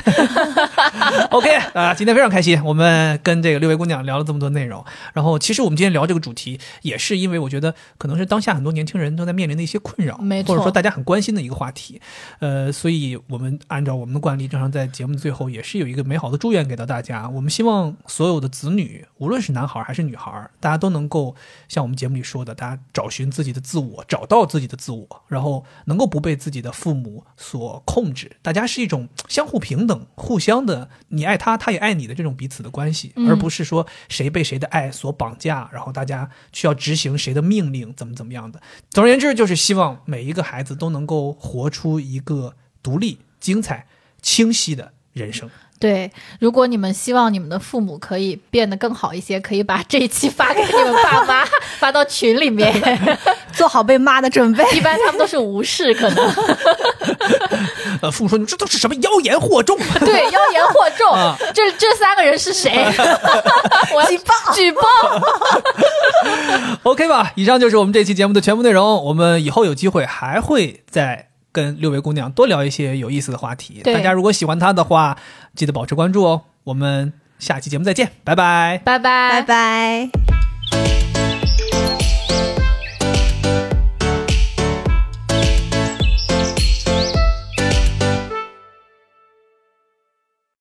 Speaker 1: OK 啊、今天非常开心，我们跟这个六位姑娘聊了这么多内容。然后其实我们今天聊这个主题，也是因为我觉得可能是当下很多年轻人都在面临的一些困扰，
Speaker 2: 没错
Speaker 1: 或者说大家很关心的一个话题。呃，所以我们按照我们的惯例，正常在节目最后也是有一个美好的祝愿给到大家。我们希望所有的子女，无论是男孩还是女孩，大家都能够像我们节目里说的，大家找寻自己的自我，找到自己的自我，然后能够不被自己的父母所控制。大家是一种相互平等、互相的，你爱他，他也爱你的这种彼此的关系，
Speaker 2: 嗯
Speaker 1: 而不是说谁被谁的爱所绑架，然后大家需要执行谁的命令，怎么怎么样的。总而言之，就是希望每一个孩子都能够活出一个独立、精彩、清晰的人生。
Speaker 2: 对，如果你们希望你们的父母可以变得更好一些，可以把这一期发给你们爸妈， 发到群里面。
Speaker 3: 做好被骂的准 备。
Speaker 2: 一般他们都是无视，可能
Speaker 1: 呃，父母说你这都是什么妖言惑众？
Speaker 2: 对妖言惑众。
Speaker 1: 啊
Speaker 2: 这这三个人是谁？我要
Speaker 3: 举报
Speaker 2: 举报！
Speaker 1: OK 吧，以上就是我们这期节目的全部内容。我们以后有机会还会再跟六位姑娘多聊一些有意思的话题。
Speaker 2: 对
Speaker 1: 大家如果喜欢她的话，记得保持关注哦。我们下期节目再见，拜拜。
Speaker 2: 拜拜
Speaker 3: 拜拜。